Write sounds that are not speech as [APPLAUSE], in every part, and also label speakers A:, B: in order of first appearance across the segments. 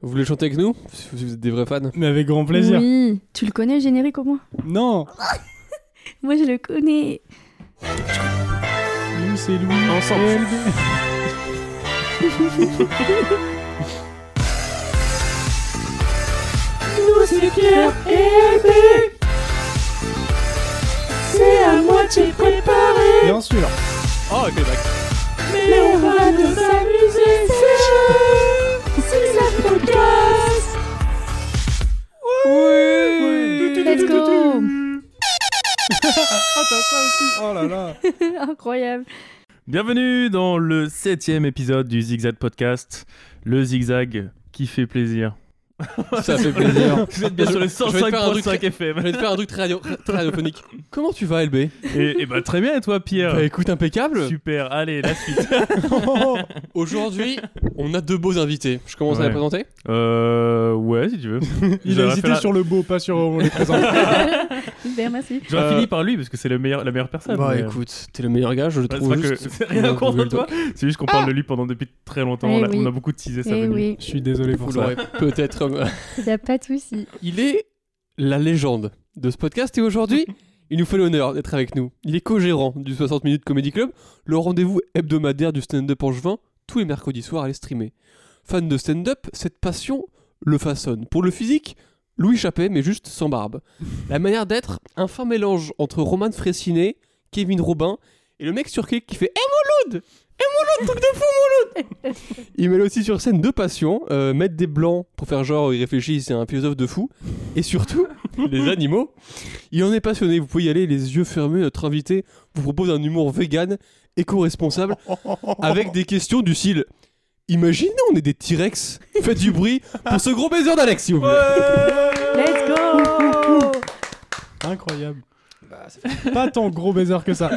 A: Vous voulez chanter avec nous Si vous si vous êtes des vrais
B: [LAUGHS]
A: fans.
C: Mais avec grand plaisir.
D: Oui. Tu le connais le générique au moins
C: Non
D: Moi je le connais. [LAUGHS]
C: Nous, c'est Louis.
A: Ensemble.
C: et LB.
E: Nous c'est Pierre et LB C'est à moitié préparé
C: Bien sûr.
A: Oh, ok, d'accord.
E: Mais on va nous amuser C'est C'est la podcast
D: Let's go
C: [LAUGHS] Ah, t'as ça aussi Oh là là
D: Incroyable.
B: Bienvenue dans le septième épisode du Zigzag Podcast, le zigzag qui fait plaisir.
A: Ça fait plaisir.
B: [LAUGHS] Vous êtes bien
A: Je-
B: sur le
A: je vais te faire un truc
B: 105.5
A: Je
B: FM.
A: vais te faire un truc très, radio- très
B: [LAUGHS]
A: radiophonique. Comment tu vas, LB
B: Et, et bah très bien et toi Pierre
A: Bah écoute, impeccable.
B: Super, allez la suite.
A: [LAUGHS] Aujourd'hui, on a deux beaux invités. Je commence à les
B: Ouais.
A: présenter
B: euh ouais si tu veux.
C: Il
B: J'aurais
C: a
B: fait
C: hésité
B: la-
C: sur le beau, pas sur on les présente.
D: Super, merci.
B: J'aurais
A: Euh,
B: fini par lui parce que c'est le meilleur, la meilleure personne.
A: Bah
B: mais-
A: écoute, t'es le meilleur gars, je le
B: Bah, c'est
A: trouve
B: pas
A: [LAUGHS]
B: que-
A: juste.
B: c'est rien contre
A: Google
B: toi,
A: Doc.
B: c'est juste qu'on parle de lui pendant depuis très longtemps.
D: Eh
B: on, a,
D: oui.
B: on a beaucoup teasé ça.
D: Eh oui,
C: Je suis désolé
A: Vous
C: pour ça.
A: l'aurez peut-être. euh,
D: y a pas de souci.
A: Il est la légende de ce podcast et aujourd'hui, il nous fait l'honneur d'être avec nous. Il est co-gérant du 60 minutes Comedy Club, le rendez-vous hebdomadaire du stand-up angevin, tous les mercredis soirs à les streamer. Fan de stand-up, cette passion le façonne. Pour le physique, Louis Chappet, mais juste sans barbe. La manière d'être, un fin mélange entre Roman Fraissinet, Kevin Robin et le mec sur qui qui fait Eh mon loud Eh mon loud, truc de fou mon loud Il mêle aussi sur scène deux passions, euh, mettre des blancs pour faire genre il réfléchit, c'est un philosophe de fou, et [LAUGHS] surtout les animaux. Il en est passionné, vous pouvez y aller les yeux fermés, notre invité vous propose un humour vegan, éco-responsable, avec des questions du style Imaginez on est des T-Rex, faites du bruit pour ce gros baiser d'Alex s'il vous plaît
D: Let's go [LAUGHS]
C: Incroyable.
A: Bah,
C: [LAUGHS] Pas tant gros baiser que ça.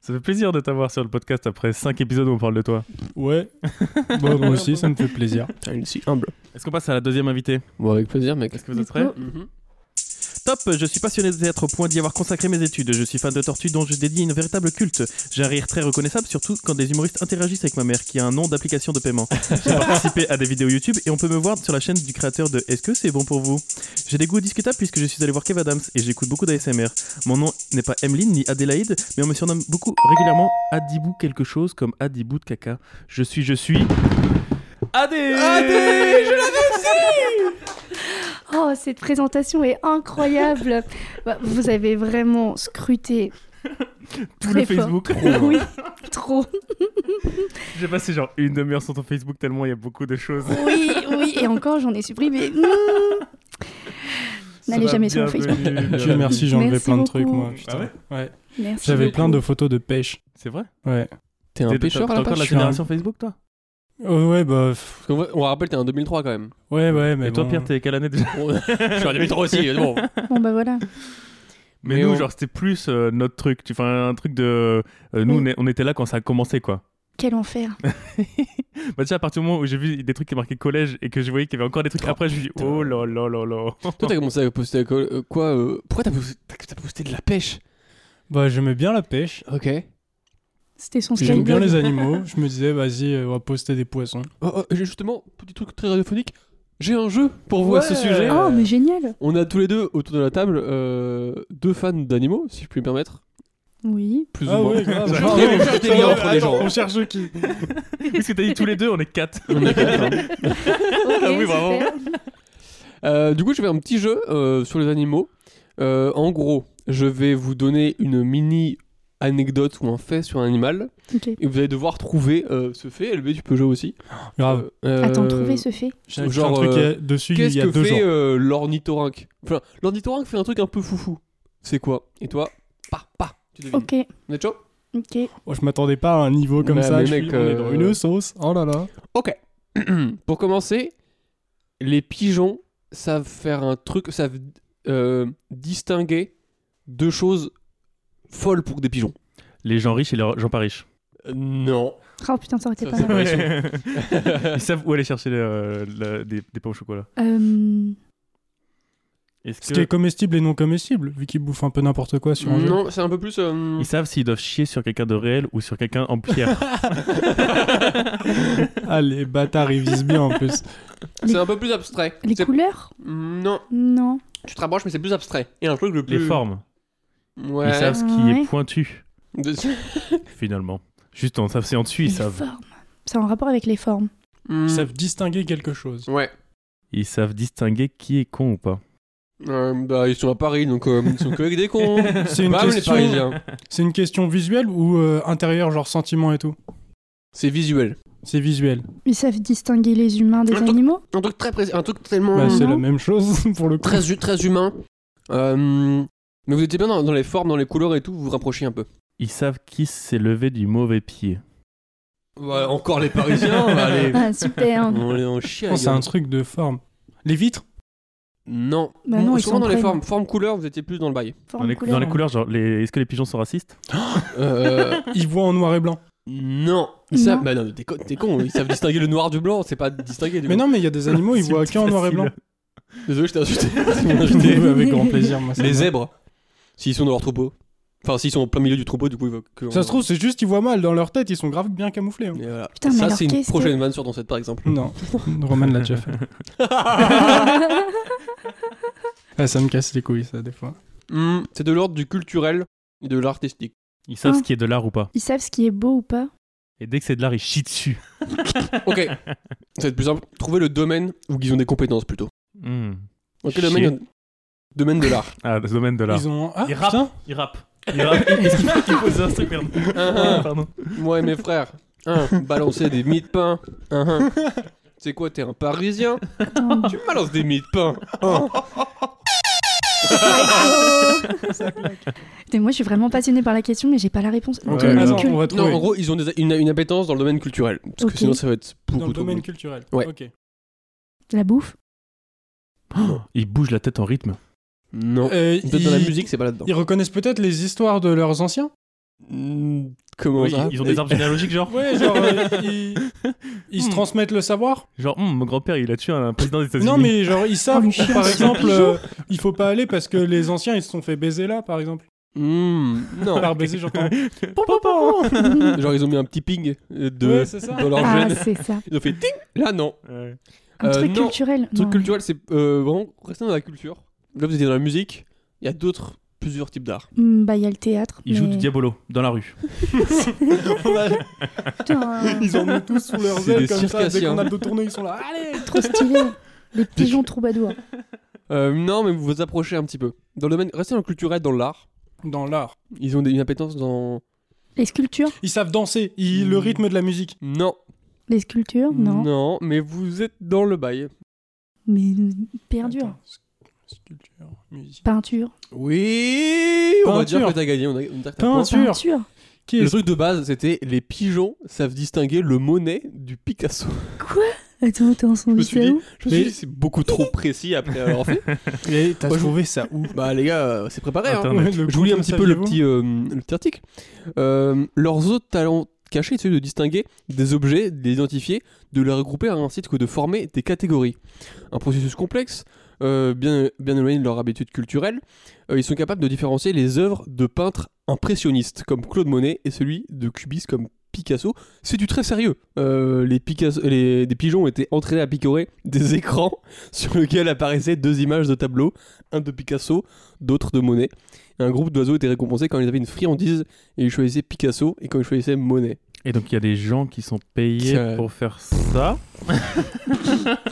B: Ça fait plaisir de t'avoir sur le podcast après 5 épisodes où on parle de toi.
C: Ouais. Bon, moi aussi, ça me fait [LAUGHS] plaisir.
A: Putain, il est si humble.
B: Est-ce qu'on passe à la deuxième invitée
A: Bon, avec plaisir, mec.
B: Est-ce que vous êtes
D: Let's
B: prêts
D: go.
A: Mhm.
B: Top, je suis passionné de théâtre au point d'y avoir consacré mes études. Je suis fan de Tortue dont je dédie une véritable culte. J'ai un rire très reconnaissable, surtout quand des humoristes interagissent avec ma mère, qui a un nom d'application de paiement. J'ai participé à des vidéos YouTube et on peut me voir sur la chaîne du créateur de Est-ce que c'est bon pour vous J'ai des goûts discutables puisque je suis allé voir Kev Adams et j'écoute beaucoup d'ASMR. Mon nom n'est pas Emeline ni Adélaïde, mais on me surnomme beaucoup régulièrement Adibou quelque chose comme Adibou de caca. Je suis, je suis. Adé Adé
D: Oh, cette présentation est incroyable. Bah, vous avez vraiment scruté.
B: Tout
D: Très
B: le
D: fort.
B: Facebook.
D: Oui, trop.
B: J'ai passé genre une demi-heure sur ton Facebook tellement il y a beaucoup de choses.
D: Oui, oui. Et encore, j'en ai supprimé. Mm. N'allez jamais sur mon Facebook.
C: Dieu merci, j'ai enlevé
D: Merci
C: plein de
D: beaucoup.
C: trucs,
A: Bah
C: moi.
B: Ah
C: putain.
B: ouais
C: Ouais.
D: Merci.
C: J'avais
D: beaucoup.
C: plein de photos de pêche.
B: C'est vrai
C: Ouais.
A: T'es un
B: T'es-
A: pêcheur
B: t'es
A: à la
B: encore
A: pêche
B: la
C: je suis un-
B: génération Facebook toi
C: Oh, ouais, bah. pff,
A: Parce qu'on va- on rappelle, t'es en 2003 quand même.
C: Ouais, ouais, mais.
B: Et toi
C: bon.
B: Pierre t'es quelle année déjà
A: [LAUGHS] Je suis en 2003 aussi, bon.
D: Bon, bah voilà.
A: [LAUGHS]
B: Mais,
A: Mais
B: nous
A: on-
B: genre c'était plus euh, notre truc, tu enfin un truc de euh, nous
D: Oui.
B: on, est- on était là quand ça a commencé quoi.
D: Quel enfer.
B: Bah tu sais à partir du moment où j'ai vu des trucs qui marquaient collège et que je voyais qu'il y avait encore des trucs après je me suis dit oh là là là là. [LAUGHS]
A: Toi, t'as commencé à poster à quoi, euh, quoi, euh, Pourquoi t'as posté, t'as- t'as posté de la pêche
C: Bah, j'aimais bien la pêche.
A: Ok.
D: C'était son
C: J'aime bien
D: skyblock.
C: les animaux. Je me disais, vas-y, euh, on va poster des poissons.
A: Oh, oh, j'ai justement, petit truc très radiophonique. J'ai un jeu pour vous à ce
C: Ouais.
A: sujet.
D: Oh, mais génial.
A: On a tous les deux autour de la table euh, deux fans d'animaux, si je puis me permettre. [LAUGHS]
D: Oui.
A: Plus ou moins.
C: Ah grave. [LAUGHS]
A: Je cherche des liens entre les gens.
C: On cherche qui
B: Puisque t'as dit tous les deux on est quatre.
A: On est quatre, hein.
D: Ok,
B: oui, vraiment.
D: super.
A: Euh, du coup, je vais faire un petit jeu euh, sur les animaux. Euh, en gros, je vais vous donner une mini anecdote ou un fait sur un animal.
D: Ok.
A: Et vous allez devoir trouver euh, ce fait. LB, tu peux jouer aussi.
C: Grave.
A: Euh,
D: Attends, trouver ce fait.
C: J'ai acheté
A: genre,
C: un truc
A: euh,
C: euh, dessus il
A: Qu'est-ce
C: y a
A: que
C: deux
A: fait
C: jours.
A: euh, l'ornithorynque Enfin, l'ornithorynque fait un truc un peu foufou. C'est quoi Et toi Pa, pa, tu devines.
D: Ok,
A: On est chaud
D: ok.
C: Oh, je m'attendais pas à un niveau comme
A: euh, Ouais,
C: ça.
A: mais
C: je suis-
A: mec,
C: on est dans
A: euh,
C: une sauce. Oh là là.
A: Ok. [CLEARS THROAT] Pour commencer, les pigeons savent faire un truc, savent euh, distinguer deux choses folles pour des pigeons.
B: [LAUGHS] Les gens riches et les gens pas riches.
A: Euh, non.
C: [LAUGHS]
D: Oh putain, ça aurait été
A: Ça,
D: pas
A: c'est
D: mal.
A: pas- [LAUGHS]
B: Ils savent où aller chercher les, euh, la- des, des pains au chocolat.
D: Euh,
F: Est-ce
C: Ce
F: que
C: qui est comestible et non comestible, vu qu'ils bouffent un peu n'importe quoi sur un jeu.
A: Non, c'est un peu plus. euh,
F: ils savent s'ils doivent chier sur quelqu'un de réel ou sur quelqu'un en
A: [LAUGHS]
F: pierre
C: Ah, les bâtards, ils visent bien en plus.
A: C'est un peu plus abstrait.
D: Les
A: C'est-
D: couleurs
A: Non,
D: Non.
A: tu te rapproches, mais c'est plus abstrait. Et un truc le plus.
F: Les formes. Ils
A: Ouais.
F: savent
A: [LAUGHS]
F: ce qui est
D: Ouais.
F: pointu, finalement. Juste, on savent c'est en dessus, ils
D: Les
F: savent.
D: formes. C'est en rapport avec les formes.
A: Mm.
C: Ils savent distinguer quelque chose.
A: Ouais.
F: Ils savent distinguer qui est con ou pas.
A: Euh, bah, ils sont à Paris, donc euh, ils sont que avec des cons.
C: [LAUGHS] C'est une,
A: Bam, les
C: question...
A: Parisiens.
C: c'est une question visuelle ou euh, intérieure, genre sentiment et tout
A: C'est visuel.
C: C'est visuel.
D: Ils savent distinguer les humains des
A: Attends.
D: animaux
A: Un truc très précis, un truc tellement
C: Bah, c'est
D: non.
C: la même chose [LAUGHS] pour le coup.
A: très, hu- très humain. Euh, mais vous étiez bien dans, dans les formes, dans les couleurs et tout, vous vous rapprochez un peu.
F: Ils savent qui s'est levé du mauvais pied.
A: Voilà, encore les Parisiens, on va
D: [LAUGHS]
A: aller.
D: Ah, super.
A: On est en chien.
C: Oh, c'est un truc de forme. Les vitres
A: Non.
D: Bah non, ils
A: Souvent
D: s'en
A: dans les
D: prennent.
A: formes, forme couleur, vous étiez plus dans le bail.
F: Dans les, dans les couleurs, genre, les- est-ce que les pigeons sont racistes
A: Euh,
C: Ils voient en noir et blanc.
A: [LAUGHS] non. Ils savent-
D: Non.
A: Bah non, t'es con, t'es con, ils savent distinguer le noir du blanc, c'est pas distinguer du
C: Mais
A: coup.
C: non, mais il y a des
B: [LAUGHS]
C: animaux, ils voient qu'en noir et blanc. [LAUGHS]
A: Désolé, je t'ai insulté.
C: Oui, avec grand plaisir. moi, ça
A: les
C: me-
A: zèbres, s'ils sont dans leur troupeau. Enfin, s'ils sont au plein milieu du troupeau, du coup, ils voient que.
C: Ça se trouve, c'est juste qu'ils voient mal. Dans leur tête, ils sont grave bien camouflés. hein.
A: Et voilà.
D: Putain, mais
A: ça,
D: alors
A: c'est une
D: qu'est-ce que-
A: prochaine vanne sur dans cette, par exemple.
C: Non, Roman l'a déjà fait. Ah, ça me casse les couilles, ça, des fois.
A: [LAUGHS] Hmm, c'est de l'ordre du culturel et de l'artistique.
F: [LAUGHS] Ils savent
D: Ah.
F: ce qui est de l'art ou pas.
D: [LAUGHS] Ils savent ce qui est beau ou pas
F: Et dès que c'est de l'art, ils chient dessus.
A: Ok. ça va être plus simple. Trouver le domaine où ils ont des compétences plutôt.
F: Hmm.
A: Ok,
F: Chier.
A: domaine, domaine de l'art.
F: Ah, le domaine de l'art.
C: Ils ont. Ah,
F: Ils rappent.
C: putain
F: Ils rappent. Ils rappent. [LAUGHS] Est-ce qu'il faut qu'ils posent un truc
C: [LAUGHS]
F: Merde.
A: [LAUGHS] Un, un.
F: Pardon.
A: Moi et mes frères. Un, balancer des mie de pain. Un, un. C'est quoi, t'es un parisien
D: Attends.
A: Tu me balances des mie de pain. Un.
D: Putain, Moi, je suis vraiment passionnée par la question, mais j'ai pas la réponse.
C: Ok,
A: Ouais,
C: attends,
D: Cul-
C: on va
A: Non,
C: trouver.
A: en gros, ils ont des- une, une appétence dans le domaine culturel. Parce que
D: Ok.
A: sinon, ça va être beaucoup
C: Dans le
A: trop
C: domaine
A: compliqué.
C: culturel.
A: Ouais.
C: Ok.
D: La bouffe
F: Oh, Ils bougent la tête en rythme.
A: Non.
C: Euh,
A: Peut-être dans la
C: ils-
A: musique, c'est pas là-dedans.
C: Ils reconnaissent peut-être les histoires de leurs anciens
A: Hmm, Comment
F: Oui,
A: ça
F: ils ont des arbres généalogiques, genre.
C: Ouais, genre, euh, ils, ils se
F: Hmm.
C: transmettent le savoir
F: Genre, hum, mon grand-père, il a tué un président des États-Unis.
C: Non, mais genre,
A: Ah,
C: ils savent,
D: le chien,
C: par
D: c'est un
C: exemple,
D: pigeon.
C: euh, il faut pas aller parce que les anciens, ils se sont fait baiser là, par exemple.
A: Hmm,
F: [LAUGHS]
A: Non.
C: Par baiser, j'entends.
A: Genre, ils ont mis un petit ping euh, de,
C: Ouais, c'est ça.
A: dans leur
D: Ah,
A: gène.
D: c'est ça.
A: Ils ont fait ting Là, non.
F: Ouais.
D: Un
A: Euh,
D: truc
A: non.
D: culturel
A: Le truc
D: Non.
A: culturel, c'est euh, vraiment rester dans la culture. Là, vous étiez dans la musique. Il y a d'autres, plusieurs types d'art.
D: Hmm, Bah, il y a le théâtre.
F: Ils jouent
D: mais-
F: du diabolo dans la rue.
D: Putain,
C: Ils en ont tous sous leurs
A: C'est des
C: ailes comme ça. Dès
A: circassiens.
C: qu'on a le dos tourné, ils sont là. Allez
D: trop stylé. Les pigeons troubadours.
A: Euh, non, mais vous vous approchez un petit peu. Dans le domaine, restez dans le culturel, dans l'art.
C: Dans l'art.
A: Ils ont des- une appétence dans.
D: Les sculptures
C: Ils savent danser, ils- le
A: Hmm.
C: rythme de la musique.
A: Non.
D: Les sculptures Non.
A: mais vous êtes dans le bail.
D: Mais hyper dur.
C: Attends, sc- Sculpture, musique.
D: Peinture.
A: Oui On va dire
C: Peinture.
A: que t'as gagné. On a, on a- t'as point.
C: Peinture.
D: Peinture
C: Qui
A: Le
C: est
A: truc de base, c'était les pigeons savent distinguer le Monet du Picasso.
D: Attends, attends,
A: Je
D: son
A: me suis
D: lycée
A: dit,
D: où
A: je me suis
C: Mais-
A: dit, c'est beaucoup
C: [LAUGHS]
A: trop précis après avoir fait.
C: Et T'as
A: Moi, je-
C: trouvé ça où
A: Bah, les gars, euh, c'est préparé. hein.
F: Attends,
C: Ouais, le
A: Je vous lis un
C: coup,
A: petit
C: le
A: peu le
C: saviez-vous
A: petit, euh, le petit article. Euh, leurs autres talents cachés, c'est de distinguer des objets, de les identifier, de les regrouper ainsi que de former des catégories. Un processus complexe, euh, bien, bien éloigné de leur habitude culturelle. Euh, ils sont capables de différencier les œuvres de peintres impressionnistes comme Claude Monet et celui de cubistes comme Picasso. C'est du très sérieux. Euh, les, Picasso, les des pigeons étaient entraînés à picorer des [LAUGHS] écrans sur lesquels apparaissaient deux images de tableaux, un de Picasso, d'autres de Monet. Et un groupe d'oiseaux était récompensé quand ils avaient une friandise et ils choisissaient Picasso et quand ils choisissaient Monet.
F: Et donc, il y a des gens qui sont payés
A: Ça-
F: pour faire ça.
C: Ouais,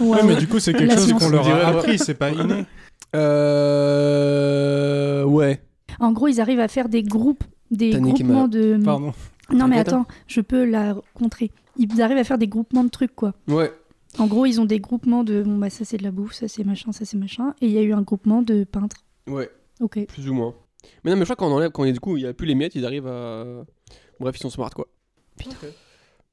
D: Waouh.
C: mais du coup, c'est quelque
D: La
C: chose
D: science.
C: qu'on leur
A: On dirait,
C: a
A: ouais.
C: appris, c'est pas inné.
A: Euh. Ouais.
D: En gros, ils arrivent à faire des groupes, des
A: T'as niqué ma-
D: groupements de.
C: Pardon. [LAUGHS]
D: Non, mais
A: T'inquiète,
D: attends, je peux la contrer. Ils arrivent à faire des groupements de trucs, quoi.
A: Ouais.
D: En gros, ils ont des groupements de. Bon, bah, ça, c'est de la bouffe, ça, c'est machin, ça, c'est machin. Et il y a eu un groupement de peintres.
A: Ouais.
D: Ok.
A: Plus ou moins. Mais non, mais je crois qu'on enlève, quand il y a- du coup, il n'y a plus les miettes, ils arrivent à. Bref, ils sont smart quoi.
D: Putain.
A: Ok.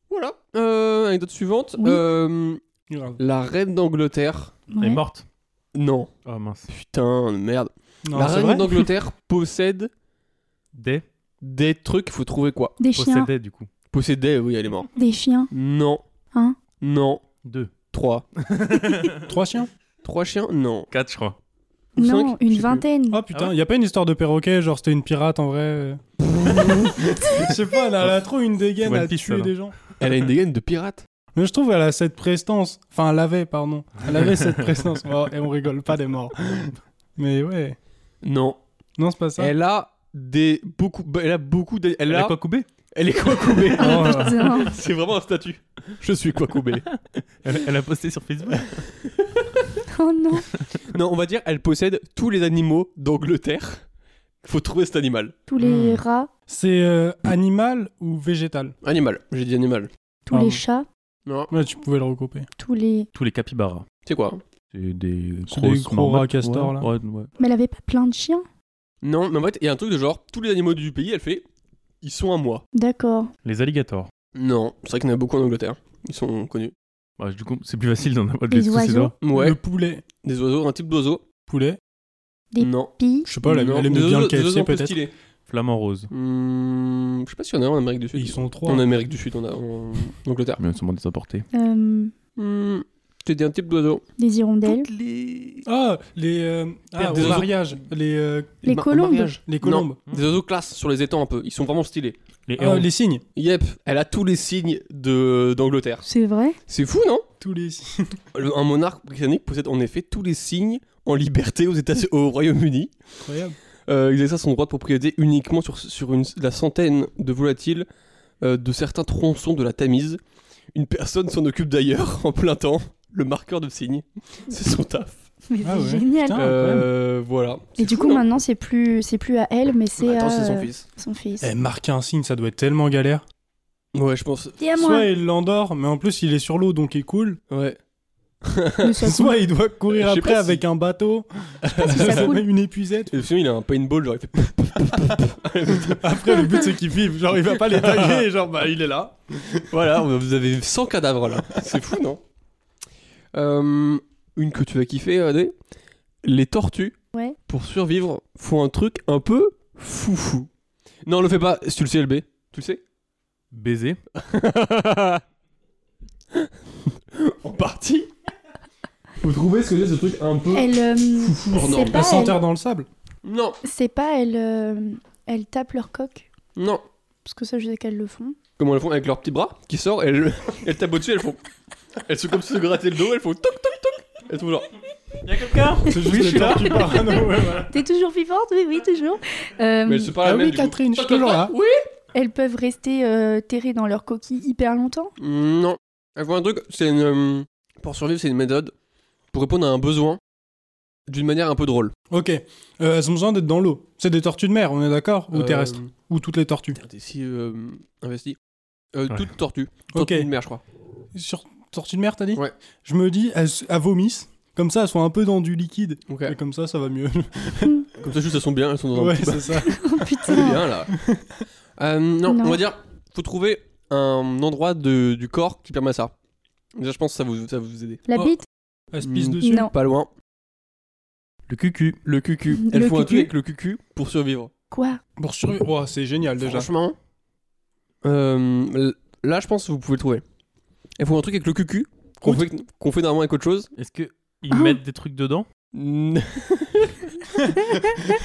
A: Voilà. Euh, anecdote suivante.
D: Oui.
A: Euh,
C: Grave.
A: la reine d'Angleterre.
F: Elle est
D: Ouais.
F: morte.
A: Non.
F: Oh mince.
A: Putain, merde.
C: Non,
A: la
C: c'est
A: reine
C: vrai
A: d'Angleterre possède
F: Des
A: des trucs, faut trouver quoi
D: Des chiens.
F: possédait, du coup.
A: Possédait, oui, elle est morte.
D: Des chiens.
A: Non.
D: Un.
A: Non.
F: Deux.
A: Trois.
C: Trois chiens
A: Trois chiens Non.
F: Quatre, je crois.
A: ou
D: Non,
A: cinq, je
D: une
A: sais plus.
D: vingtaine. [LAUGHS]
C: Oh
F: Ah
C: putain, y a pas une histoire de perroquet, genre c'était une pirate
A: [LAUGHS]
C: en vrai. euh. Je sais pas, elle a, elle a trop une dégaine
F: One
C: à
F: Piece,
C: tuer
F: alors.
C: des gens.
A: Elle a une dégaine de pirate.
C: Mais je trouve elle a cette prestance. Enfin, elle avait, pardon. Elle avait
A: [LAUGHS]
C: cette prestance. Oh, et on rigole pas des morts. Mais ouais.
A: Non.
C: Non, c'est pas ça.
A: Elle a des beaucoup. bah, Elle a beaucoup. d'a- Elle,
F: Elle
A: a.
F: a quoi coupé
A: Elle est quoi
C: [LAUGHS]
A: coubée
C: Oh, là.
D: Putain.
A: C'est vraiment un statut. [LAUGHS] Je suis quoi coubée.
F: elle, elle a posté sur Facebook.
D: Oh non.
A: non, on va dire, elle possède tous les animaux d'Angleterre. Faut trouver cet animal.
D: Tous les
C: Hmm.
D: rats,
C: C'est euh, animal ou végétal
A: Animal. J'ai dit animal.
D: tous
C: Pardon.
D: les chats,
A: Non.
C: Ouais, tu pouvais le recouper.
D: tous les.
F: [LAUGHS] Tous les capybaras.
A: C'est quoi
F: C'est des
C: C'est des grosses gros marmottes. rats castors,
F: ouais,
C: là.
F: Ouais, ouais.
D: Mais elle avait pas plein de chiens
A: Non, mais en fait, il y a un truc de genre, tous les animaux du pays, elle fait, ils sont à moi.
D: D'accord.
F: Les alligators.
A: Non, c'est vrai qu'il y en a beaucoup en Angleterre. Ils sont connus.
F: Ouais, Bah, du coup, c'est plus facile d'en avoir de
D: Les
F: les tous ces
D: oiseaux.
F: doigts.
A: Ouais.
C: Le poulet.
A: Des oiseaux, un type d'oiseau.
C: Poulet
D: Des-
A: Non.
D: Pis,
C: Je sais pas, elle,
A: Non.
C: elle aime
A: Des
C: bien
A: oiseaux-
C: le
A: des oiseaux
C: KFC
A: un peu
C: peut-être.
A: stylés.
F: Flamant rose.
A: Hmm, je sais pas s'il y en a un en Amérique du
C: Et
A: Sud.
C: Ils sont trois.
A: En Amérique du Sud, on a en Angleterre.
F: Mais sûrement des importés.
D: euh,
A: Hmm, J'ai dit un type d'oiseau.
D: des hirondelles,
F: les...
C: Ah, les. euh, ah,
A: Des
C: au
A: oiseaux.
C: mariage. Les, euh,
D: les
A: Ma- au
D: colombes,
A: mariage.
C: les
A: Non.
C: colombes.
A: Des oiseaux classe sur les étangs un peu. Ils sont vraiment stylés.
F: Les
C: Ah,
F: hérons.
C: les cygnes.
A: Yep, elle a tous les signes de d'Angleterre.
D: c'est vrai
A: C'est fou, non
C: Tous les cygnes.
A: Le- Un monarque britannique possède en effet tous les signes en liberté aux États au Royaume-Uni.
C: Incroyable.
A: Euh, il exerce son droit de propriété uniquement sur, sur une, la centaine de volatiles euh, de certains tronçons de la Tamise. Une personne s'en occupe d'ailleurs [LAUGHS] en plein temps. Le marqueur de signes, c'est son taf.
D: Mais
C: Ah
D: c'est
C: ouais.
D: génial.
C: Putain, hein.
A: Euh, voilà.
D: Et
A: C'est
D: du
A: fou,
D: coup,
A: non
D: maintenant, c'est plus, c'est plus à elle, mais c'est
A: Bah, Attends,
D: à
A: c'est son
D: euh,
A: fils.
D: son fils.
C: Eh, marquer un signe, ça doit être tellement galère.
A: Ouais, je pense.
D: Viens à moi.
C: Soit il l'endort, mais en plus il est sur l'eau donc il coule.
A: Ouais.
D: Mais
C: [LAUGHS]
D: soit-
C: Soit il doit courir
A: Je sais
C: après
A: pas si-
C: avec un bateau,
D: si ça coule.
C: même une épuisette.
A: Et sinon, il a un paintball, genre il fait.
C: Après le but c'est qu'il vive, genre il
A: [LAUGHS]
C: va pas les taguer, genre bah il est là.
A: voilà, vous avez 100 cadavres là. C'est fou, non Euh, Une que tu vas kiffer, Adé. Les tortues,
D: Ouais.
A: pour survivre, font un truc un peu foufou. Non, le fais pas, si tu le sais, LB. Tu le sais
F: Baiser.
A: [LAUGHS] En partie Vous trouvez ce que c'est ce truc un peu.
D: Elle, euh,
A: non,
D: c'est
A: bah,
C: Elle
D: pas elle,
C: s'enterre dans le sable.
A: Non,
D: c'est pas elle, euh, elle tape leur coque
A: non.
D: parce que ça, je sais qu'elles le font.
A: Comment elles font avec leurs petits bras qui sortent, elles, [LAUGHS] elles tapent au-dessus, elles font. Elles sont comme si se gratter le dos, elles font toc toc toc Elles sont genre.
F: Y'a quelqu'un
C: C'est juste le tard qui part. Ah non, ouais, voilà.
D: T'es toujours vivante, oui, oui, toujours. Euh,
A: Mais elles se parlent
C: Ah
A: elles-mêmes,
C: oui
A: du coup.
C: Catherine, je suis toujours là.
A: Oui
D: Elles peuvent rester euh, terrées dans leur coquille hyper longtemps.
A: Non. Elles font un truc, c'est une. euh, Pour survivre, c'est une méthode pour répondre à un besoin d'une manière un peu drôle.
C: Ok, Euh, elles ont besoin d'être dans l'eau. C'est des tortues de mer, on est d'accord Ou
A: Euh,
C: terrestres Ou toutes les tortues
A: T'es si euh, investi. Euh,
F: Ouais.
A: Toute tortue.
C: Ok.
A: Tortue de mer, je crois.
C: Sur tortues de mer, t'as dit
A: Ouais.
C: Je me dis, elles, elles vomissent. Comme ça, elles sont un peu dans du liquide.
A: Ok.
C: Et comme ça, ça va mieux.
A: Comme ça, juste, elles sont bien, elles sont dans un
C: ouais,
A: petit bain.
C: c'est ça.
D: Oh
A: Ah, C'est
D: [LAUGHS] putain.
A: bien,
C: [LAUGHS]
A: là. Euh, non,
D: Non.
A: on va dire, faut trouver un endroit de- du corps qui permet ça. Déjà, je pense que ça vous, ça va vous aider.
D: La
C: Oh,
D: bite
C: Elles se pissent
A: Mm.
C: dessus.
D: Non.
A: Pas loin.
F: Le cucu.
A: Le cucu.
D: Le
A: Elles font un
D: cucu.
A: truc avec le cucu pour survivre.
D: Quoi
C: Pour survivre. Oh, c'est génial déjà.
A: Franchement, euh, l- là, je pense que vous pouvez le trouver. Elles font un truc avec le cucu qu'on fait, qu'on fait normalement avec autre chose.
F: Est-ce que ils
D: Ah.
F: mettent des trucs dedans
A: Mm,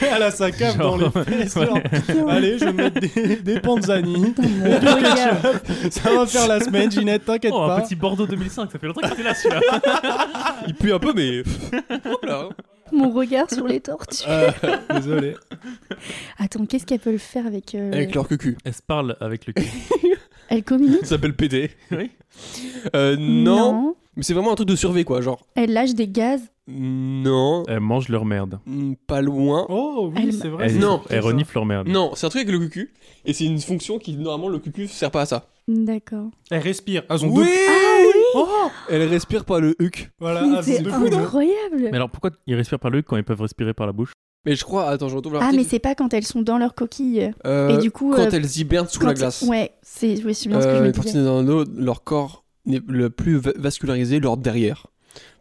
C: Elle a sa cave dans les
F: Genre,
C: fesses.
F: ouais.
C: genre. Allez, je vais mettre des, des panzani.
D: Putain,
C: [LAUGHS]
D: mon regard.
C: Ça va faire la semaine, Ginette, t'inquiète
F: Oh, un
C: pas.
F: petit Bordeaux 2005, ça fait longtemps que t'es là celui-là.
A: [LAUGHS] Il pue un peu, mais. [LAUGHS] Hop là.
D: Mon regard sur les tortues.
C: Euh, désolé.
D: Attends, qu'est-ce qu'elles peuvent faire avec. euh,
A: Avec leur cucu.
F: Elle se parle avec le cul.
D: Elles communiquent
A: Ça s'appelle PD.
F: Oui.
A: Euh, non. Mais c'est vraiment un truc de survie, quoi. Genre,
D: Elles lâchent des gaz.
A: non.
F: Elles mangent leur merde.
A: mm, Pas loin.
C: Oh,
D: Elle-
C: oui, c'est vrai.
F: Elles,
C: c'est
A: Non.
C: ça.
F: elles reniflent leur merde.
A: Non, c'est un truc avec le cucu. Et c'est une fonction qui, normalement, le cucu sert pas à ça.
D: D'accord.
C: Elles respirent. hein. Elles ont deux.
A: Oui
D: Ah
C: Oh
A: Elle respire par le huc.
C: Voilà,
D: Mais
C: elles
D: c'est
C: ont deux poumons.
F: Mais
D: incroyable.
F: alors pourquoi ils respirent par le cul quand ils peuvent respirer par la bouche
A: Mais je crois. Attends, je retrouve
D: Ah, mais
A: l'article.
D: c'est pas quand elles sont dans leur coquille.
A: Euh,
D: Et du coup. euh,
A: Quand elles hibernent sous la
D: quand-
A: glace.
D: Ouais, c'est je me souviens ce que je
A: Euh,
D: me
A: Une partie
D: disais.
A: dans l'eau, leur corps n'est le plus va- vascularisé, leur derrière.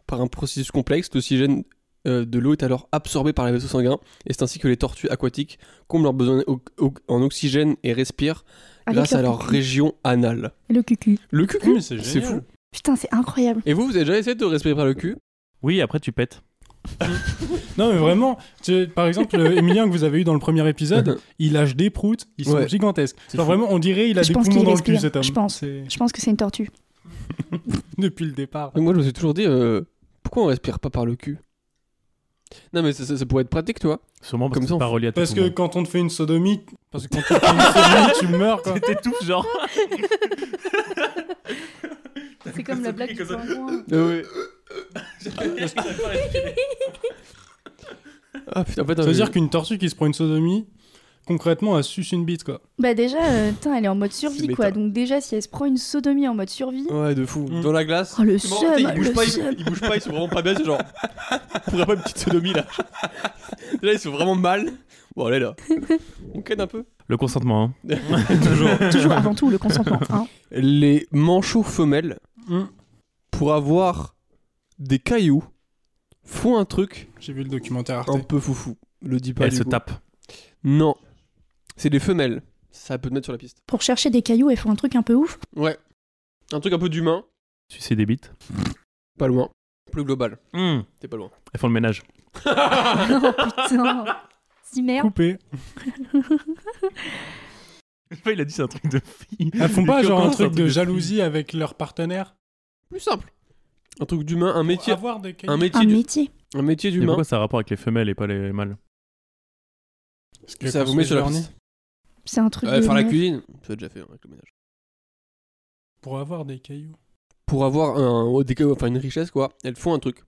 A: Par un processus complexe, l'oxygène euh, de l'eau est alors absorbé par les vaisseaux sanguins, et c'est ainsi que les tortues aquatiques comblent leurs besoins au- au- en oxygène et respirent
D: Avec Ah,
A: grâce à leur
D: coquille.
A: région anale.
D: Le cucu.
A: Le
C: Oui,
A: cucu,
C: mais c'est
A: c'est
C: génial.
A: fou.
D: Putain, c'est incroyable.
A: Et vous, vous avez déjà essayé de respirer par le cul
F: Oui, après tu pètes.
C: Non, mais vraiment, tu- par exemple, le Emilien que vous avez eu dans le premier
A: [LAUGHS]
C: épisode, il lâche des proutes, ils sont
A: Ouais.
C: gigantesques.
A: C'est
C: Genre
A: fou.
C: vraiment, on dirait il a
D: Je
C: des
D: pense
C: poumons
D: qu'il
C: dans le cul
D: respire.
C: cet homme.
D: Je pense.
C: C'est- [LAUGHS]
D: Je pense que c'est une tortue.
C: Depuis le départ.
A: Donc moi, je me suis toujours dit, euh, pourquoi on respire pas par le cul Non, mais ça, ça- ça pourrait être pratique, toi.
B: Sûrement parce
A: Comme ça,
B: que c'est
A: on-
B: pas relié à
C: Parce
B: tes
C: que
B: poumons.
C: quand on te fait une sodomie, parce que quand on te fait une sodomie, tu meurs quoi.
B: [LAUGHS] t'étouffes genre.
D: C'est comme la blague du pingouin.
A: Eh Ah putain, en fait,
C: Ça
A: euh,
C: veut dire qu'une tortue qui se prend une sodomie, concrètement, elle suce une bite quoi.
D: Bah déjà, euh, putain, elle est en mode survie
A: C'est
D: quoi.
A: méta.
D: Donc déjà, si elle se prend une sodomie en mode survie,
A: Ouais, de fou.
C: Mm.
A: Dans la glace.
D: oh le
A: C'est marrant, tu sais,
D: seum,
A: ils bougent
D: le
A: pas,
D: seum.
A: ils, ils bougent pas, ils sont vraiment pas bien, c'est genre. [LAUGHS] Pourrait pas une petite sodomie là [LAUGHS] Là, ils sont vraiment mal. Bon, allez là. On ken un peu.
B: Le consentement, hein.
A: Toujours. [LAUGHS]
D: Toujours avant tout le consentement. Hein.
A: Les manchots femelles,
C: Hmm,
A: pour avoir des cailloux, font un truc
C: J'ai vu le documentaire Arte.
A: un peu foufou. Le dis pas.
B: Elle
A: du
B: se
A: coup.
B: tape.
A: Non. C'est des femelles. Ça peut te mettre sur la piste.
D: Pour chercher des cailloux, elles font un truc un peu
A: [LAUGHS]
D: ouf.
A: Ouais. Un truc un peu d'humain.
B: Sucer des bites.
A: Pas loin. Plus global.
B: Hum,
A: T'es pas loin.
B: Elles font le [LAUGHS] ménage.
D: oh putain. Si
C: [LAUGHS]
D: merde.
C: Coupé.
B: Il a dit c'est un truc de fille.
C: Elles font pas
B: Et
C: genre
B: comment
C: un
B: ça,
C: truc de
B: fille
C: jalousie avec leur partenaire
A: Plus simple. Un truc d'humain, un métier.
C: Pour avoir des cailloux.
A: Un métier,
D: Un
A: du-
D: métier.
A: un métier
B: Mais
A: d'humain.
B: pourquoi ça a rapport avec les femelles et pas les mâles
C: Parce que
A: Ça
C: quand
A: vous met
C: c'est
A: sur la
C: vernis,
A: piste.
D: C'est un truc
A: Ouais,
D: de
A: faire la
D: meuf.
A: cuisine, tu l'as déjà fait hein, avec le ménage.
C: Pour avoir des cailloux.
A: Pour avoir un, des- enfin, une richesse, quoi, elles font un truc.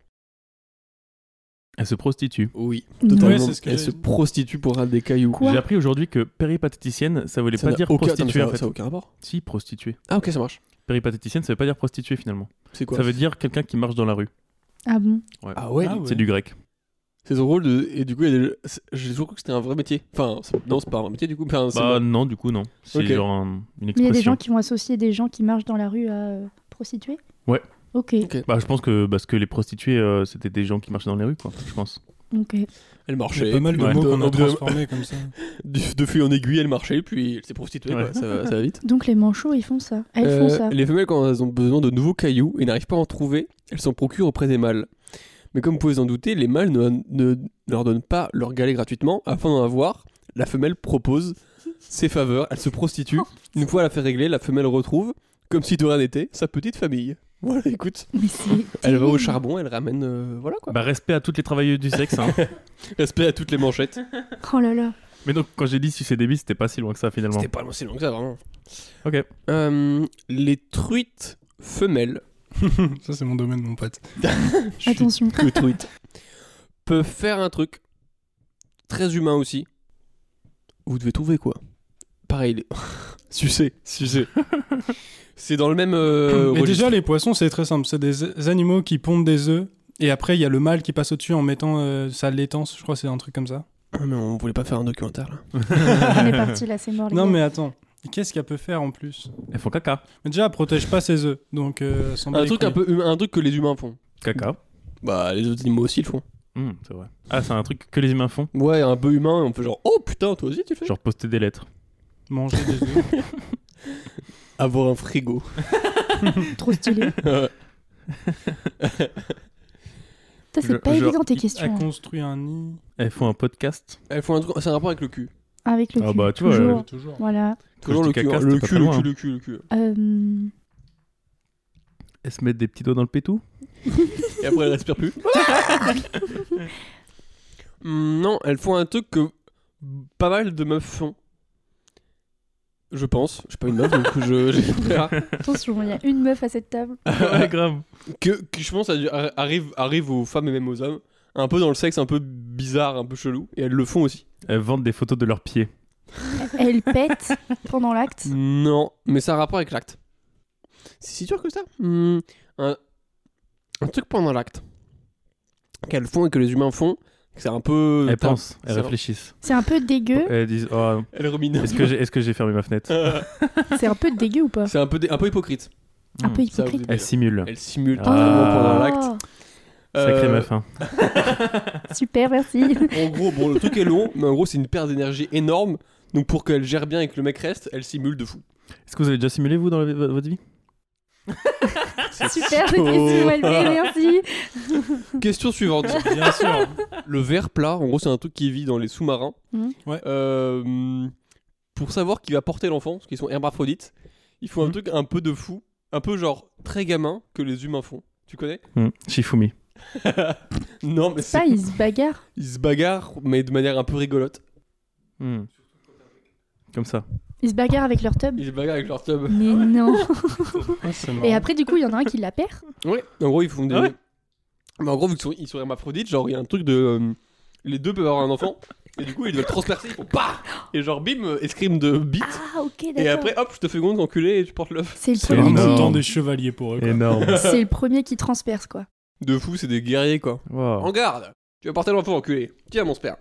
B: Elles se prostituent.
A: Oui,
C: Ouais,
A: totalement.
C: c'est ce que
A: elles
C: j'ai
A: se
C: dit.
A: prostituent pour avoir des cailloux.
D: Quoi
B: J'ai appris aujourd'hui que péripatéticienne, ça voulait
A: Ça
B: pas
A: n'a
B: dire
A: aucun... non, mais
B: prostituée
A: ça-
B: en fait.
A: Ça a aucun rapport.
B: Si, prostituée.
A: Ah, ok, ça marche.
B: Péripatéticienne, ça veut pas dire prostituée finalement.
A: C'est quoi
B: ça veut dire quelqu'un qui marche dans la rue.
D: Ah bon
A: Ah ouais,
C: Ah ouais.
B: C'est du grec.
A: c'est son rôle de. Et du coup, il y a des- c'est- j'ai toujours cru que c'était un vrai métier. Enfin, c'est- non, c'est pas un métier du coup. Enfin, c'est
B: Bah non, du coup non. C'est
A: Ok.
B: genre un- une
D: Mais il y a des
B: expression.
D: gens qui vont associer des gens qui marchent dans la rue à euh, prostituées
B: Ouais.
D: Ok,
B: Bah je pense que parce que les prostituées euh, c'était des gens qui marchaient dans les rues quoi. Je pense.
D: ok.
A: elle
C: Il y
A: marchait.
C: a pas mal de
A: puis
C: mots
A: de-
C: qu'on a
A: de-
C: transformés comme
A: [LAUGHS]
C: ça.
A: de- de fil en aiguille, elle marchait, puis elle s'est prostituée.
B: Ouais.
A: quoi, Ça, va, ça va vite.
D: Donc les manchots, ils font ça. Elles
A: Euh,
D: font ça.
A: Les femelles, quand elles ont besoin de nouveaux cailloux et n'arrivent pas à en trouver, elles s'en procurent auprès des mâles. Mais comme vous pouvez en douter, les mâles ne, ne leur donnent pas leur galet gratuitement. Afin d'en avoir, la femelle propose ses faveurs, elle se
D: [LAUGHS]
A: prostitue. Une fois la fait régler, la femelle retrouve, comme si de rien n'était, sa petite famille. Voilà, écoute,
D: Mais c'est.
A: [LAUGHS] elle va au
D: terrible.
A: charbon, elle ramène. euh, voilà quoi.
B: Bah respect à toutes les travailleuses du sexe. [LAUGHS] hein.
A: Respect à toutes les manchettes.
D: Oh là là.
B: Mais donc quand j'ai dit sucer des bites, c'était pas si loin que ça finalement.
A: C'était pas si long que ça, vraiment.
B: Ok.
A: Euh, les truites femelles.
C: Ça, c'est mon domaine, mon pote.
A: Je suis [LAUGHS]
D: Attention.
A: que truite peut faire un truc très humain aussi. Vous devez trouver quoi Pareil, les- [LAUGHS] sucer,
B: [LAUGHS]
A: sucer. C'est dans le même. euh,
C: Mais
A: registre.
C: déjà, les poissons, c'est très simple. C'est des animaux qui pondent des œufs. Et après, il y a le mâle qui passe au-dessus en mettant euh, sa laitance. Je crois que c'est un truc comme ça.
A: Ah, mais on voulait pas faire un documentaire là.
D: On est parti là, c'est mort. les
C: Non,
D: gars.
C: mais attends. Qu'est-ce qu'elle peut faire en plus
B: Elles font caca.
C: Mais déjà, elle protège pas ses œufs. Donc, euh, elle s'en bat
A: Un
C: les
A: truc un
C: couilles.
A: peu humain, un truc que les humains font.
B: Caca.
A: Bah les autres animaux aussi le font.
B: Hum, c'est vrai. Ah c'est un truc que les humains font.
A: Ouais, un peu humain, on fait genre oh putain toi aussi tu le fais.
B: Genre poster des lettres.
C: Manger des œufs.
D: [LAUGHS]
A: avoir un [LAUGHS] frigo.
D: Trop stylé.
A: [LAUGHS]
D: Putain,
B: Je-
D: c'est pas
B: je-
D: évident tes
C: Elle
D: questions. hein.
C: construit un nid.
B: Elles font un podcast.
A: Elles font un truc, c'est un rapport avec le cul.
D: hein, Avec le cul.
B: Ah bah, tu vois,
D: toujours.
B: euh,
C: Toujours.
D: Voilà.
B: Quand je
A: Toujours
B: dis
A: le cul,
B: caca,
A: hein,
B: c'était
A: le
B: pas
A: cul,
B: très
A: le
B: loin,
A: cul, le cul, le cul.
D: Euh, [LAUGHS]
B: Elles se mettent des petits doigts dans le [LAUGHS] pétou.
A: Et après, elle respire plus. Hmm, non, elles font un truc que pas mal de meufs font. Je pense. Je suis pas une meuf, donc [LAUGHS] je. je-
D: Attention, il y a une meuf à cette table.
B: ouais, grave.
A: que, que je pense ça arrive, arrive aux femmes et même aux hommes. Un peu dans le sexe, un peu bizarre, un peu chelou. Et elles le font aussi.
B: Elles vendent des photos de leurs pieds.
D: Elle pète pendant l'acte.
A: Non, mais ça a un rapport avec l'acte. C'est si dur que ça Hmm, un, un truc pendant l'acte. Qu'elles font et que les humains font. que C'est un peu.
B: Elles pensent, elles
A: c'est-
B: réfléchissent.
D: C'est un peu dégueu.
B: Elles disent oh,
A: Elles ruminent.
B: est-ce que j'ai est-ce que j'ai fermé ma fenêtre
D: C'est un peu dégueu ou
A: [LAUGHS]
D: pas
A: C'est un peu, dé- un peu hypocrite.
D: Un
B: Hmm.
D: peu
A: Ça, vous
D: hypocrite.
A: aimez.
B: Elles simulent.
A: Elle simule
B: Ah.
A: totalement pendant l'acte.
D: Oh,
B: Sacrée
A: Euh,
B: meuf. Hein.
D: super, merci.
A: En gros, bon, le truc est long, mais en gros, c'est une perte d'énergie énorme. Donc, pour qu'elle gère bien et que le mec reste, elle simule de fou.
B: Est-ce que vous avez déjà simulé vous dans la- votre vie
D: Ah, super, cette question, elle est, merci.
A: Question suivante.
C: Bien
D: [LAUGHS]
C: sûr.
A: Le verre plat, en gros, c'est un truc qui vit dans les sous-marins.
D: Mhm.
C: Ouais.
A: Euh, hmm, pour savoir qui va porter l'enfant, parce qu'ils sont hermaphrodites, il faut
B: Hmm.
A: un
C: Mhm.
A: truc un peu de fou, un peu genre très gamin que les humains font. Tu connais
B: Hmm, Shifumi.
A: Non, mais
D: Ça,
A: c'est.
D: ils se bagarrent.
A: Ils se bagarrent, mais de manière un peu rigolote.
B: Hmm. Comme ça.
D: Ils se bagarrent avec leur tub.
A: Ils se bagarrent avec leur tub.
D: Mais non.
C: Ah, c'est marrant.
D: Et après, du coup, il y en a un qui la perd.
A: Ouais, en gros, ils font des.
B: Ah ouais
A: mais en gros, vu qu'ils sont, ils sont hermaphrodites, genre, il y a un truc de. euh, les deux peuvent avoir un enfant, et du coup, ils doivent transpercer, ils font PAH Et genre, bim, euh, escrime de bite.
D: Ah, ok,
A: et
D: d'accord.
A: après, hop, je te fais gonze, enculé, et tu portes l'œuf.
D: C'est le
B: C'est
C: C'est
D: premier
C: vraiment le
B: énorme.
C: temps des chevaliers pour eux. quoi.
B: Énorme.
D: qui- c'est le premier qui transperce, quoi.
A: De fou, c'est des guerriers, quoi. En
B: Wow.
A: garde Tu vas porter l'enfant, enculé. Tiens, mon sperme.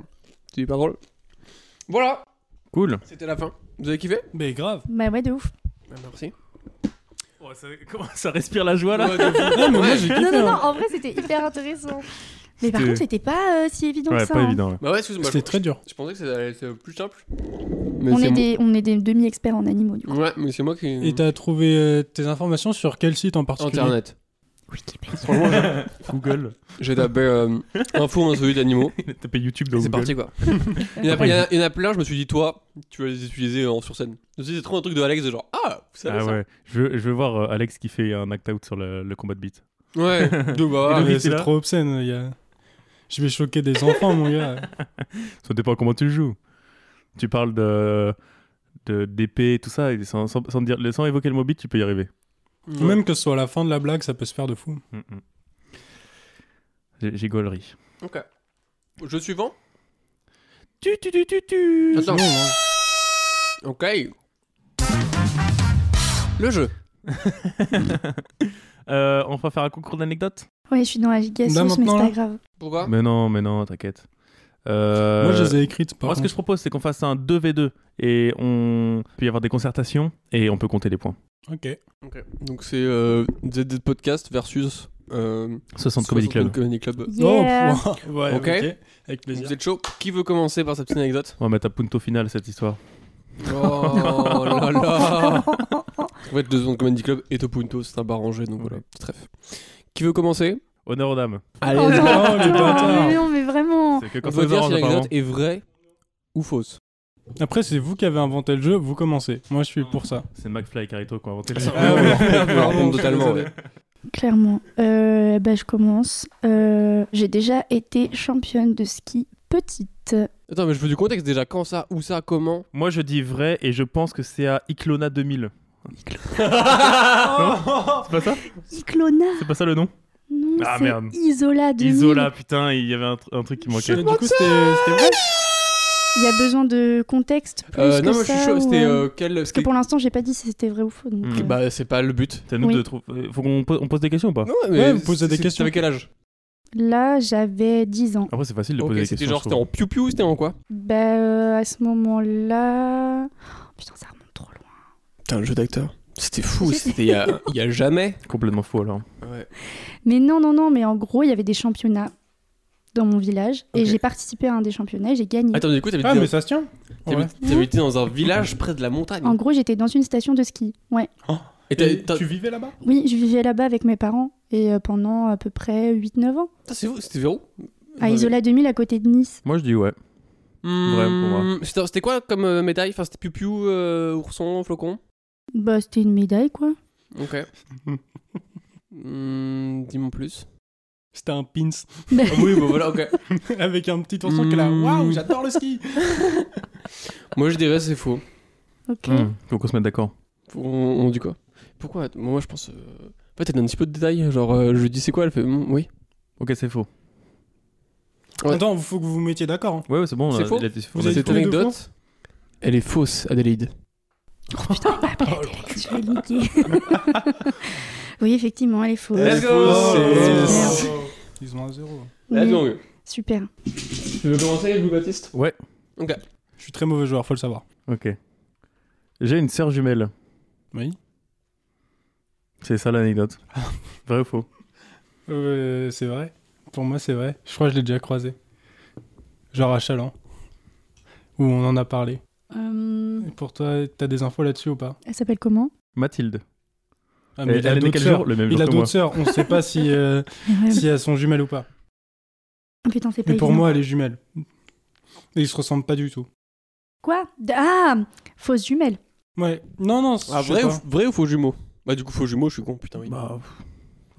A: C'est pas drôle. Voilà,
B: Cool.
A: c'était la fin. Vous avez kiffé
C: Mais grave.
D: Bah ouais, de ouf.
A: Ah, Merci.
B: ça, respire la joie
A: Ouais, de fou.
C: Non, mais moi j'ai kiffé.
D: Non, non, non,
C: hein.
D: en vrai, c'était hyper intéressant. Mais par
B: C'était-
D: contre, c'était pas euh, si évident que
B: Ouais,
D: ça.
B: pas
D: hein.
B: évident. ouais.
A: Bah ouais, excuse-moi. Je,
C: C'était très dur.
A: je pensais que c'était c'était plus simple. Mais
D: On
A: c'est
D: est,
A: mo-
D: des, on est des demi-experts en animaux, du coup.
A: Ouais, mais c'est moi qui.
C: Et t'as trouvé euh, tes informations sur quel site en particulier
A: Internet.
D: Wikipédia.
A: Franchement, j'ai-
B: [LAUGHS] Google.
A: j'ai tapé euh, [LAUGHS] info insolite animaux.
B: T'as payé YouTube dans
A: C'est parti
B: Google. [LAUGHS]
A: quoi. il, y en a, il y en a- il y en a plein, je me suis dit, toi, tu vas les utiliser en, sur scène. Je me suis dit, c'est trop un truc de Alex, de genre, ah, vous savez
B: Ah ouais. Je veux, je veux voir euh, Alex qui fait un act-out sur le, le combat de beat.
A: ça Ouais, de bah.
B: Et
C: Ah, Mais
B: le-
C: C'est
B: là.
C: trop obscène. il y a- Je vais choquer des enfants,
A: [LAUGHS]
C: mon gars.
B: Ça dépend comment tu le joues. Tu parles de de- d'épée et tout ça et sans, sans, sans dire, sans évoquer le mot beat, tu peux y arriver.
A: ouais.
C: Même que ce soit la fin de la blague, ça peut se faire de fou.
B: Mm, mm. J'ai J'ai gaulerie.
A: Ok. Jeu suivant
B: Tu, tu, tu, tu, tu.
A: Attends.
C: Non,
B: hein.
C: non.
A: Ok. Le jeu.
B: [LAUGHS] Euh, on va faire un concours d'anecdotes
D: Ouais, je suis dans la giga
C: Là,
D: sauce, mais c'est
C: maintenant,
D: pas
C: là
D: grave.
A: Pourquoi
B: Mais non, mais non, t'inquiète. Euh,
C: Moi, je les ai écrites. Par
B: moi, ce que je
C: contre.
B: propose, c'est qu'on fasse un 2v2 et on il peut y avoir des concertations et on peut compter les points.
C: Ok.
A: Ok. Donc c'est euh, ZD Podcast versus. Euh,
B: 60 Comedy
A: 60
B: Club.
A: Comedy Club.
D: Yeah.
C: Oh, [LAUGHS] pouah. ouais,
A: Ok.
C: ok. Avec plaisir.
A: Vous êtes chaud Qui veut commencer par sa petite
B: [LAUGHS]
A: anecdote
B: On va mettre à punto final cette histoire.
A: Oh là là En fait, deux secondes Comedy Club et Topunto, c'est un bar rangé, donc voilà, petite ref. Qui veut commencer
B: Honneur aux dames.
A: Allez,
D: Oh non,
C: Oh, les
D: attends,
C: bâtards.
D: mais non, mais vraiment.
B: C'est que
A: On
B: quand
A: doit dire si
B: apparemment.
A: l'anecdote est vraie ou fausse.
C: Après, c'est vous qui avez inventé le jeu, vous commencez. Moi, je suis pour ça.
B: C'est McFly et Carito qui ont inventé le jeu.
A: [LAUGHS]
C: Ah
B: [LAUGHS]
C: ouais.
A: Pardon,
C: je suis
A: totalement.
C: désolé.
A: ouais.
D: Clairement. Euh, bah, je commence. Euh, J'ai déjà été championne de ski petite.
A: Attends, mais je veux du contexte déjà. Quand ça, où ça, comment
B: Moi, je dis vrai et je pense que c'est à Iclona 2000. [LAUGHS] Non c'est pas ça
D: Iclona
B: C'est pas ça le nom
D: Non,
B: Ah,
D: c'est
B: merde.
D: Isola 2000.
B: Isola, putain, il y avait un, tr- un truc qui
C: Et
B: manquait.
C: Du coup, c'était c'était vrai
D: Il y a besoin de contexte plus
A: Euh,
D: que
A: Non, mais je
D: ça,
A: suis chaud.
D: ou,
A: C'était
D: euh,
A: euh, quel.
D: Parce que pour l'instant, j'ai pas dit si c'était vrai ou faux. donc,
B: Mm.
D: euh,
A: Bah, c'est pas le but.
B: C'est à nous
D: Oui.
B: de trouver. Faut qu'on pose, on pose des questions ou pas
A: Non,
C: Ouais, vous posez des
A: c'est-
C: questions.
A: T'avais quel âge
D: Là, j'avais 10 ans.
B: Après, c'est facile de
A: Ok,
B: poser des
A: c'était
B: questions.
A: genre,
B: je
A: c'était
B: trouve.
A: en piou-piou ou c'était en quoi
D: Bah, euh, à ce moment-là. Putain, ça remonte trop loin.
A: Putain, le jeu d'acteur. C'était fou, c'était il y [LAUGHS] a, il y a jamais.
B: Complètement faux alors.
A: Ouais.
D: Mais non, non, non, mais en gros, il y avait des championnats dans mon village. Et
A: Ok.
D: j'ai participé à un des championnats et j'ai gagné.
A: Attends, du coup, t'avais
C: Ah,
A: été
C: mais
A: dans-
C: ça se tient.
A: t'avais-
C: Ouais.
A: t'avais été dans un village près de la montagne.
D: En gros, j'étais dans une station de ski. Ouais.
A: Et t'as-
C: Et
A: t'as-
C: Tu vivais là-bas
D: Oui, je vivais là-bas avec mes parents et euh, pendant à peu près 8-9 ans.
A: Putain, c'est fou, c'était Véro
D: À Isola 2000 à côté de Nice.
B: Moi, je dis ouais. Vrai pour moi.
A: Hmm, C'était c'était quoi comme euh, médaille Enfin, c'était piou-piou, euh, ourson, flocon
D: Bah, c'était une médaille, quoi.
A: [LAUGHS] Ok. Hmm, Dis-moi plus.
C: C'était un
D: [LAUGHS]
C: pins
A: oui, bah voilà, ok.
C: [LAUGHS] avec un petit ourson qui est là.
A: Mm.
C: Waouh, j'adore le ski.
A: Moi je dirais c'est faux.
D: Ok.
B: Hmm, Faut qu'on se mette d'accord.
A: On, on dit quoi Pourquoi Attends, Moi je pense. euh, En fait, elle donne un petit peu de détails. Genre, euh, je lui dis c'est quoi Elle fait hmm, oui.
B: Ok, c'est faux.
A: Ouais.
C: Attends, il faut que vous vous mettiez d'accord. hein.
B: Ouais, ouais, c'est bon. on
A: C'est
B: a-
A: faux
B: il a dit-
C: Vous
B: on a
C: avez
B: dit
A: Cette
C: tous les deux
A: anecdote, elle est fausse, Adélaïde.
D: Oh, Je vais [LAUGHS] niquer. oui, effectivement, elle est fausse.
A: Let's go
C: C'est- Ils ont un zéro.
D: Mais-
A: Vas-y, Ah, donc,
D: Super.
A: Tu veux commencer, Louis Baptiste
B: faux. Ouais,
C: Je suis très mauvais joueur, faut le savoir.
B: ok. J'ai une sœur jumelle.
C: Oui.
B: C'est ça l'anecdote.
C: [LAUGHS]
B: Vrai ou faux
C: Euh, c'est vrai. Pour moi, c'est vrai. Je crois que je l'ai déjà croisé. Genre à Chaland. Où on en a parlé.
D: Euh,
C: Et pour toi, t'as des infos là-dessus ou pas
D: elle s'appelle comment
B: Mathilde.
C: Ah,
B: Elle-
C: mais il a
B: elle est née
C: d'autres
B: quel
C: sœurs.
B: jour Le même
C: Il
B: jour
C: a
B: que moi.
C: d'autres sœurs. On sait pas si, euh, si euh, elles sont jumelles ou pas.
D: oh, Putain, c'est pas
C: Mais pour
D: évident.
C: moi, elle est jumelle. Et ils se ressemblent pas du tout.
D: Quoi D- Ah Fausse jumelle.
C: Ouais. Non, non,
A: Ah,
C: je sais
A: vrai, ou,
C: pas.
A: vrai ou faux jumeau Bah, du coup, faux jumeau, je suis con, putain, oui.
B: Bah, pff.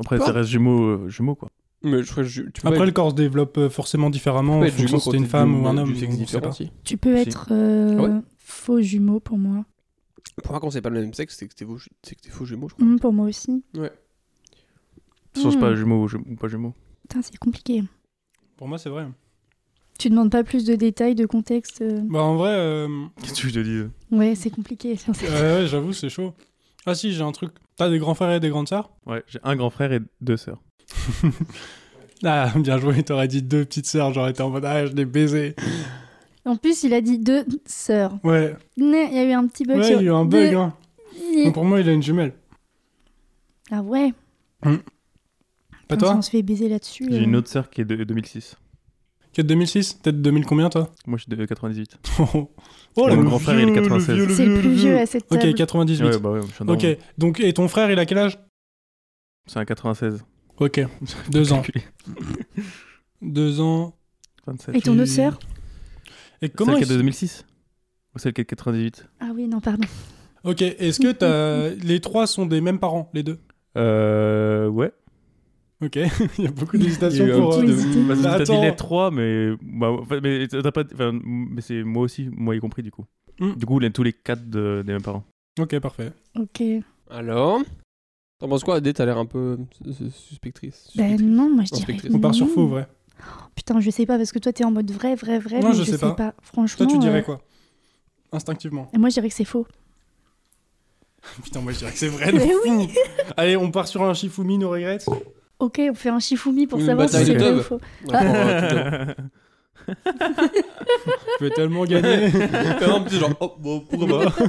B: Après,
A: Quoi
B: ça reste jumeaux, euh, jumeaux quoi.
A: Mais je crois que je- tu peux
C: Après,
A: pas
C: le corps se développe euh, forcément différemment en
A: être
C: fonction
A: jumeau
C: si
A: quand
C: t'es une
A: t'es
C: femme
A: du-
C: ou un
A: du
C: homme.
A: sexe
C: on sait
A: différent,
C: pas.
A: si.
D: Tu peux
A: Si.
D: être euh,
A: Ah ouais
D: faux jumeau pour moi.
A: Pour moi, quand c'est pas le même sexe, c'est que t'es faux, c'est que t'es faux jumeau, je crois.
C: Mm.
D: Hum, pour moi aussi.
B: Ça change
D: Hmm.
B: pas jumeaux ou ju- ou pas jumeaux. [LAUGHS]
D: Putain, c'est compliqué.
C: Pour moi, c'est vrai.
D: Tu demandes pas plus de détails, de contexte. euh.
C: Bah, en vrai, euh, [LAUGHS]
B: Qu'est-ce que je te dis
D: Ouais, c'est compliqué. [LAUGHS]
C: ouais, ouais, j'avoue, c'est chaud. Ah, si, j'ai un truc. T'as des grands frères et des grandes sœurs
B: Ouais, j'ai un grand frère et deux sœurs.
C: Ah, [LAUGHS] bien joué, t'aurais dit deux petites sœurs, j'aurais été en mode ah, je l'ai baisé.
D: En plus, il a dit deux sœurs.
C: Ouais,
D: Né, Il y a eu un petit bug.
C: ouais
D: sur
C: il y a eu un
D: Bah, deux-
C: bug. Hein. Donc, pour moi, il a une jumelle.
D: Ah ouais.
C: Pas
D: Putain, si
C: toi
D: on se fait baiser là-dessus.
B: J'ai
D: euh.
B: une autre sœur qui est de 2006.
C: Qui est de 2006 Peut-être 2000 combien, toi
B: Moi, je suis de 98.
C: Oh,
B: Mon
C: le
B: grand frère, il est 96.
C: vieux,
D: C'est le plus vieux à cette table.
C: Ok, 98.
B: Ouais, bah ouais, je suis un
C: ok,
B: daron.
C: donc, et ton frère, il a quel âge
B: C'est un [LAUGHS] 96.
C: Ok, deux ans.
B: Calculé.
C: Deux ans.
B: 27.
D: Et ton autre
C: Puis-
D: sœur
C: Et comment
B: Celle qui est
C: ils-
B: de 2006 Ou celle qui est de 98
D: Ah oui, non, pardon.
C: Ok, est-ce que
D: [LAUGHS]
C: t'as... les trois sont des mêmes parents, les deux
B: Euh. Ouais.
C: Ok, [LAUGHS] il y a beaucoup d'hésitations pour...
D: petit
C: euh,
D: de- hésiter.
B: Parce que
C: Bah,
B: t'as dit les
C: attends.
B: trois, mais. Bah, enfin, mais t'as pas- enfin, mais c'est moi aussi, moi y compris, du coup.
C: Hmm.
B: Du coup, les- tous les quatre de- des mêmes parents.
C: Ok, parfait.
D: Ok.
A: Alors T'en penses quoi, Adé T'as l'air un peu euh, su- suspectrice.
D: Ben non, moi je dirais.
A: Inspectrice.
C: On part sur
D: non.
C: faux, vrai.
D: Putain, je sais pas parce que toi t'es en mode vrai, vrai, vrai.
C: Non,
D: mais
C: je sais pas. Toi,
D: Franchement.
C: tu dirais
D: euh,
C: quoi Instinctivement. [LAUGHS]
D: et Moi je dirais que c'est faux.
C: Putain, moi, je dirais que c'est vrai.
D: Mais oui
C: Allez, on part sur un Shifumi, no regrets.
D: [LAUGHS] Ok, on fait un chifoumi pour
A: Une
D: savoir si
A: bataille
D: c'est
B: de
D: vrai
A: tubes.
D: ou faux.
A: Ouais,
C: [LAUGHS]
A: pour, euh, tout d'abord.
B: [LAUGHS]
C: Je vais tellement
D: [LAUGHS]
C: gagner.
A: Vraiment, petit genre, oh, bon, pourquoi pas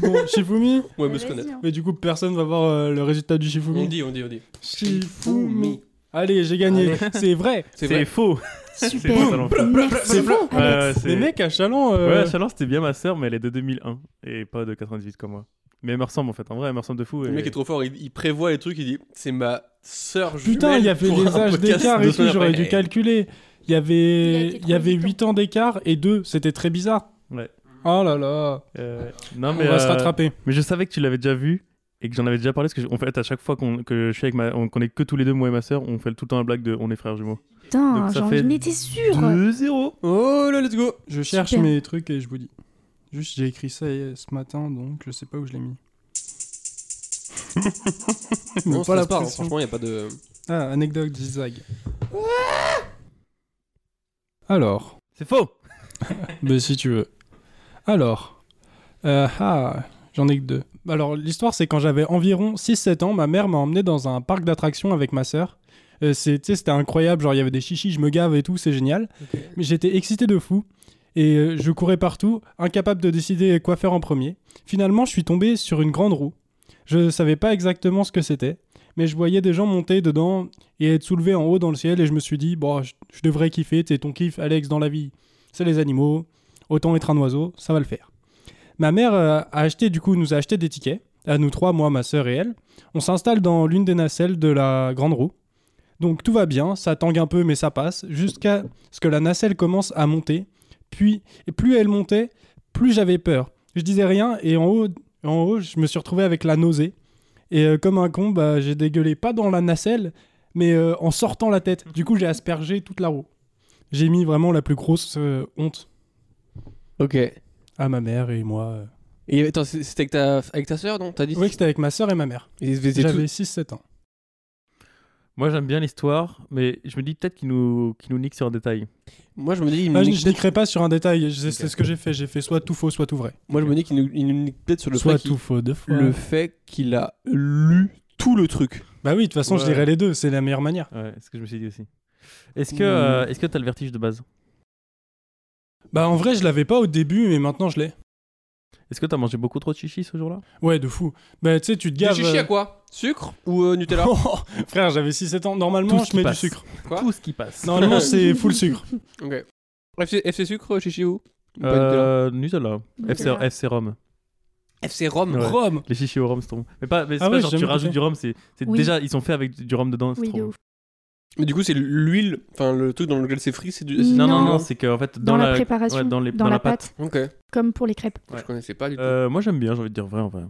C: bon, Shifumi.
A: Ouais, me
D: Vas-y,
A: se connaître.
D: hein.
C: [LAUGHS] Mais du coup, personne va voir euh, le résultat du
A: On
C: Shifumi.
A: dit, on dit, on dit.
C: Shifumi. Allez, j'ai gagné. C'est vrai.
A: C'est
B: C'est
A: vrai.
B: faux
D: Super.
B: talent.
D: Merci
C: C'est
D: beaucoup,
C: faux.
D: Alex.
B: c'est-
C: Les mecs à Chaland.
B: Ouais,
C: euh,
B: la Chaleur, c'était bien ma sœur, mais elle est de 2001 et pas de 98 comme moi. Mais elle me ressemble en fait, en vrai, elle me ressemble de fou.
A: Le
B: et-
A: mec est trop fort, il, il prévoit les trucs, il dit c'est ma sœur jumelle.
C: Putain, il y avait
A: pour
C: des
A: un
C: âges
A: podcast
C: d'écart
A: deux
C: et tout,
A: semaines
C: j'aurais
A: après.
C: dû calculer. Il y
D: Il a
C: avait,
D: été
C: il y avait
D: trop hein.
C: 8 ans d'écart et 2, c'était très bizarre.
B: Ouais.
C: Oh là là.
B: Euh, Non,
C: On
B: mais,
C: va se
B: euh,
C: rattraper.
B: Mais je savais que tu l'avais déjà vu et que j'en avais déjà parlé parce que, en fait, à chaque fois qu'on que je suis avec ma. on- qu'on est que tous les deux, moi et ma sœur, on fait tout le temps la blague de on est frères jumeaux.
D: Putain,
B: Donc, ça
D: j'en
B: fait
D: étais sûre.
B: 2-0
A: Oh là, let's go
C: Je cherche
D: Super.
C: mes trucs et je vous dis. Juste, j'ai écrit ça euh, ce matin, donc je sais pas où je l'ai [LAUGHS] mis. Mais
A: Non, on se
C: pas la
A: lasse pas, hein,
C: pression.
A: franchement, il n'y a pas de.
C: Ah, anecdote zigzag. Alors,
B: C'est faux
C: [LAUGHS] ben si tu veux. Alors, euh, ah, j'en ai que deux. Alors, l'histoire, c'est quand j'avais environ 6-7 ans, ma mère m'a emmené dans un parc d'attractions avec ma sœur. Euh, c'est- tu sais, c'était incroyable, genre il y avait des chichis, je me gave et tout, c'est génial. Mais j'étais excité de fou. Et euh, je courais partout, incapable de décider quoi faire en premier. Finalement, je suis tombé sur une grande roue. Je savais pas exactement ce que c'était, mais je voyais des gens monter dedans et être soulevés en haut dans le ciel et je me suis dit, bon, je, je devrais kiffer, c'est ton kiff, Alex, dans la vie. C'est les animaux, autant être un oiseau, ça va le faire. Ma mère euh, a acheté, du coup, nous a acheté des tickets, à nous trois, moi, ma sœur et elle. On s'installe dans l'une des nacelles de la grande roue. Donc tout va bien, ça tangue un peu mais ça passe, jusqu'à ce que la nacelle commence à monter. Puis, et plus elle montait, plus j'avais peur. Je disais rien et en haut, en haut je me suis retrouvé avec la nausée. Et euh, comme un con, bah, j'ai dégueulé pas dans la nacelle, mais euh, en sortant la tête. Du coup, j'ai aspergé toute la roue. J'ai mis vraiment la plus grosse euh, honte
A: Ok. Et
C: à ma mère et moi. euh.
A: attends, c'est- c'était avec ta, avec ta sœur, non T'as dit
C: Oui, c'était avec ma sœur et ma mère.
A: Ils se faisaient
C: J'avais
A: tous-
C: 6-7 ans.
B: Moi j'aime bien l'histoire, mais je me dis peut-être qu'il nous, qu'il nous nique sur un détail.
A: Moi, je me dis, ils nous
C: Ah, je
A: niquent
C: ne décris pas sur un détail, je-
A: Mmh. Ok.
C: c'est ce que j'ai fait. J'ai fait soit tout faux, soit tout vrai.
A: Moi, je me dis qu'il nous, il nous nique peut-être sur le
C: soit
A: fait, qu'il-
C: tout faux deux fois.
A: le fait qu'il a lu tout le truc.
C: Bah oui, de toute façon, je
B: Ouais.
C: dirais les deux, c'est la meilleure manière.
B: Ouais, c'est ce que je me suis dit aussi. Est-ce
C: Hum.
B: que euh, est-ce que t'as le vertige de base
C: Bah en vrai, je l'avais pas au début, mais maintenant je l'ai.
B: Est-ce que t'as mangé beaucoup trop de chichis ce jour-là
C: Ouais, de fou. Bah tu sais, tu te
A: Du
C: gaves.
A: chichi à
C: euh,
A: quoi Sucre ou euh, Nutella
C: Oh, [LAUGHS] frère, j'avais 6-7 ans.
B: Tout
C: Normalement,
B: ce
C: je
B: qui
C: mets
B: passe.
C: du sucre.
A: Quoi
B: Tout ce qui passe.
C: Normalement, c'est full sucre.
A: [LAUGHS] Ok. FC, FC sucre, chichi ou Ou pas Nutella
B: Euh, Nutella. FC,
D: Nutella.
B: FC Rome.
A: FC Rome.
B: Ouais.
C: Rome.
B: Les chichis au rhum, c'est trop bon. Mais, pas, mais c'est
C: Ah
B: pas
C: ouais,
B: genre
C: j'aime
B: tu
C: bien.
B: rajoutes du rhum, c'est c'est
D: Oui.
B: déjà, ils sont faits avec du rhum dedans, c'est
D: Oui,
B: trop
D: de
B: bon.
D: ouf.
A: Mais du coup, c'est l'huile, enfin le truc dans lequel c'est frit, c'est du. c'est-
F: Non, non,
D: Non.
F: non, c'est qu'en fait, dans,
D: Dans, la,
F: la...
D: préparation,
F: ouais, dans
D: dans,
F: les- dans
D: la,
F: la
D: pâte,
A: Ok,
D: comme pour les crêpes.
A: je connaissais pas du tout.
F: Euh, moi j'aime bien, j'ai envie de dire vrai en vrai.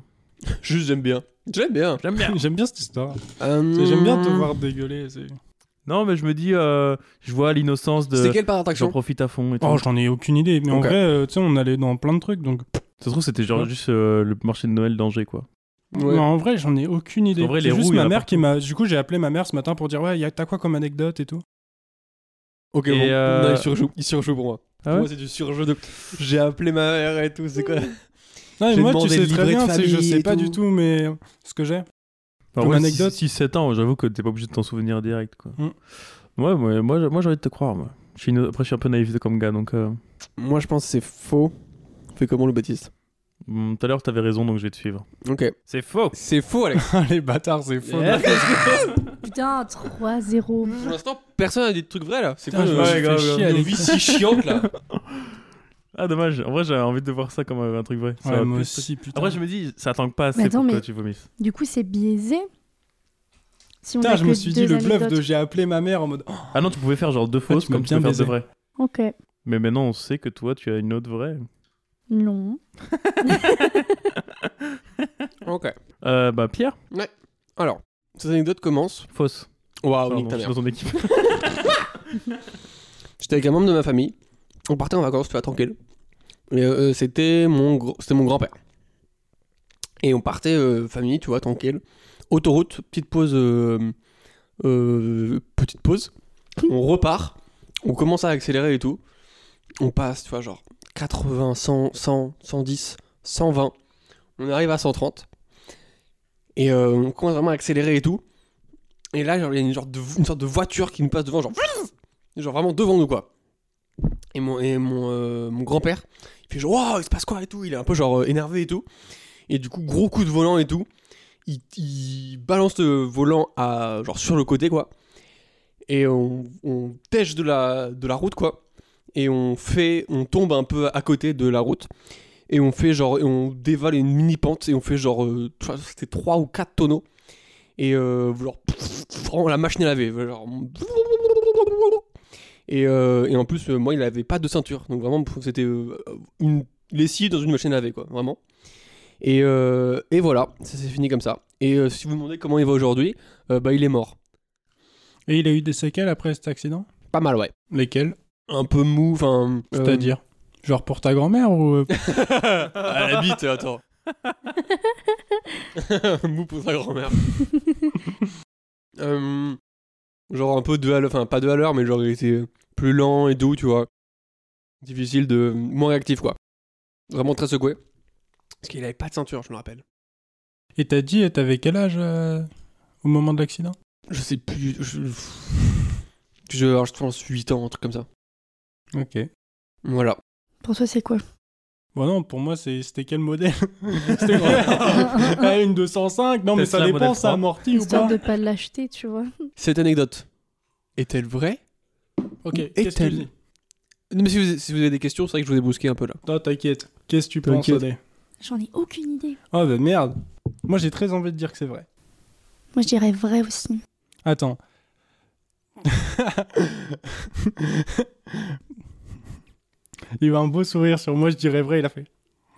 A: Juste, j'aime bien. J'aime bien.
F: J'aime bien.
C: [LAUGHS] J'aime bien cette histoire.
A: Euh,
C: J'aime bien te voir dégueuler. c'est-
F: non, mais je me dis, euh, je vois l'innocence
A: C'était
F: de.
A: quelle par
F: J'en
A: attraction
F: profite à fond et tout.
C: Oh, j'en ai aucune idée. Mais en
A: Ok.
C: vrai, euh, tu sais, on allait dans plein de trucs. Donc,
F: Ça se trouve, c'était genre
C: Ouais.
F: juste euh, le marché de Noël d'Angers quoi.
A: Ouais.
C: Non, en vrai, j'en ai aucune idée.
F: En vrai,
C: C'est
F: les
C: juste
F: roues, il y en
C: ma
F: a
C: mère qui m'a. Du coup, j'ai appelé ma mère ce matin pour dire ouais, y a- t'as quoi comme anecdote et tout.
A: Ok,
F: Et
A: bon.
F: euh,
A: Non, il surjoue. Il surjoue pour moi.
F: Ah
A: pour
F: ouais
A: moi, c'est du surjeu de. [LAUGHS] J'ai appelé ma mère et tout, c'est quoi
C: Non, mais
A: J'ai
C: moi, tu
A: demandé
C: sais
A: le
C: très
A: livret de
C: bien, c'est- je
A: famille
C: sais
A: et
C: pas
A: tout.
C: du tout, mais euh, ce que j'ai. [LAUGHS]
F: Enfin,
C: Comme
F: ouais,
C: anecdote.
F: 6, 7 ans, j'avoue que t'es pas obligé de t'en souvenir direct quoi.
C: Mm.
F: Ouais, ouais, moi, j'ai- moi j'ai envie de te croire. Moi. Je suis une- Après, je suis un peu naïf comme gars donc. euh,
A: Moi, je pense que c'est faux. Fais comment le Baptiste
F: mm, Tout à l'heure, t'avais raison donc je vais te suivre.
A: Ok.
F: C'est faux
A: C'est faux, Alex.
C: Ah, Les bâtards, c'est faux.
F: Yeah.
D: Putain, 3-0.
A: Pour l'instant, personne n'a dit de trucs vrais là. C'est
C: Putain,
A: quoi
C: je me
A: euh,
C: suis fait
F: grave,
C: chier
F: grave.
C: à
A: une
C: l'école.
A: vie si chiante là
F: Ah, dommage. En vrai, j'avais envie de voir ça comme euh, un truc vrai. Ça
C: Ouais,
F: aurait
C: moi
F: pu-
C: aussi, putain.
F: Après, je me dis, ça tangue pas assez
D: Mais attends,
F: pour que
D: mais-
F: tu vomisses.
D: Du coup, c'est biaisé. Si on
C: Putain,
D: a
C: je
D: que
C: me suis dit le
D: deux
C: bluff
D: anecdotes.
C: de j'ai appelé ma mère en mode. oh,
F: Ah non, tu pouvais faire genre deux fausses,
C: tu m'as
F: comme tu
C: bien
F: peux faire deux vraies.
C: baisé.
D: Ok,
F: Mais maintenant, on sait que toi, tu as une autre vraie.
D: non.
A: [LAUGHS]
D: [LAUGHS]
A: Ok.
F: Euh, bah, Pierre,
A: Alors, cette anecdote commence.
F: fausse.
A: Waouh,
F: Pardon,
A: nique ta
F: je suis
A: mère.
F: dans ton équipe. [LAUGHS]
A: J'étais avec un membre de ma famille. On partait en vacances, tu vois, tranquille. Et euh, c'était mon, gr- c'était mon grand-père. Et on partait, euh, famille, tu vois, tranquille. Autoroute, petite pause. euh, euh, petite pause. On repart. On commence à accélérer et tout. On passe, tu vois, genre 80, 100, 100, 110, 120. On arrive à 130. Et euh, on commence vraiment à accélérer et tout. Et là, genre, il y a une, genre de, une sorte de voiture qui nous passe devant, genre genre vraiment devant nous quoi. Et mon, et mon, euh, mon grand-père, il fait genre, Wow, il se passe quoi et tout, il est un peu genre euh, énervé et tout. Et du coup, gros coup de volant et tout. Il, il balance le volant à, genre sur le côté quoi. Et on, on tèche de la, de la route quoi. Et on fait, on tombe un peu à côté de la route. Et on fait genre, et on dévale une mini pente et on fait genre, euh, je crois que c'était 3 ou 4 tonneaux. Et euh, genre, vraiment la machine à laver. Genre, et, euh, et en plus, euh, moi, il avait pas de ceinture. Donc vraiment, pff, c'était euh, une lessive dans une machine à laver, quoi. Vraiment. Et, euh, et voilà, ça s'est fini comme ça. Et euh, si vous me demandez comment il va aujourd'hui, euh, bah il est mort.
C: Et il a eu des séquelles après cet accident
A: Pas mal, ouais.
C: Lesquelles
A: Un peu mou, enfin. euh,
C: C'est-à-dire Genre pour ta grand-mère ou. euh,
A: À la bite, euh, attends. [LAUGHS] mou pour sa grand-mère. Euh, genre un peu de à l'heure, enfin pas de à l'heure, mais genre il était plus lent et doux, tu vois. Difficile de. moins réactif, quoi. Vraiment très secoué. Parce qu'il avait pas de ceinture, je me rappelle.
C: Et t'as dit, t'avais quel âge euh, au moment de l'accident
A: Je sais plus. Je, je, alors, je pense 8 ans, un truc comme ça.
C: Ok.
A: Voilà.
D: Pour toi, c'est quoi
C: Bon Bah non, pour moi c'est- c'était quel [LAUGHS] modèle C'était quoi Eh, Une 205 Non mais ça
F: Tesla
C: dépend,
F: modèle
C: ça
F: 3.
C: amortit ou
D: Histoire
C: pas
D: de pas l'acheter, tu vois.
A: Cette anecdote est-elle vraie
C: Ok,
A: Et
C: qu'est-ce que tu
A: tel.
C: dis
A: Non, mais si vous, si vous avez des questions, c'est vrai que je vous ai bousqué un peu là.
C: Non, t'inquiète. Qu'est-ce que tu penses
A: T'inquiète.
C: Odé
D: J'en ai aucune idée.
C: Oh bah merde Moi j'ai très envie de dire que c'est vrai.
D: Moi, je dirais vrai aussi.
C: Attends. [LAUGHS] il a un beau sourire sur moi, je dirais vrai, il a fait.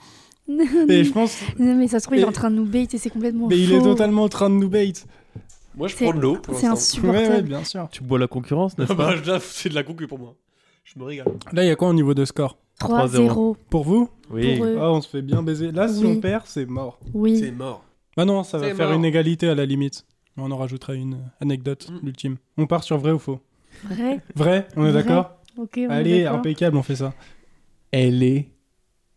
D: [LAUGHS] non,
C: Et je pense...
D: mais ça se trouve, il est
C: Et-
D: en train de nous bait et c'est complètement
C: Mais il
D: faux.
C: est totalement en train de nous bait.
A: [LAUGHS] Moi, je
D: C'est-
A: prends de l'eau. Bah,
D: C'est
C: Ouais,
D: insupportable.
C: ouais, bien sûr.
F: Tu bois la concurrence,
A: [LAUGHS]
C: Ah,
F: n'est-ce
C: bah,
F: pas
A: c'est de la concu pour moi. Je me régale.
C: Là, il y a quoi au niveau de score
D: 3-0
F: 3-0.
C: Pour vous
F: Oui.
D: pour eux.
C: Ah, on se fait bien baiser. Là, si
D: Euh. Oui.
C: on perd, c'est mort.
A: C'est
D: Oui.
A: mort.
C: Bah non, ça va
A: C'est
C: faire
A: mort.
C: une égalité à la limite. Mais On en rajoutera une anecdote,
A: Mm.
C: l'ultime. On part sur vrai ou faux
D: Vrai.
C: Vrai On est
D: Vrai.
C: d'accord
D: Ok, on est
C: Allez,
D: d'accord.
C: impeccable, on fait ça.
A: Elle est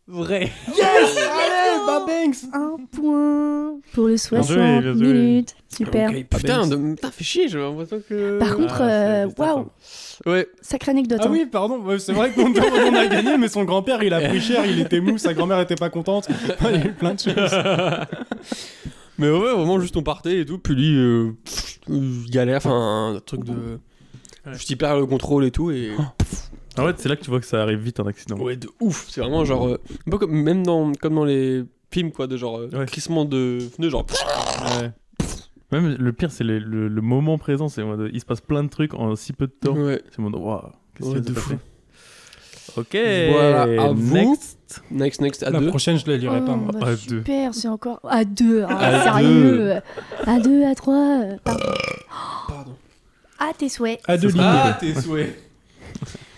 A: vraie.
C: Allez, Babanks
A: Ah.
D: Un point pour le
F: joué,
D: 60
F: bien joué.
D: minutes. Super.
A: Ok, Ah, Putain, de- putain, fais chier, j'ai l'impression que.
D: Par contre,
F: Ah, c'est-
D: euh,
F: c'est
D: waouh,
F: sympa.
A: Ouais,
D: sacrée anecdote.
C: Ah
D: hein.
C: oui, pardon, ouais, c'est vrai qu'on [LAUGHS] on a gagné, mais son grand-père, il a pris cher, il était mou, sa grand-mère était pas contente. [LAUGHS] Il y a eu plein de choses.
A: [LAUGHS] mais ouais, vraiment, juste on partait et tout. Puis lui, euh, pff, euh, galère, enfin, un truc de.
F: Ouais.
A: Juste il perd le contrôle et tout. Et...
F: En fait, c'est là que tu vois que ça arrive vite un accident.
B: Oh.
A: Ouais, de ouf. C'est vraiment genre. euh, un peu comme, même dans, comme dans les films, quoi, de genre. euh,
F: Ouais.
A: Crissement de pneus, genre.
F: Ouais.
B: Même le pire, c'est les- le, le moment présent. C'est en mode, il se passe plein de trucs en si peu de temps.
A: Ouais.
B: C'est mon waouh, qu'est-ce
A: Ouais,
B: qu'il
A: de
B: y a de
A: fou.
B: fou. Ok.
A: Voilà, à vous.
B: Next.
A: Next, next, à
C: La
A: deux.
C: prochaine, je la lirai pas,
D: Oh,
C: moi.
D: bah,
B: À deux.
D: super, c'est encore à deux. hein,
B: À
D: sérieux. À deux, à trois. euh, pardon.
A: Pardon.
D: À tes souhaits.
C: À deux lignes.
A: Ah, tes souhaits.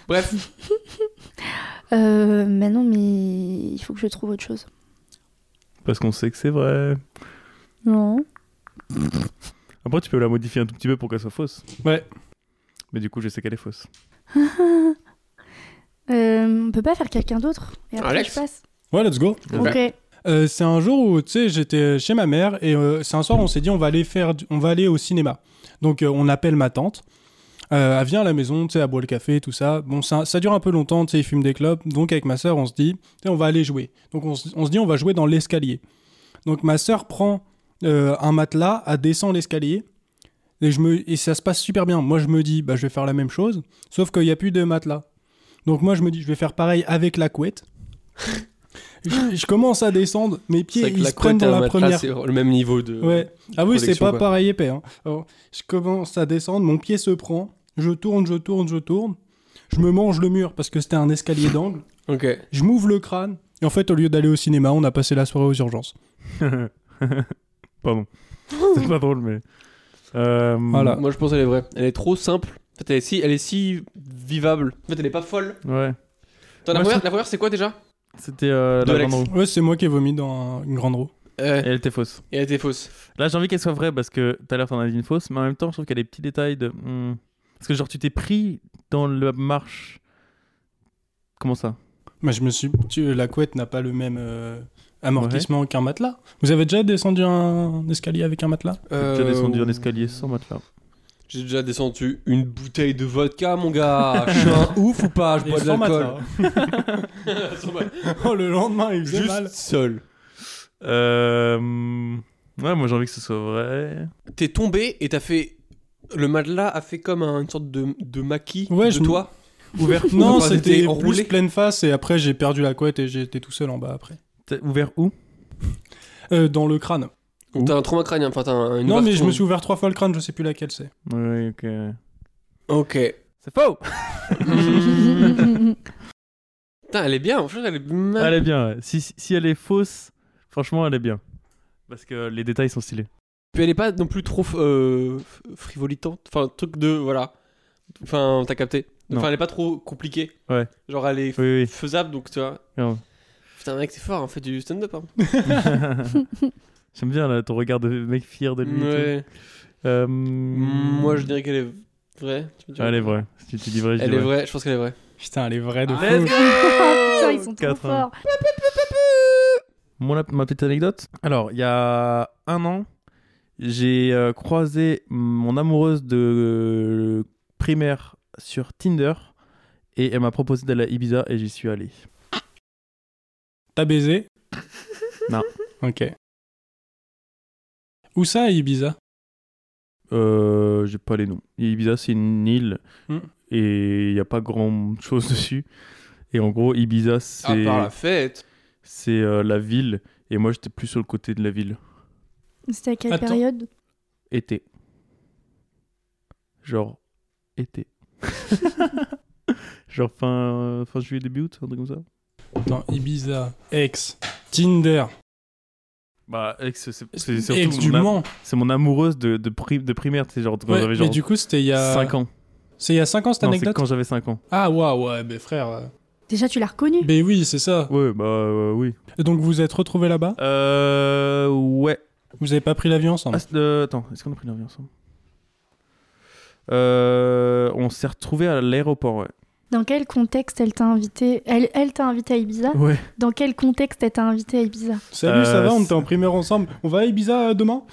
A: Bref,
D: Euh, mais non, mais il faut que je trouve autre chose.
B: Parce qu'on sait que c'est vrai.
D: Non.
B: Après, tu peux la modifier un tout petit peu pour qu'elle soit fausse.
C: Ouais.
B: Mais du coup, je sais qu'elle est fausse. [LAUGHS]
D: Euh, on peut pas faire quelqu'un d'autre. Et après,
A: Alex.
D: je passe.
C: Ouais, let's go.
D: Ok.
B: [LAUGHS]
C: Euh, c'est un jour où tu sais j'étais chez ma mère et euh, c'est un soir on s'est dit on va aller faire du- on va aller au cinéma. Donc euh, on appelle ma tante. Euh, elle vient à la maison, tu sais, elle boit le café, tout ça. Bon, ça, ça dure un peu longtemps, tu sais, ils fument des clopes. Donc, avec ma sœur, on se dit, tu sais, on va aller jouer. Donc, on, se- on se dit, on va jouer dans l'escalier. Donc, ma sœur prend euh, un matelas, elle descend l'escalier. Et, je me, et ça se passe super bien. Moi, je me dis, bah, je vais faire la même chose. Sauf qu'il n'y a plus de matelas. Donc, moi, je me dis, je vais faire pareil avec
A: [LAUGHS]
C: la couette. je, je commence à descendre, mes
A: c'est
C: pieds,
A: vrai que
C: ils
A: la
C: se prennent
A: couette
C: dans
A: à un
C: la
A: matelas,
C: première
A: c'est le même niveau de.
C: Ouais. Ah oui, c'est
A: protection, Euh,
C: pas
A: quoi.
C: pareil épais. hein. Alors, je commence à descendre, mon pied se prend, je tourne, je tourne, je tourne. Je me mange le mur parce que c'était un escalier d'angle.
A: Ok.
C: Je m'ouvre le crâne. Et en fait, au lieu d'aller au cinéma, on a passé la soirée aux urgences.
A: [LAUGHS]
B: Pardon. c'est pas drôle, mais. Euh,
C: Voilà.
A: Moi, je pense qu'elle est vraie. Elle est trop simple. En fait, elle est si, elle est si vivable. En fait, elle est pas folle. Attends, la
B: Ouais. Moi, je
A: première,
B: trouve-
A: la première, c'est quoi déjà
B: C'était euh,
A: De
B: la
A: Alex.
B: grande roue.
C: Ouais, c'est moi qui ai vomi dans un- une grande roue.
A: euh,
B: Et elle était fausse.
A: Et elle était fausse.
B: Là, j'ai envie qu'elle soit vraie parce que tout à l'heure, t'en as dit une fausse, mais en même temps, je trouve qu'il y a des petits détails de. hmm. Parce que, genre, tu t'es pris dans la marche. Comment ça
C: Mais je me suis. tu- la couette n'a pas le même euh, amortissement qu'un matelas. Vous avez déjà descendu un escalier avec un matelas
B: J'ai
A: Euh,
B: déjà descendu un escalier sans matelas.
A: J'ai déjà descendu une bouteille de vodka, mon gars. Je suis
C: [LAUGHS]
A: un ouf ou pas Je bois
C: Et
A: de
C: sans
A: l'alcool.
B: [LAUGHS]
C: matelas. oh, le lendemain, il faisait
A: Juste
C: mal.
A: seul.
B: Euh. hmm. Ouais, moi, j'ai envie que ce soit vrai.
A: T'es tombé et t'as fait. Le matelas a fait comme un- une sorte de, de maquis
C: Ouais,
A: de
C: je me-
A: toi. [LAUGHS]
B: Ouvert.
C: Non,
A: Enfin, t'étais
C: c'était
A: enroulé.
C: plus pleine face et après j'ai perdu la couette et j'étais tout seul en bas après.
B: T'as ouvert où
C: Euh, dans le crâne.
B: Ouh.
A: T'as un trauma crânien. Enfin, t'as un- une
C: non, mais je
A: ouverture.
C: me suis ouvert trois fois le crâne, je sais plus laquelle c'est.
B: Ouais, ok.
A: Ok.
C: [LAUGHS]
B: C'est faux
A: Mmh. Putain, elle est bien. En fait, elle est.
B: [LAUGHS] Elle est bien, ouais. Si, si- si elle est fausse, franchement, elle est bien. Parce que les détails sont stylés.
A: Puis elle est pas non plus trop euh, f- frivolitante. Enfin, truc de. Voilà. Enfin, t'as capté.
B: Non.
A: Enfin, elle est pas trop compliquée.
B: Ouais.
A: Genre, elle est f-
B: Oui, oui.
A: faisable, donc tu vois.
B: grave.
A: Putain, mec, c'est fort, on fait du stand-up. hein.
B: [LAUGHS] J'aime bien là, ton regard de mec fier de lui. et
A: Ouais.
B: tout. Euh,
A: Hmm.
B: Ah,
A: Moi, je dirais qu'elle est vraie. Tu me diras.
B: Elle est vraie. Si tu dis vrai, je
A: Elle
B: dis
A: est
B: vrai. Ah,
A: vraie, je pense qu'elle est vraie.
C: Putain, elle est vraie de
A: [LAUGHS]
C: fou.
B: Let's go
D: Oh, Putain, ils sont trop
B: Quatre,
D: forts.
B: hein. Mon, ap- ma petite anecdote. Alors, il y a un an, j'ai euh, croisé mon amoureuse de euh, primaire sur Tinder et elle m'a proposé d'aller à Ibiza et j'y suis allé.
C: T'as baisé
B: Non.
C: Ok. Où ça, à Ibiza
B: Euh, j'ai pas les noms. Ibiza, c'est une île
C: Hmm.
B: et il n'y a pas grand chose dessus. Et en gros, Ibiza,
A: Ah,
B: c'est
A: par la fête.
B: c'est, euh, la ville. Et moi, j'étais plus sur le côté de la ville.
D: C'était à quelle
C: Attends.
D: période
B: Été. Genre,
C: [LAUGHS]
B: été. Genre fin, fin juillet, début août, un truc comme ça.
C: Attends, Ibiza, ex, Tinder,
B: Bah, ex, c'est c'est surtout
C: ex du
B: mon, am-
C: Mans.
B: c'est mon amoureuse de, de, pri- de primaire. C'est genre, quand
C: Ouais,
B: j'avais
C: mais
B: genre
C: du coup, c'était il y a.
B: 5 ans.
C: C'est il y a 5 ans cette
B: Non, c'est
C: anecdote
B: quand j'avais 5 ans.
C: Ah, waouh, ouais, ben frère. euh.
D: Déjà, tu l'as reconnu
C: Ben oui, c'est ça.
B: Ouais, bah euh, oui.
C: Et donc, vous êtes retrouvés là-bas
B: Euh, ouais.
C: Vous avez pas pris l'avion ensemble
B: Ah, c'est- euh, attends, est-ce qu'on a pris l'avion ensemble Euh, On s'est retrouvés à l'aéroport, ouais.
D: Dans quel contexte elle t'a invité Elle, elle t'a invité à Ibiza
B: Ouais.
D: Dans quel contexte elle t'a invité à Ibiza
C: Salut,
B: Euh,
C: ça va On
B: c'est-
C: était en primaire ensemble. On va à Ibiza euh, demain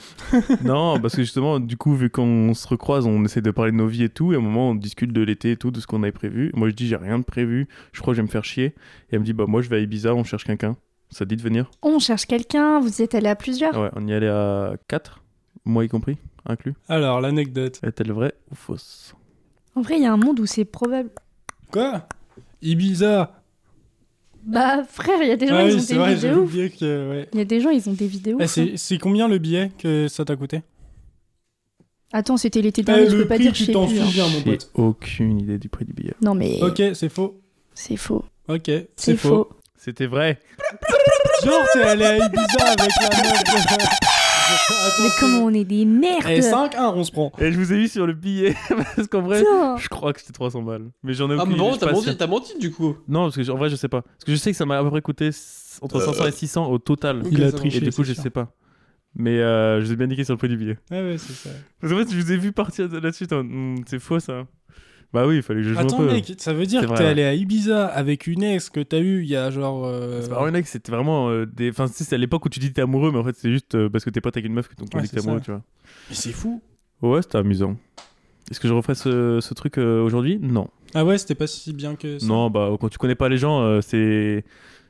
B: non, parce que justement, du coup, vu qu'on se recroise, on essaie de parler de nos vies et tout, et à un moment, on discute de l'été et tout, de ce qu'on avait prévu. Moi, je dis, j'ai rien de prévu, je crois que je vais me faire chier. Et elle me dit, bah, moi, je vais à Ibiza, on cherche quelqu'un. Ça te dit de venir
D: On cherche quelqu'un, vous y êtes allé à plusieurs.
A: Ah.
B: Ouais, on y allait à 4, moi y compris, inclus.
C: Alors, l'anecdote.
B: Est-elle vraie ou fausse
D: En vrai, il y a un monde où c'est probable.
C: Quoi Ibiza
D: Bah, frère, il y a des gens,
C: Ah
D: ils
C: oui,
D: ont
C: c'est
D: des
C: vrai, j'ai
D: vidéos.
C: oublié que. ouais.
D: Il y a des gens, ils ont des vidéos.
C: Eh, c'est c'est combien le billet que ça t'a coûté
D: Attends, c'était
C: Eh,
D: l'été dernier, je peux pas dire je sais plus. hein.
C: bien, mon
B: J'ai aucune idée du prix du billet.
D: Non mais
C: Ok, c'est faux.
D: c'est faux.
C: Ok,
D: C'est faux.
B: C'était vrai.
C: Genre, t'es allé à Ibiza avec la meuf. de-
G: Mais comment on est des merdes
C: Et 5-1, on se prend.
B: Et je vous ai eu sur le billet [LAUGHS] parce qu'en vrai,
G: Putain.
B: je crois que c'était 300 balles. Mais j'en ai
A: Ah,
B: aucune
A: mais
B: idée. je
A: bon,
B: suis
A: t'as
B: pas
A: menti,
B: sûr.
A: t'as menti du coup.
B: Non, parce que je- en vrai, je sais pas. Parce que je sais que ça m'a à peu près coûté s- entre 500 et 600 au total.
A: Ok,
C: Il a
A: ça va.
C: triché.
B: Et du coup, je
C: c'est
B: sais pas. Mais euh, je vous ai bien niqué sur le prix du billet.
C: Ouais, ouais, c'est ça.
B: Parce qu'en fait, je vous ai vu partir de là-dessus. t'es en- Hmm, C'est faux ça. Bah oui, il fallait que je joue
C: Attends,
B: un peu.
C: mec, ça veut dire
B: C'est
C: que
B: vrai,
C: t'es
B: ouais.
C: allé à Ibiza avec une ex que t'as eu il y a genre. euh,
B: C'est pas vrai, mec, Bah, c'était vraiment euh, des. Enfin, tu sais, c'est à l'époque où tu dis que t'es amoureux, mais en fait, c'est juste euh, parce que t'es pote avec une meuf que ton
C: Ouais,
B: dit que t'es
C: c'est
B: amoureux,
C: ça.
B: tu vois.
C: Mais c'est fou.
B: Ouais, c'était amusant. Est-ce que je referais ce, ce truc euh, aujourd'hui Non.
C: Ah ouais, c'était pas si bien que ça.
B: Non, bah, quand tu connais pas les gens, euh, c'est.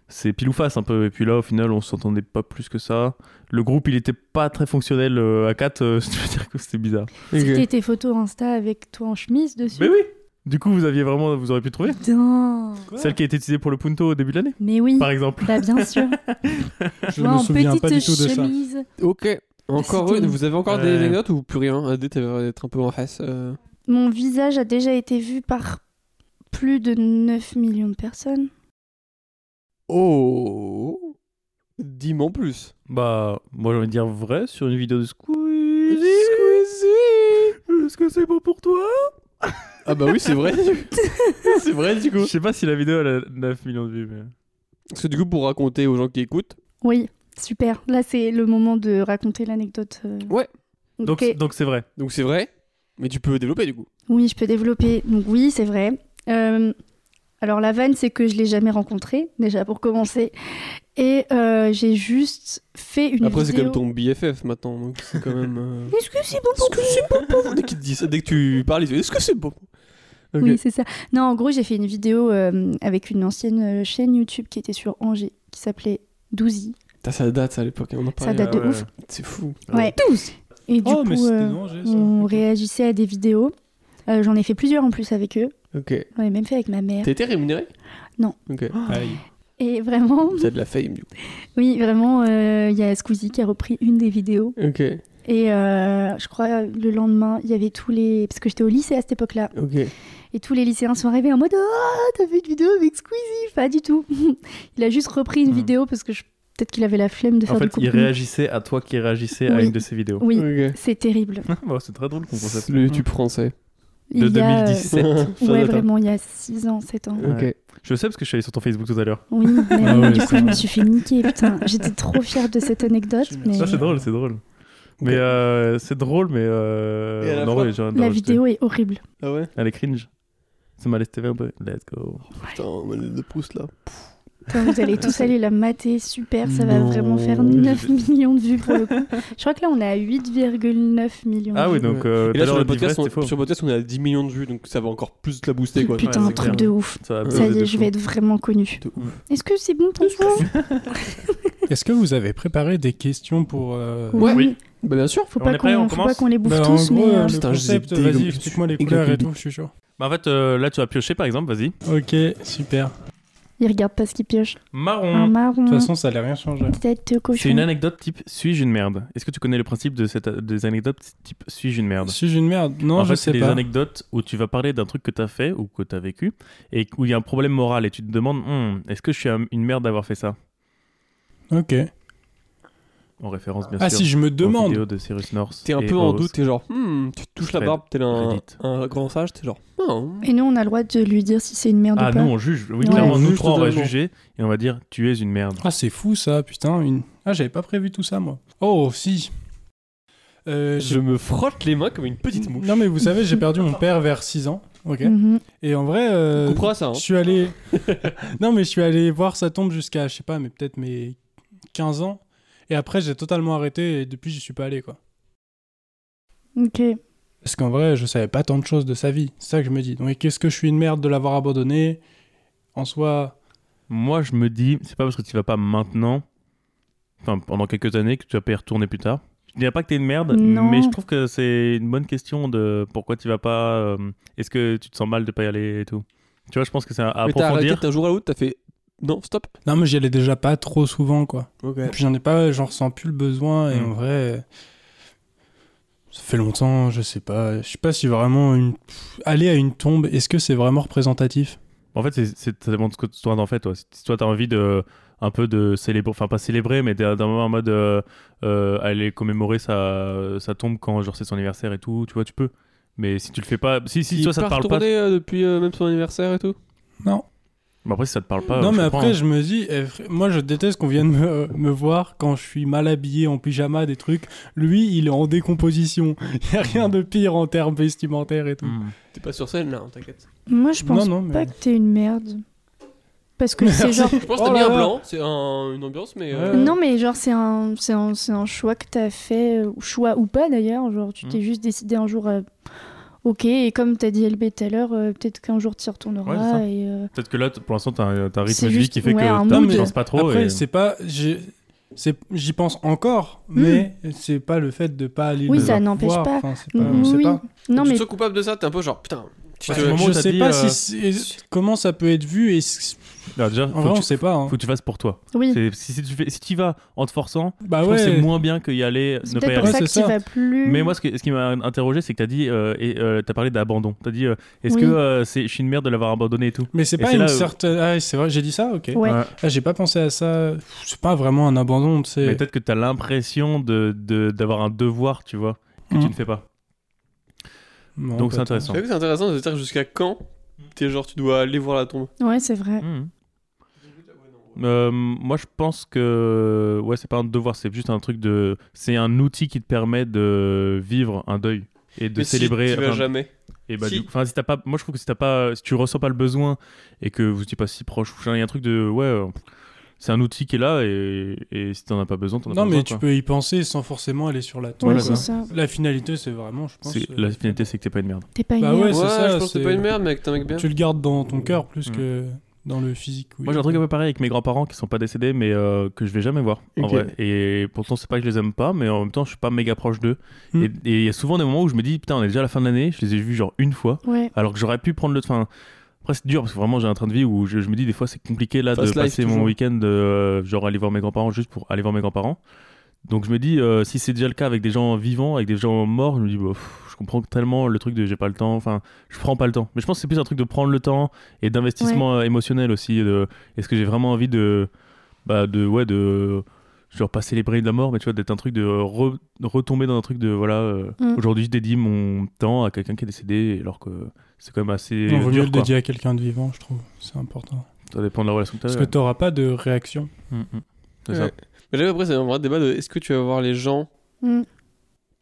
B: C'est pile ou face un peu. Et puis là, au final, on s'entendait pas plus que ça. Le groupe, il était pas très fonctionnel euh, [LAUGHS] à 4. je veux dire que c'était bizarre.
D: C'était
A: Ok.
D: tes photos Insta avec toi en chemise dessus.
B: Mais oui Du coup, vous aviez vraiment. Vous auriez pu trouver
G: Putain.
C: Quoi
B: Celle qui a été utilisée pour le Punto au début de l'année,
G: Mais
D: Mm.
G: oui.
B: par exemple.
G: Bah
C: [LAUGHS]
G: bien sûr.
C: Je
G: Moi,
C: me
G: en
C: souviens
G: petite
C: pas du tout de ça.
G: chemise.
A: Ok. Encore,
G: C'était-
A: une, vous avez encore des
B: Euh.
A: anecdotes ou plus rien Adé, t'avais l'air d'être un peu en face. euh.
D: Mon visage a déjà été vu par plus de 9 millions de personnes.
A: Oh Dis-moi en plus.
B: Bah, moi j'ai envie de dire vrai sur une vidéo de Squeezie. Est-ce que c'est bon pour
D: [LAUGHS]
B: toi
A: Ah bah oui, c'est vrai. [LAUGHS] c'est vrai du
B: Je
A: coup.
B: sais pas si la vidéo elle a 9 millions de vues, mais.
A: Parce que du coup, pour raconter aux gens qui écoutent,
D: Oui, super. Là, c'est le moment de raconter l'anecdote. euh.
A: Ouais.
D: Ok.
B: Donc donc c'est vrai.
A: donc c'est vrai, mais tu peux développer du coup.
D: Oui, je peux développer. Donc oui, c'est vrai. Euh, alors la vanne, c'est que je l'ai jamais rencontré, déjà pour commencer. Et euh, j'ai juste fait une
A: Après, c'est
D: vidéo.
A: comme ton BFF maintenant, donc c'est quand même. euh,
G: Est-ce que c'est bon
A: Est-ce que c'est bon pour vous Dès qu'il te dit ça, dès que tu parles, il dit Est-ce que c'est bon Ok.
D: Oui, c'est ça. Non, en gros, j'ai fait une vidéo euh, avec une ancienne euh, chaîne YouTube qui était sur Angers, qui s'appelait Douzi.
A: Putain, ça date ça à l'époque, on en
D: Ça
A: parlait.
D: date de
B: ouais.
D: ouf.
A: C'est fou.
B: Ah
D: Ouais. Et du
C: Oh, mais
D: coup,
C: c'était
D: euh,
C: dangereux ça.
D: on
C: Ok.
D: réagissait à des vidéos. Euh, J'en ai fait plusieurs en plus avec eux.
A: Ok.
D: J'en ai même fait avec ma mère.
A: T'as été rémunéré
D: Non.
A: Ok.
C: Aïe.
D: Et vraiment,
A: T'as de la fame du coup.
D: oui, vraiment, euh, il y a Squeezie qui a repris une des vidéos.
A: Ok.
D: Et euh, je crois le lendemain, il y avait tous les. Parce que j'étais au lycée à cette époque-là.
A: Ok.
D: Et tous les lycéens sont arrivés en mode Oh, t'as fait une vidéo avec Squeezie Pas du tout. [LAUGHS] il a juste repris une
B: Mm.
D: vidéo parce que je... peut-être qu'il avait la flemme de
B: En
D: faire du
B: fait, il
D: contenu.
B: réagissait à toi qui réagissais à
D: Oui.
B: une de ses vidéos.
D: Oui,
A: Ok.
D: c'est terrible.
B: [LAUGHS] Bon, c'est très drôle qu'on concept.
A: Le YouTube [LAUGHS] français.
B: De
D: Il y a, euh,
B: 2017. Ça
D: Ouais,
B: date, hein.
D: vraiment, il y a 6 ans, 7 ans.
A: Ok.
B: Je sais parce que je suis allé sur ton Facebook tout à l'heure. [LAUGHS]
D: Oui, mais
C: Ah ouais,
D: du
C: ça
D: coup, je me
C: va.
D: suis fait niquer, putain. J'étais trop fière de cette anecdote.
C: Je me
D: Mais
B: Ça Ah, c'est drôle, c'est drôle. Mais euh, c'est drôle, mais euh,
A: Et à la
B: non,
A: fois-
B: ouais, j'ai rien à
D: la
B: rajouter.
D: vidéo est horrible.
A: Ah ouais
B: Elle est cringe. Ça m'a laissé TV un peu. Let's go.
A: Putain, on a de pouce là.
D: Putain, vous allez tous aller la mater, super. Ça va
B: Non.
D: vraiment faire 9 millions de vues pour le coup. Je crois que là, on est à 8,9 millions de
B: Ah oui,
D: vues.
B: donc euh,
A: Et
B: tout à
A: là, sur
B: l'heure,
A: le,
B: on dit vrai,
A: podcast, on,
B: c'était faux.
A: sur le podcast, on est à 10 millions de vues, donc ça va encore plus te la booster quoi.
D: Putain,
B: Ouais,
D: un
B: c'est
D: truc de
B: clair.
D: ouf.
B: Ça va
A: Ça
D: Ça
B: buzzer
D: y
B: de
D: est, je
B: fou.
D: vais être vraiment connue.
A: De ouf.
D: Est-ce que c'est bon pour toi
C: Est-ce que vous avez préparé des questions pour. euh,
D: Ouais.
B: Oui.
A: Bah bien sûr.
D: Faut
B: On
D: pas
B: est prêt,
D: qu'on
B: on
D: faut
B: commence
D: pas qu'on les bouffe
C: Bah, en
D: tous,
C: gros,
D: mais
C: euh,
D: euh,
C: le
A: Putain,
C: concept,
A: j'étais comme-
C: vas-y, explique-moi les
A: j'étais
C: couleurs et
A: comme-
C: tout, je suis chaud.
B: Bah, en fait, euh, là, tu as pioché par exemple, vas-y.
C: Ok, super. De
D: euh, ils regardent pas ce qu'ils piochent. Un
B: Marron.
D: marron,
C: toute façon, ça allait rien changer.
D: tête de cochon.
B: C'est une anecdote type suis-je une merde Est-ce que tu connais le principe de cette, des anecdotes type suis-je une merde
C: Suis-je une merde Non,
B: Ah bah. En
C: je
B: fait, c'est
C: sais
B: des
C: pas.
B: anecdotes où tu vas parler d'un truc que tu as fait ou que tu as vécu et où il y a un problème moral et tu te demandes Hum, est-ce que je suis un- une merde d'avoir fait ça
C: Ok.
B: En référence, bien
C: Ah,
B: sûr.
C: si je me
B: aux
C: demande.
B: vidéos de Cyrus North.
A: T'es un
B: et
A: peu en
B: Horus.
A: doute, t'es genre, hmm, tu te touches la
B: Fred,
A: barbe, t'es un,
B: Reddit.
A: un grand sage, t'es genre, hmm.
D: Et nous, on a le droit de lui dire si c'est une merde
B: Ah,
D: ou
B: nous,
D: pas.
B: on juge. Oui,
D: Ouais.
B: clairement,
A: On
B: nous
A: juge
B: trois, on va
A: totalement.
B: juger et on va dire tu es une merde.
C: Ah, c'est fou ça, putain. Une... Ah, j'avais pas prévu tout ça, moi. Oh, si. Euh, j'ai-
A: je me frotte les mains comme une petite mouche.
C: Non, mais vous savez, j'ai
D: [LAUGHS]
C: perdu mon père vers 6 ans. Ok.
D: Mhm.
C: Et en vrai.
A: On
C: euh,
A: coupera ça. hein.
C: Je suis allé. non, mais je suis allé voir sa tombe jusqu'à, je sais pas, mais peut-être mes 15 ans. Et après, j'ai totalement arrêté et depuis, j'y suis pas allé, quoi.
D: Ok.
C: Parce qu'en vrai, je savais pas tant de choses de sa vie. C'est ça que je me dis. Donc, et qu'est-ce que je suis une merde de l'avoir abandonné En soi.
B: Moi, je me dis, c'est pas parce que tu vas pas maintenant, enfin pendant quelques années, que tu vas pas y retourner plus tard. Je dirais pas que t'es une merde,
D: Non.
B: mais je trouve que c'est une bonne question de pourquoi tu vas pas. euh, Est-ce que tu te sens mal de pas y aller et tout Tu vois, je pense que c'est à
A: Mais t'as arrêté
B: approfondir.
A: d'un jour à l'autre, t'as fait, non, stop.
C: Non, mais j'y allais déjà pas trop souvent, quoi.
A: Ok.
C: Puis j'en ai pas, j'en ressens plus le besoin. Et
B: Mm.
C: en vrai. Ça fait longtemps, je sais pas. Je sais pas si vraiment une... pff, aller à une tombe, est-ce que c'est vraiment représentatif
B: En fait, c'est- c'est- ça dépend de ce que toi en fais, toi. Si toi, t'as envie de un peu de célébrer, enfin pas célébrer, mais d'un d'un moment en mode euh, euh, aller commémorer sa, sa tombe quand genre c'est son anniversaire et tout, tu vois, tu peux. Mais si tu le fais pas, si si
A: Il
B: toi ça te
A: part
B: parle pas,
A: tourner, euh, depuis euh, même son anniversaire et tout.
C: Non.
B: Bah après si ça te parle pas,
C: non,
B: je
C: mais
B: comprends,
C: après,
B: hein.
C: je me dis, eh, fr- moi, je déteste qu'on vienne me, me voir quand je suis mal habillé en pyjama, des trucs. Lui, il est en décomposition. [LAUGHS] Il n'y a rien de pire en termes vestimentaires et tout.
B: Mm.
A: T'es pas sur scène là, hein, t'inquiète.
D: Moi, je pense
C: Non, non, mais-
D: pas que t'es une merde. Parce
B: [LAUGHS]
D: que c'est genre.
A: Je pense que
C: Oh
A: t'as
C: là
A: mis un
C: là.
A: blanc, c'est un- une ambiance, mais. euh,
C: Ouais.
D: Non, mais genre, c'est un, c'est un, c'est un choix que t'as fait, euh, choix ou pas d'ailleurs. Genre,
B: Hmm.
D: tu t'es juste décidé un jour, euh, ok, et comme t'as dit LB tout à l'heure, euh, peut-être qu'un jour t'y
B: Ouais, c'est
D: retourneras.
B: ça.
D: et, euh,
B: Peut-être que là, t- pour l'instant, t'as un, t'as un rythme
D: C'est
B: de vie
D: juste-
B: qui fait
D: ouais, un
B: que t'as-
C: mood.
B: tu penses pas trop.
C: Après,
B: et-
C: c'est pas. j'ai- c'est- J'y pense encore, mais c'est pas le fait de pas aller
D: Hmm. Oui,
C: le
D: ça n'empêche
C: voir.
D: pas.
C: Enfin, c'est pas- on
D: Oui,
C: sait
D: oui.
C: pas.
D: Non,
A: tu
D: mais
A: te sens coupable de ça, t'es un peu genre putain. tu
B: Bah,
A: te-
B: c'est le moment où
C: je
B: t'as
C: sais
B: dit,
C: pas
B: euh,
C: si c'est- comment ça peut être vu et c-
B: Ah, déjà,
C: en
B: faut,
C: vrai on
B: que tu,
C: sait pas. hein.
B: faut que tu fasses pour toi.
D: oui,
B: C'est- Si, si tu fais, si tu y vas en te forçant,
C: Bah
B: je trouve que
C: ouais.
B: c'est moins bien qu'y aller,
D: c'est
B: ne pas y
D: peut-être
B: aller.
D: pour
C: Ouais,
D: ça que
C: c'est
D: t'y
C: ça.
D: vas plus.
B: Mais moi, ce, que- ce qui m'a interrogé, c'est que t'as dit, euh, et euh, t'as parlé d'abandon. T'as dit, euh, est-ce
D: Oui.
B: que euh, c'est, je suis une merde de l'avoir abandonné et tout
C: Mais c'est
B: Et
C: pas
B: c'est
C: une
B: là où-
C: certaine. Ah, c'est vrai, j'ai dit ça, ok.
D: Ouais.
C: Ah, j'ai pas pensé à ça. Pff, C'est pas vraiment un abandon, tu
B: Mais
C: sais.
B: peut-être que t'as l'impression de, de- d'avoir un devoir, tu vois, que
C: Mhm.
B: tu ne fais pas.
C: Non,
B: Donc
C: pas
B: c'est
C: tant.
B: intéressant.
A: T'as vu que c'est intéressant de se dire jusqu'à quand t'es genre tu dois aller voir la tombe.
D: Ouais, c'est vrai.
C: Hmm.
B: Mhm. Euh, moi, je pense que ouais, c'est pas un devoir, c'est juste un truc de, c'est un outil qui te permet de vivre un deuil et de
A: Mais si
B: célébrer.
A: Tu vas
B: enfin,
A: jamais.
B: Et bah,
A: Si.
B: du coup, enfin, si t'as pas, moi je trouve que si t'as pas, si tu ressens pas le besoin et que vous n'êtes pas si proche, ou- il y a un truc de, ouais, euh, c'est un outil qui est là et, et si t'en as pas besoin, t'en as
C: Non,
B: pas
C: mais
B: besoin.
C: tu
B: quoi.
C: peux y penser sans forcément aller sur la tombe.
D: Ouais,
B: Voilà,
D: c'est
B: quoi.
D: ça.
C: La finalité, c'est vraiment, je pense.
B: C'est-
C: euh,
B: La finalité, c'est que t'es pas une merde.
D: T'es pas une
C: Bah
D: merde.
C: ouais,
A: Ouais,
C: c'est ça.
A: je pense que t'es
C: c'est-
A: pas une merde, mec, t'es un mec bien.
C: Tu le gardes dans ton cœur plus
B: Mm.
C: que dans le physique. oui.
B: Moi j'ai un truc un peu pareil avec mes grands-parents qui sont pas décédés mais euh, que je vais jamais voir en
A: Ok.
B: vrai. Et pourtant c'est pas que je les aime pas mais en même temps je suis pas méga proche d'eux.
C: Mm.
B: Et- Et il y a souvent des moments où je me dis putain on est déjà à la fin de l'année, je les ai vus genre une fois
D: Ouais.
B: alors que j'aurais pu prendre le... Enfin après c'est dur parce que vraiment j'ai un train de vie où je, je me dis des fois c'est compliqué là
A: Fast
B: de
A: life,
B: passer mon
A: toujours.
B: week-end euh, genre aller voir mes grands-parents juste pour aller voir mes grands-parents. Donc je me dis euh, si c'est déjà le cas avec des gens vivants, avec des gens morts, je me dis bah, pff, je comprends tellement le truc de j'ai pas le temps, enfin je prends pas le temps. Mais je pense que c'est plus un truc de prendre le temps et d'investissement euh, émotionnel aussi. de- Est-ce que j'ai vraiment envie de, bah, de, ouais, de, genre pas célébrer de la mort, mais tu vois, d'être un truc de re- retomber dans un truc de voilà. euh,
D: Mm.
B: Aujourd'hui, je dédie mon temps à quelqu'un qui est décédé, alors que c'est quand même assez
C: On vaut mieux
B: dur.
C: le
B: quoi.
C: dédier à quelqu'un de vivant, je trouve. C'est important.
B: Ça dépend de la relation que
C: Parce
B: t'as.
C: que t'auras pas de réaction.
B: Mm, mm. C'est ça.
A: Ouais. Mais là après c'est un vrai débat de est-ce que tu vas voir les gens
D: Mm.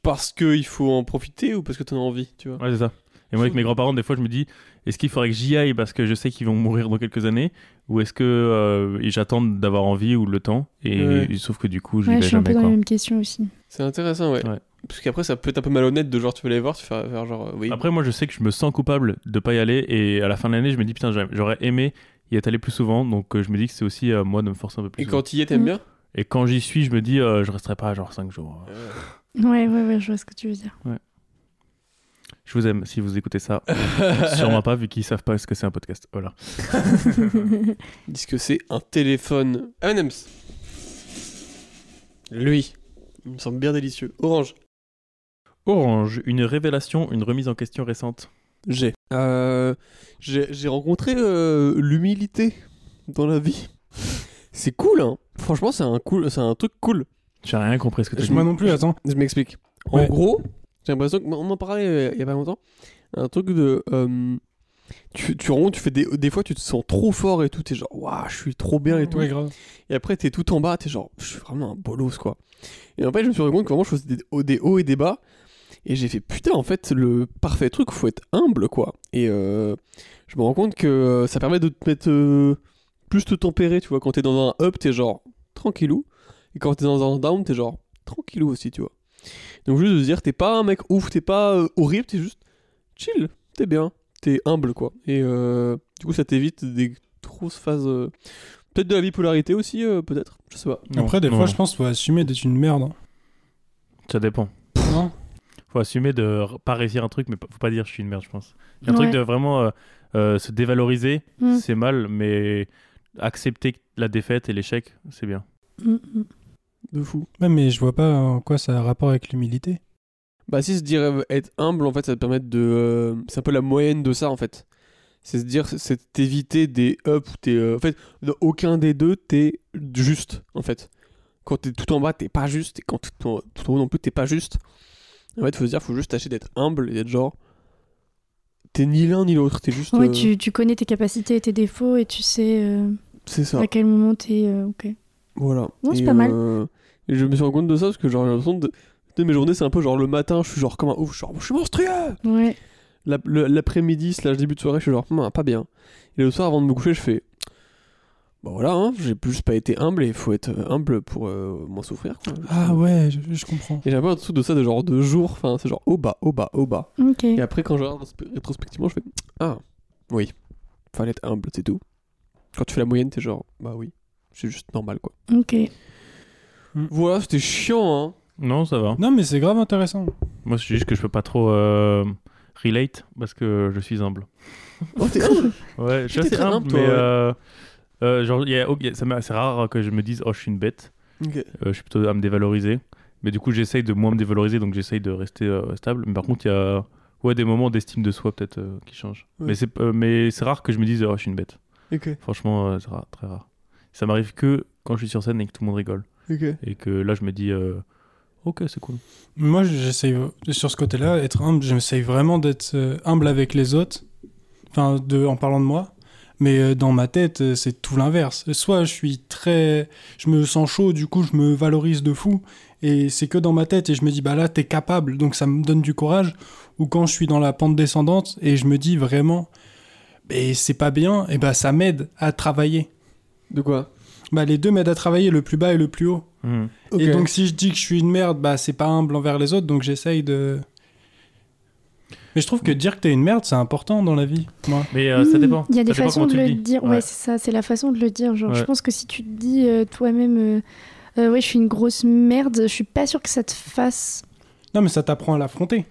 A: parce que il faut en profiter ou parce que t'en as envie, tu vois.
B: Ouais, c'est ça. Et moi, avec mes grands-parents, des fois, je me dis est-ce qu'il faudrait que j'y aille parce que je sais qu'ils vont mourir dans quelques années Ou est-ce que euh, j'attends d'avoir envie ou le temps Et
A: Ouais.
B: sauf que du coup, j'y
D: Ouais,
B: vais
D: je suis un peu
B: jamais.
D: dans
B: Quoi.
D: la même question aussi.
A: C'est intéressant, ouais.
B: Ouais.
A: Parce qu'après ça peut être un peu malhonnête de genre tu veux les voir, tu fais faire genre euh, oui.
B: Après, moi, je sais que je me sens coupable de pas y aller. Et à la fin de l'année, je me dis putain, j'aurais- j'aurais aimé y être allé plus souvent. Donc, euh, je me dis que c'est aussi à moi de me forcer un peu plus.
A: Et
B: souvent.
A: quand t'y es, t'aimes
D: Mm.
A: bien
B: Et quand j'y suis, je me dis euh, je resterai pas genre 5 jours.
A: Euh,
D: Ouais, ouais, ouais, je vois ce que tu veux
B: [LAUGHS]
D: dire.
B: Je vous aime si vous
A: [LAUGHS]
B: écoutez ça. Sûrement pas, vu qu'ils savent pas ce que c'est un podcast. Voilà.
A: Ils disent que c'est un téléphone. M&M's. Lui. Il me semble bien délicieux. Orange.
B: Orange, une révélation, une remise en question récente.
A: J'ai. Euh, J'ai j'ai rencontré euh, l'humilité dans la vie. C'est cool, hein. Franchement, c'est un, cool, c'est un truc cool.
B: J'ai rien compris à ce que tu
C: Moi non plus, attends.
A: Je m'explique. En
C: Ouais.
A: gros, j'ai l'impression que on en parlait euh, il y a pas longtemps. Un truc de. euh, tu, tu rencontres, tu fais des, des fois, tu te sens trop fort et tout. T'es genre, waouh, je suis trop bien et tout.
C: Ouais, grave.
A: Et après, t'es tout en bas, t'es genre, je suis vraiment un bolos, quoi. Et en fait, je me suis rendu compte que vraiment, je faisais des, hauts- des hauts et des bas. Et j'ai fait, putain, en fait, le parfait truc, faut être humble, quoi. Et euh, je me rends compte que euh, ça permet de te mettre euh, plus te tempérer, tu vois. Quand t'es dans un up, t'es genre, tranquillou. Et quand t'es dans un down, t'es genre, tranquillou aussi, tu vois. Donc, juste de se dire, t'es pas un mec ouf, t'es pas euh, horrible, t'es juste chill, t'es bien, t'es humble, quoi. Et euh, du coup, ça t'évite des grosses phases. euh, Peut-être de la bipolarité aussi, euh, peut-être. Je sais pas.
C: Après, des fois, je pense qu'il faut assumer d'être une merde. hein.
B: Ça dépend.
C: Non
B: Faut assumer de r- pas réussir un truc, mais p- faut pas dire je suis une merde, je pense. Il y a un
D: Ouais.
B: truc de vraiment euh, euh, se dévaloriser,
D: Mm.
B: c'est mal, mais accepter la défaite et l'échec, c'est bien.
D: Mm, mm.
A: De fou.
C: Ouais, mais je vois pas en quoi ça a rapport avec l'humilité.
A: Bah si se dire euh, être humble en fait ça te permet de euh, c'est un peu la moyenne de ça en fait. C'est se dire c'est- c'est t'éviter des up ou t'es euh, en fait dans aucun des deux t'es juste en fait. Quand t'es tout en bas t'es pas juste et quand t'es tout en, tout en haut non plus t'es pas juste. En fait faut se dire faut juste tâcher d'être humble et d'être genre t'es ni l'un ni l'autre t'es juste
D: Ouais,
A: euh,
D: tu, tu connais tes capacités et tes défauts et tu sais euh,
A: c'est ça.
D: à quel moment t'es. euh, ok.
A: Voilà.
D: Non, c'est
A: Et,
D: pas mal.
A: euh, et je me suis rendu compte de ça parce que genre j'ai l'impression de, de mes journées c'est un peu genre le matin je suis genre comme un ouf genre je suis monstrueux
D: Ouais.
A: La- le- L'après-midi slash début de soirée, je suis genre, Hum, pas bien. Et le soir, avant de me coucher, je fais, bah voilà, hein, j'ai plus pas été humble et il faut être euh, humble pour euh, moins souffrir. quoi.
C: Ah ouais, je, je comprends.
A: Et j'ai un peu en dessous de ça, de genre deux jours, enfin, c'est genre au bas, au bas, au bas.
D: Ok.
A: Et après, quand je regarde respe- rétrospectivement, je fais, ah, oui, fallait être humble, c'est tout. Quand tu fais la moyenne, t'es genre, bah oui, c'est juste normal quoi.
D: Ok.
A: Voilà, c'était chiant, hein.
B: Non, ça va.
C: Non, mais c'est grave intéressant.
B: Moi, c'est juste que je peux pas trop euh, relate parce que je suis humble.
A: Oh, t'es humble
B: Ouais, je suis
A: T'es
B: assez
A: très
B: humble,
A: humble, toi,
B: mais
A: ouais.
B: euh, euh, genre, y a- ok, ça m'a- c'est rare que je me dise, oh, je suis une bête.
A: [LAUGHS] Ok.
B: Euh, je suis plutôt à me dévaloriser. Mais du coup, j'essaye de moins me dévaloriser, donc j'essaye de rester euh, stable. Mais par contre, il y a ouais, des moments d'estime de soi peut-être euh, qui changent.
A: Ouais.
B: Mais c'est euh, mais c'est rare que je me dise, oh, je suis une bête.
A: Ok,
B: Franchement, euh, c'est rare- très rare. Ça m'arrive que quand je suis sur scène et que tout le monde rigole.
A: ok.
B: Et que là, je me dis, euh, ok, c'est cool.
C: Moi, j'essaye euh, sur ce côté-là, être humble, j'essaye vraiment d'être euh, humble avec les autres, enfin, de, en parlant de moi. Mais euh, dans ma tête, euh, c'est tout l'inverse. Soit je suis très. Je me sens chaud, du coup, je me valorise de fou. Et c'est que dans ma tête, et je me dis, bah là, t'es capable, donc ça me donne du courage. Ou quand je suis dans la pente descendante, et je me dis vraiment, mais c'est pas bien, et bah ça m'aide à travailler.
A: De quoi
C: Bah les deux m'aident à travailler, le plus bas et le plus haut.
B: Hmm.
A: Ok.
C: Et donc si je dis que je suis une merde, bah c'est pas humble envers les autres, donc j'essaye de... Mais je trouve que dire que t'es une merde, c'est important dans la vie. Moi.
B: Mais euh, ça
D: Hmm,
B: dépend.
D: Il y a des
B: Ça dépend
D: façons
B: comment
D: de
B: tu
D: le
B: dis.
D: dire. Ouais,
B: Ouais.
D: c'est ça, c'est la façon de le dire. Genre, je
B: Ouais.
D: pense que si tu te dis euh, toi-même, euh, euh, ouais, je suis une grosse merde, je suis pas sûre que ça te fasse.
C: Non mais ça t'apprend à l'affronter.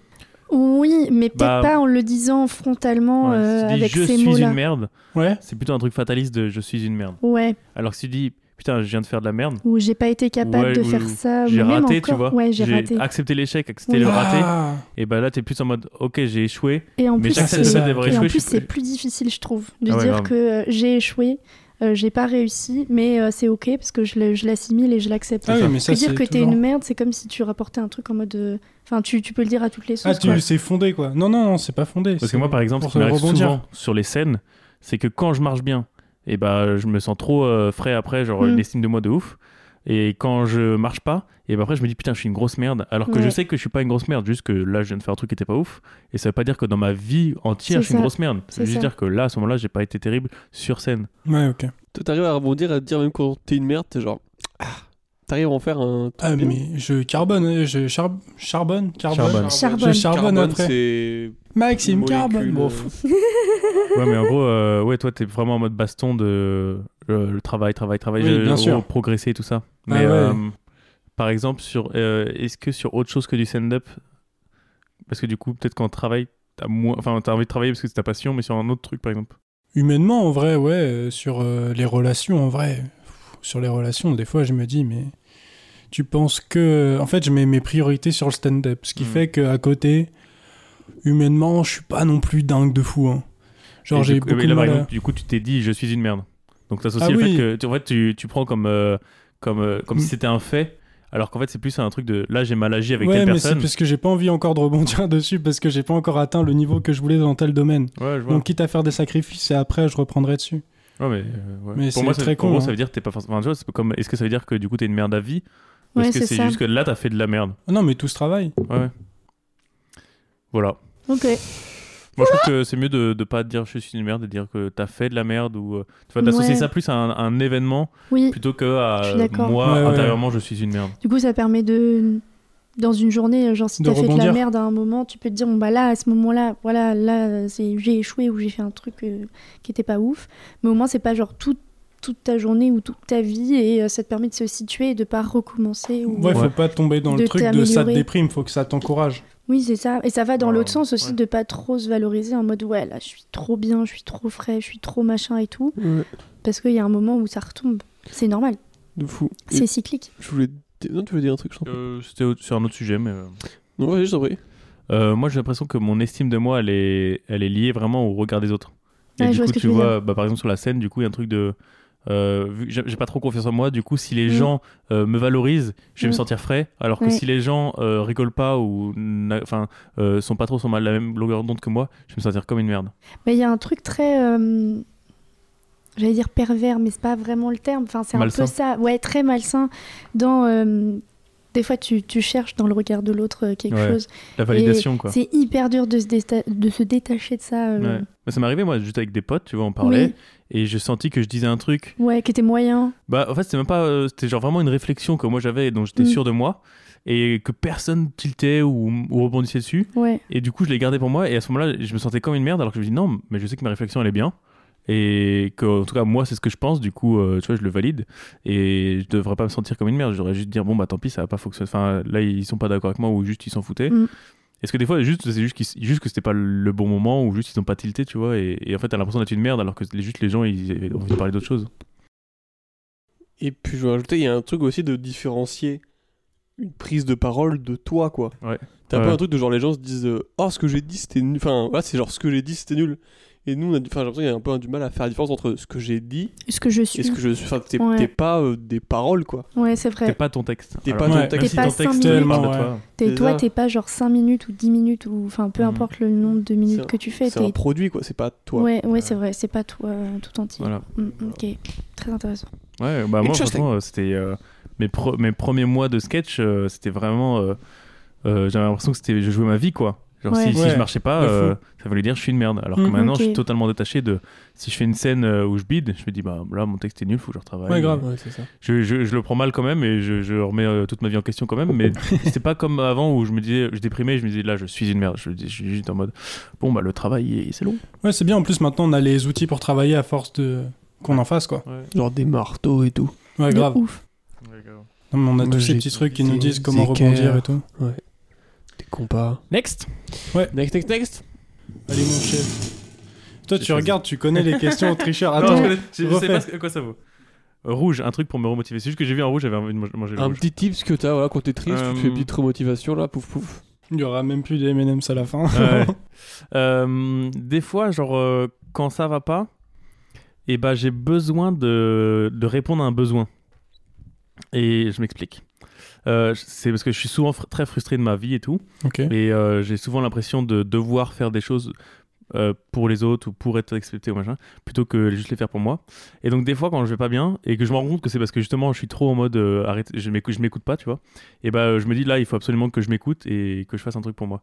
D: Oui, mais peut-être
B: Bah,
D: pas en le disant frontalement
B: Ouais,
D: euh,
B: si tu dis,
D: avec
B: je
D: ces
B: suis
D: mots-là.
B: une merde,
C: Ouais.
B: c'est plutôt un truc fataliste de je suis une merde.
D: Ouais,
B: Alors que si tu dis, putain, je viens de faire de la merde,
D: ou j'ai pas été capable
B: Ouais,
D: de
B: ou-
D: faire ça. Ah, ou
B: j'ai
D: même
B: raté,
D: encore.
B: tu vois.
D: Ouais, j'ai raté.
B: accepté l'échec, accepté
D: Oui.
B: le raté.
C: Ah.
B: Et bah là, t'es plus en mode, ok, j'ai échoué,
D: Et en
B: mais
D: plus,
B: j'accepte
C: c'est-
B: le fait
D: c'est-
B: d'avoir
C: Après,
D: et en
B: échoué.
D: plus,
B: je-
D: c'est plus difficile, je trouve, de
B: Ah ouais,
D: dire
B: grave.
D: que euh, j'ai échoué, euh, j'ai pas réussi, mais euh, c'est ok parce que je le- je l'assimile et je l'accepte.
C: Ah oui,
B: ça.
C: mais
D: Que
C: ça,
D: dire
C: c'est
D: que t'es
C: toujours-
D: une merde, c'est comme si tu rapportais un truc en mode. euh, Enfin, tu, tu peux le dire à toutes les
C: Ah,
D: sauces.
C: tu-
D: quoi.
C: c'est fondé quoi. Non, non, non, c'est pas fondé.
B: Parce que
C: c'est
B: moi, par exemple,
C: pour
B: ce qui m'arrive
C: rebondir.
B: souvent sur les scènes, c'est que quand je marche bien, et bah, je me sens trop euh, frais après, genre
D: Mm.
B: une estime de moi de ouf. Et quand je marche pas, et bah après, je me dis putain, je suis une grosse merde. Alors que je
D: Ouais.
B: sais que je suis pas une grosse merde, juste que là, je viens de faire un truc qui était pas ouf. Et ça veut pas dire que dans ma vie entière,
D: C'est
B: je suis une
D: ça.
B: grosse merde. Ça
D: C'est
B: veut juste
D: ça.
B: dire que là, à ce moment-là, j'ai pas été terrible sur scène.
C: Ouais, ok.
A: Toi, t'arrives à rebondir, à te dire même quand t'es une merde, t'es genre. Ah, t'arrives à en faire un. truc
C: Ah
A: bien.
C: mais je carbone, euh, je char- charbonne, carbone.
B: Charbonne.
D: Charbonne.
C: Je charbonne
A: Carbone,
C: après.
A: c'est.
C: Maxime,
A: molécule,
C: carbone. Bon,
A: euh,
C: pff,
B: Ouais, mais en gros, euh, ouais, toi, t'es vraiment en mode baston de euh, le travail, travail, travail,
C: Oui,
B: je-
C: bien sûr.
B: oh, progresser et tout ça.
C: Ah
B: Mais
C: ouais.
B: euh, par exemple, sur euh, est-ce que sur autre chose que du stand-up, parce que du coup, peut-être qu'en travail, t'as moins, enfin, t'as envie de travailler parce que c'est ta passion, mais sur un autre truc, par exemple.
C: Humainement, en vrai, ouais, euh, sur euh, les relations, en vrai, pff, sur les relations, des fois, je me dis, mais tu penses que. En fait, je mets mes priorités sur le stand-up, ce qui
B: Mhm.
C: fait qu'à côté, humainement, je suis pas non plus dingue de fou. hein. Genre,
B: Et
C: j'ai
B: du coup-
C: beaucoup
B: mais
C: de
B: là, par
C: mal à-
B: exemple, du coup, tu t'es dit, je suis une merde. Donc, t'associes
C: Ah
B: le
C: oui.
B: fait que, tu, en fait, tu, tu prends comme, euh, comme, euh, comme
C: Mm.
B: si c'était un fait, alors qu'en fait, c'est plus un truc de là, j'ai mal agi avec
C: Ouais,
B: telle
C: mais c'est
B: personne.
C: parce que j'ai pas envie encore de rebondir [LAUGHS] dessus, parce que j'ai pas encore atteint le niveau que je voulais dans tel domaine.
B: Ouais, je vois.
C: Donc, quitte à faire des sacrifices, et après, je reprendrai dessus.
B: Ouais, mais, euh, ouais.
C: Mais c'est
B: pour moi, ça-
C: très
B: pour
C: con,
B: moi,
C: hein.
B: ça veut dire que t'es pas forcément. enfin, tu vois, c'est comme, est-ce que ça veut dire que du coup t'es une merde à vie Ou
D: Ouais,
B: est-ce que
D: c'est
B: c'est
D: ça.
B: juste que là t'as fait de la merde
C: Ah Non, mais tout ce travail.
B: Ouais. ouais. Voilà.
D: Ok.
B: Moi, je trouve que c'est mieux de, de pas dire je suis une merde et de dire que t'as fait de la merde ou euh, tu vois d'associer
D: Ouais.
B: ça plus à un, un événement
D: Oui,
B: plutôt que à
D: Je suis
B: euh,
D: d'accord.
B: moi
C: Ouais, ouais.
B: intérieurement je suis une merde.
D: du coup, ça permet de. Dans une journée, euh, genre si
C: De
D: t'as fait de la
C: rebondir.
D: merde à un moment, tu peux te dire, bon bah là, à ce moment-là, voilà, là, c'est j'ai échoué ou j'ai fait un truc euh, qui était pas ouf. Mais au moins, c'est pas genre tout- toute ta journée ou toute ta vie et euh, ça te permet de se situer et de pas recommencer. Ou...
C: Ouais, faut
B: Ouais.
C: pas tomber dans
D: De
C: le truc de ça te
D: t'améliorer.
C: déprime, faut que ça t'encourage.
D: Oui, c'est ça. Et ça va dans
B: Voilà,
D: l'autre sens aussi
B: ouais.
D: de pas trop se valoriser en mode ouais, là je suis trop bien, je suis trop frais, je suis trop machin et tout.
A: Ouais,
D: Parce qu'il y a un moment où ça retombe. C'est normal,
A: de fou. Et
D: c'est cyclique.
A: Je voulais. te- Non, tu voulais dire un truc, je t'en prie.
B: Euh, C'était au- sur un autre sujet mais euh,
A: Ouais, je t'en prie.
B: Euh, moi, j'ai l'impression que mon estime de moi, elle est, elle est liée vraiment au regard des autres. Et
D: Ouais,
B: du
D: je vois
B: coup,
D: ce que tu
B: tu
D: veux
B: vois, bah, par exemple, sur la scène, du coup, il y a un truc de. euh, vu que j'ai j'ai pas trop confiance en moi, du coup, si les
D: Mm.
B: gens euh, me valorisent, je vais me
D: Mm.
B: sentir frais. Alors que
D: Ouais.
B: si les gens euh, rigolent pas ou n'a- enfin euh, sont pas trop sur ma- la même longueur d'onde que moi, je vais me sentir comme une merde.
D: Mais il y a un truc très. euh, J'allais dire pervers, mais c'est pas vraiment le terme. Enfin, c'est un
B: Malsain.
D: peu ça. Ouais, très malsain. Dans. euh, Des fois, tu, tu cherches dans le regard de l'autre euh, quelque
B: Ouais,
D: chose.
B: La validation, quoi.
D: C'est hyper dur de se, désta- de se détacher de ça. euh,
B: Ouais. Mais ça m'est arrivé, moi, juste avec des potes, tu vois, on parlait, et j'ai senti que je disais un truc
D: Oui, ouais, qui était moyen.
B: Bah, en fait, c'était même pas. euh, c'était genre vraiment une réflexion que moi j'avais et dont j'étais
D: Mm.
B: sûr de moi et que personne tiltait ou, ou rebondissait dessus.
D: Ouais.
B: Et du coup, je l'ai gardé pour moi et à ce moment-là, je me sentais comme une merde alors que je me dis non, mais je sais que ma réflexion elle est bien et que, en tout cas, moi c'est ce que je pense, du coup, euh, tu vois, je le valide et je devrais pas me sentir comme une merde. J'aurais juste dire bon, bah tant pis, ça va pas fonctionner. Enfin, là, ils sont pas d'accord avec moi ou juste ils s'en foutaient.
D: Mm.
B: Est-ce que des fois, juste, c'est juste, qu'ils- juste que c'était pas le bon moment ou juste ils ont pas tilté, tu vois, et, et en fait, t'as l'impression d'être une merde alors que les- juste les gens ils avaient envie de parler d'autre chose.
D: Bah,
A: Et puis je vais rajouter, il y a un truc aussi de différencier une prise de parole de toi, quoi.
B: Ouais.
A: T'as
B: Ouais.
A: pas un truc de genre les gens se disent euh, Oh, ce que j'ai dit c'était nul. Enfin, voilà, c'est genre ce que j'ai dit c'était nul. Et nous, on a, du- enfin, j'ai l'impression qu'il y a un peu du mal à faire la différence entre ce que j'ai dit
D: Ce que je
A: et
D: suis.
A: ce que je suis. Enfin, t'es
D: Ouais.
A: t'es pas euh, des paroles, quoi.
D: Ouais, c'est
B: T'es
D: vrai.
B: pas ton texte.
A: T'es
B: Alors,
A: pas
C: ouais,
A: ton
C: même
A: texte.
D: si T'es ton pas texte, cinq
C: minutes. parle de toi.
D: T'es, toi,
A: Déjà.
D: t'es pas genre 5 minutes ou 10 minutes, ou enfin peu
B: Mhm.
D: importe le nombre de minutes
A: un-
D: que tu fais.
A: C'est un
D: T'es...
A: produit, quoi. C'est pas toi.
D: Ouais, ouais, c'est vrai, c'est pas toi euh, tout entier.
B: Voilà.
D: Mm, mm, ok, très intéressant.
B: Ouais, bah moi,
A: Interesting.
B: franchement, euh, c'était euh, mes, pro- mes premiers mois de sketch, euh, c'était vraiment. euh, euh, J'avais l'impression que c'était, je jouais ma vie, quoi. Genre,
D: Ouais.
B: si, si
C: Ouais.
B: je marchais pas,
C: De fou.
B: euh, ça voulait dire je suis une merde. Alors que
C: Mhm.
B: maintenant, je suis
D: Ok.
B: totalement détaché de. Si je fais une scène euh, où je bide, je me dis, bah là, mon texte est nul, faut que je retravaille.
C: Ouais, grave.
A: Ouais, c'est ça.
B: Je, je- je le prends mal quand même et je, je remets euh, toute ma vie en question quand même, mais
C: [LAUGHS]
B: c'était pas comme avant où je me disais, je déprimais, je me disais, là, je suis une merde. Je, je suis juste en mode, bon, bah le travail, c'est long.
C: Ouais, c'est bien. En plus, maintenant, on a les outils pour travailler à force de qu'on en fasse, quoi.
A: Genre des marteaux et tout.
C: Ouais,
D: De
C: grave.
D: ouf.
C: Non, mais on a
A: Moi,
C: tous ces
A: j'ai-
C: petits trucs qui nous
A: des-
C: disent comment
A: des
C: rebondir
A: équerres.
C: et tout.
A: Des compas.
B: Next!
A: Next, next, next.
C: Allez, mon chef. Toi,
B: J'ai
C: tu
B: choisi.
C: regardes, tu connais les questions aux tricheurs.
B: Non,
C: Attends,
B: je, connais- je- je sais
C: refais.
B: pas ce que- quoi ça vaut. Euh, Rouge, un truc pour me remotiver. C'est juste que j'ai vu un rouge, j'avais envie de man- manger le
A: Un
B: rouge.
A: petit tips que t'as, voilà, quand t'es triste, tu te fais
B: Euh,
A: petite remotivation, là, pouf pouf.
C: il y aura même plus des M&M's à la fin.
B: Ouais. [LAUGHS] Euh, des fois, genre, euh, quand ça va pas, et ben j'ai besoin de, de répondre à un besoin. Et je m'explique. Euh, c'est parce que je suis souvent fr- très frustré de ma vie et tout.
C: ok.
B: Et euh, j'ai souvent l'impression de devoir faire des choses euh, pour les autres ou pour être accepté ou machin, plutôt que juste les faire pour moi. Et donc des fois quand je vais pas bien et que je me rends compte que c'est parce que justement je suis trop en mode euh, arrête, je m'écoute, je m'écoute pas, tu vois. Et ben je me dis là il faut absolument que je m'écoute et que je fasse un truc pour moi.